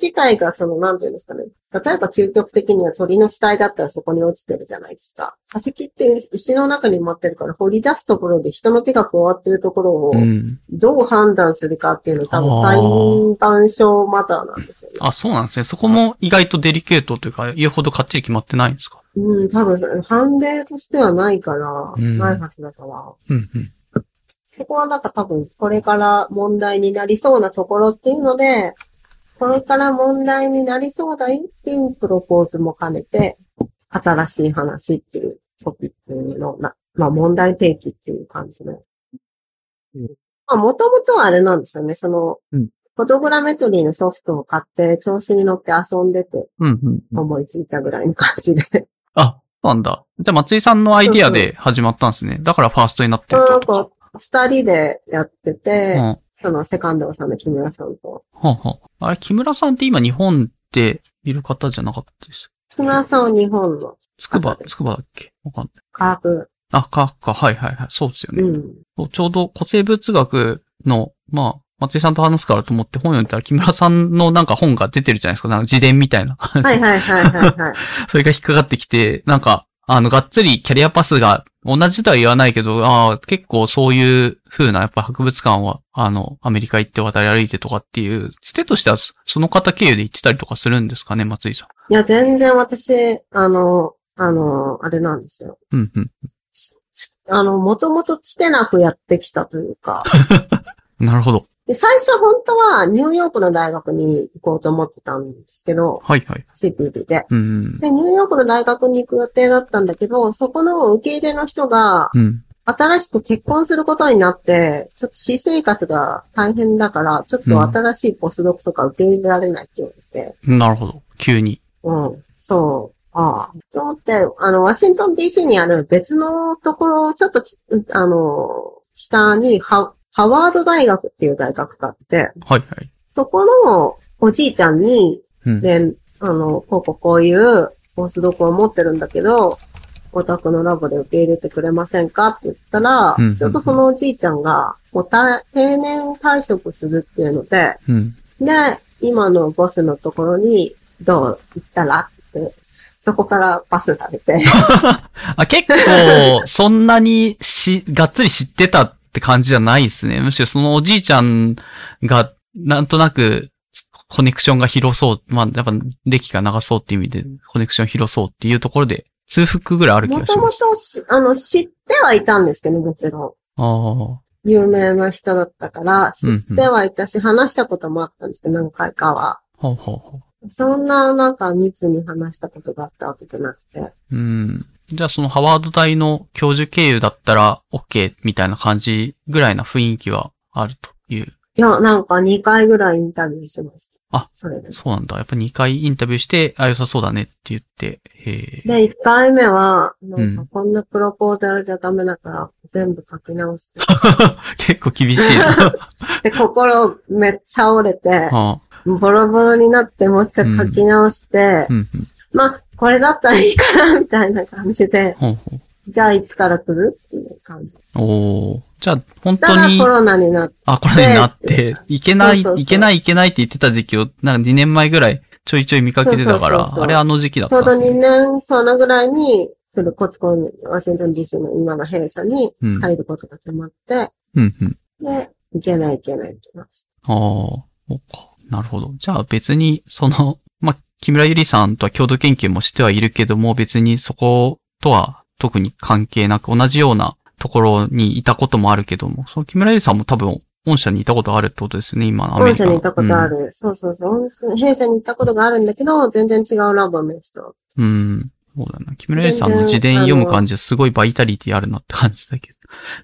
自体がその、なんていうんですかね。例えば究極的には鳥の死体だったらそこに落ちてるじゃないですか。化石って石の中に埋まってるから掘り出すところで人の手が加わってるところを
うん。
どう判断するかっていうのは多分裁判所マターなんですよね。
あ、そうなんですね。そこも意外とデリケートというか、言うほどかっちり決まってないんですか
うん、多分判例としてはないから、
うん
ないはずだから。
うんうん。
そこはなんか多分これから問題になりそうなところっていうので、これから問題になりそうだよっていうプロポーズも兼ねて、新しい話っていうトピックのな、まあ問題提起っていう感じの。
うん
まあもともとはあれなんですよね、その、
うん
フォトグラメトリーのソフトを買って調子に乗って遊んでて
うんうんうん。
思いついたぐらいの感じで。
あ、 [laughs] そうなんだ。じゃあ、松井さんのアイディアで始まったんですね。だからファーストになってるって
なん
こと
か二人でやってて、
うん。
そのセカンドさんの木村さんと。
はあはあ、あれ、木村さんって今日本でいる方じゃなかったです。
木村さんは日本の
つくば、
方です
つくばだっけわかんない。
科学、
あ、か、か、はいはいはい。そうですよね。
うん。
そうちょうど古生物学の、まあ、松井さんと話すからと思って本読んでたら木村さんのなんか本が出てるじゃないですか。なんか自伝みたいな [laughs] 感じ。
はいはいはいはいはい。
それが引っかかってきて、なんか、あの、がっつりキャリアパスが同じとは言わないけど、ああ、結構そういう風な、やっぱ博物館は、あの、アメリカ行って渡り歩いてとかっていう、つてとしてはその方経由で行ってたりとかするんですかね、松井さん。
いや、全然私、あの、あの、あれなんですよ。
うんうん。
つあの、もともとつてなくやってきたというか、
なるほど。
で最初本当はニューヨークの大学に行こうと思ってたんですけど、
はいはい。
CPB で。
うん
で、ニューヨークの大学に行く予定だったんだけど、そこの受け入れの人が、
うん。うん。
新しく結婚することになって、ちょっと私生活が大変だから、ちょっと新しいポスドクとか受け入れられないって言われて、
なるほど。急に。
うん、そう、ああ。と思って、あの、ワシントン DC にある別のところ、ちょっとき、あの、北にハハワード大学っていう大学があって、
はいはい。
そこのおじいちゃんに、
うん。
で、あの、こうこうこういうポスドクを持ってるんだけど、お宅のラボで受け入れてくれませんかって言ったら、
うんうんうん
ちょっとそのおじいちゃんが、もうた定年退職するっていうので、
うん。
で、今のボスのところに、どう行ったらって、そこからパスされて、
[laughs] あ、結構、 [laughs] そんなにし、がっつり知ってたって感じじゃないですね。むしろそのおじいちゃんが、なんとなく、コネクションが広そう。まあ、やっぱ、歴が長そうっていう意味で、コネクション広そうっていうところで、通服ぐらいある気
も
がし
とも
ます。
とし、あの、知ってはいたんですけど、もちろん。
ああ。
有名な人だったから、
うん
知ってはいたし、話したこともあったんですけど、何回かは。
ほうほうほ
そんな、なんか密に話したことがあったわけじゃなくて。
う。うん。じゃあ、そのハワード大の教授経由だったら、OK みたいな感じぐらいな雰囲気はあるという
いや、なんか2回ぐらいインタビューしました。
あ、
それで。
そうなんだ。やっぱ2回インタビューして、あ、良さそうだねって言って、へえ。
で、1回目は、なん
う
かこんなプロポーザルじゃダメだから、全部書き直して。
結構厳しいな。
[laughs] で、心めっちゃ折れて、
はあ、
ボロボロになって、もう一回書き直して、
うんうん。
まあ、これだったらいいかな、みたいな感
[laughs]
じで、
ほうほう。
じゃあいつから来るっていう感じ。
おーじゃあ、本
だか
当
ら
に
コ、ロナになって、
あ、これになっ
で
て、いけない、
そうそうそう
いけない、いけないって言ってた時期を、なんか2年前ぐらいちょいちょい見かけてたから、
そうそうそうそう
あれあの時期だっ
ちょ
た
うん
で
ど
すね
2年、そのぐらいに、来ること、このワシントン DC の今の閉鎖に
うん
入ることが決まって、
うんうん。
で、いけないいけないってなって
ああ、そうか。なるほど。じゃあ別に、その、 [laughs] まあ、木村ゆりさんとは共同研究もしてはいるけども、別にそことは特に関係なく同じようなところにいたこともあるけども、その木村ゆりさんも多分、御社にいたことあるってことですよね、今のアメリ
御
カ
社
の。
に行ったことあ
る。
る。そうそうそう。御社弊社に行ったことがあるんだけど、全然違うラボの人。
うん。そうだな。木村ゆりさんの自伝読む感じ、すごいバイタリティあるなって感じだけど。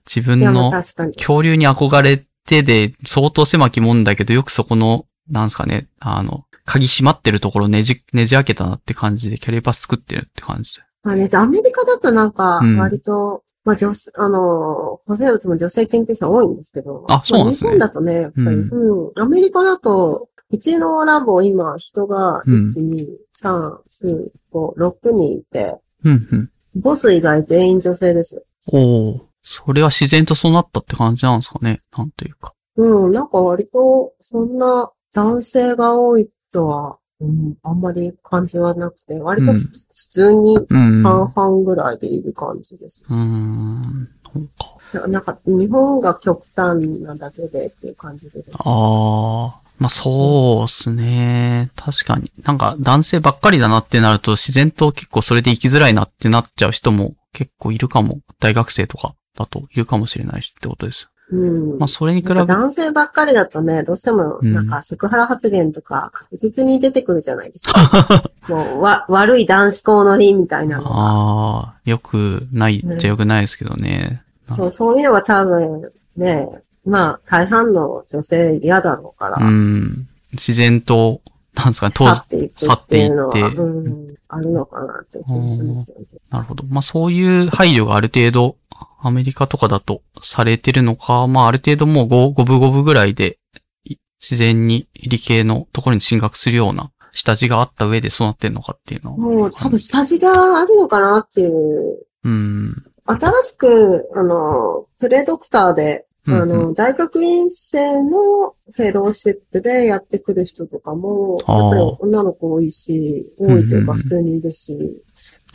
自分
いや、まあ
の
確かに。
恐竜に憧れてで、相当狭きもんだけど、よくそこの、なんすかね、あの、鍵閉まってるところねじ、ねじ開けたなって感じで、キャリアパス作ってるって感じで。
まあね、アメリカだとなんか
うん、
割と、まあ女性、あの、補正つも女性研究者多いんですけど。
あそうなんですね
まあ日本だとね、やっぱり、うん、アメリカだと、うちのラボ今人が、
うん
1、2、3、4、5、6人いて、
うん、うん。
ボス以外全員女性ですよ。
おお、それは自然とそうなったって感じなんですかね。なんていうか。
うん、なんか割と、そんな男性が多いとは、うん、あんまり感じはなくて、割とふ
うん
普通に
うん。
半
う
々ぐらいでいる感じです。
ーん。そうか。
ななんか、日本が極端なだけでっていう感じで。
ああ。まあそうっすね。確かに。なんか男性ばっかりだなってなると自然と結構それで生きづらいなってなっちゃう人も結構いるかも。大学生とかだといるかもしれないしってことです。
うん。
まあそれに比べ
なんか男性ばっかりだとね、どうしても、
うん
なんかセクハラ発言とか、確実に出てくるじゃないですか。
[laughs]
もう、わ、悪い男子校のりみたいなのが。
ああ、よくないっちゃよくないですけどね。
そう、そういうのが多分、ね、まあ、大半の女性嫌だろうから、
うん。自然と、なんですかね、当
去
時
っ、ていくっていうのは、
去っていって
うん、あるのかなって気がしますよね。
なるほど。まあそういう配慮がある程度、アメリカとかだとされてるのか、まあある程度もう5、5分5分ぐらいで、い自然に理系のところに進学するような下地があった上で育ってるのかっていうのは。
もう、多分下地があるのかなっていう
うん。
新しく、あの、プレドクターで、あ
うん
の、大学院生のフェローシップでやってくる人とかも、
あー
やっぱり女の子多いし、多いと
う
いう
んうんう
か
ん
普通にいるし、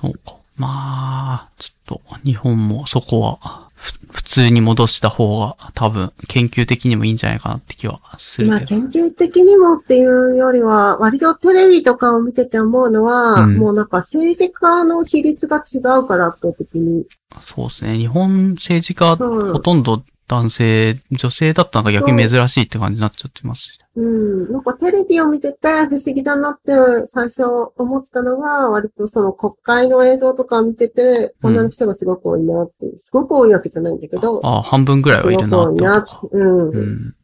そうか。まあ、ちょっと日本もそこは、ふ普通に戻した方が多分研究的にもいいんじゃないかなって気はする
まあ
けど。
研究的にもっていうよりは、割とテレビとかを見てて思うのは、
うん
もうなんか政治家の比率が違うから圧倒的に。
そうですね。日本政治家、
そう
ほとんど男性、女性だったのが逆に珍しいって感じになっちゃってます。
うん。なんかテレビを見てて不思議だなって最初思ったのが、割とその国会の映像とか見てて、
うん
女の人がすごく多いなっていう、すごく多いわけじゃないんだけど、
ああ、半分ぐらい
す
はい
ご
る
く
な
多
っ
い
て
な
こ
っ
と
て
か。。
うん。
うん。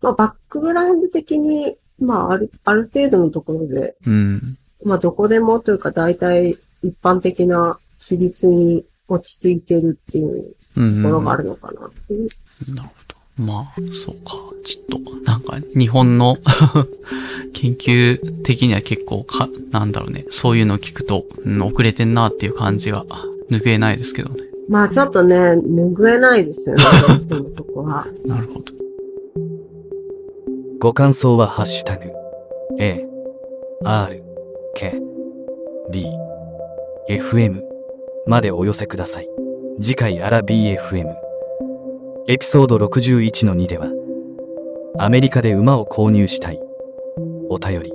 まあ、バックグラウンド的に、まあ、ある、ある程度のところで、
うん。
まあ、どこでもというか、大体一般的な比率に落ち着いてるっていう
うん。
ところがあ
なる
るのかなっていう。
ほど。まあ、そうか。ちょっと、なんか、日本の [laughs] 研究的には結構か、なんだろうね。そういうのを聞くと、うん、遅れてんなっていう感じが拭えないですけどね。
まあ、ちょっとね、拭えないですよね、どうしてもそこは。
なるほど。
ご感想はハッシュタグ A R K B F M までお寄せください次回アラ BFM エピソード61の2ではアメリカで馬を購入したいお便り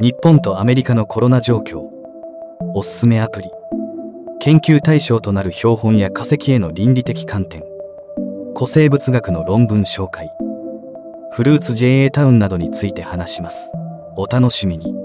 日本とアメリカのコロナ状況おすすめアプリ研究対象となる標本や化石への倫理的観点古生物学の論文紹介フルーツ JA タウンなどについて話します。お楽しみに。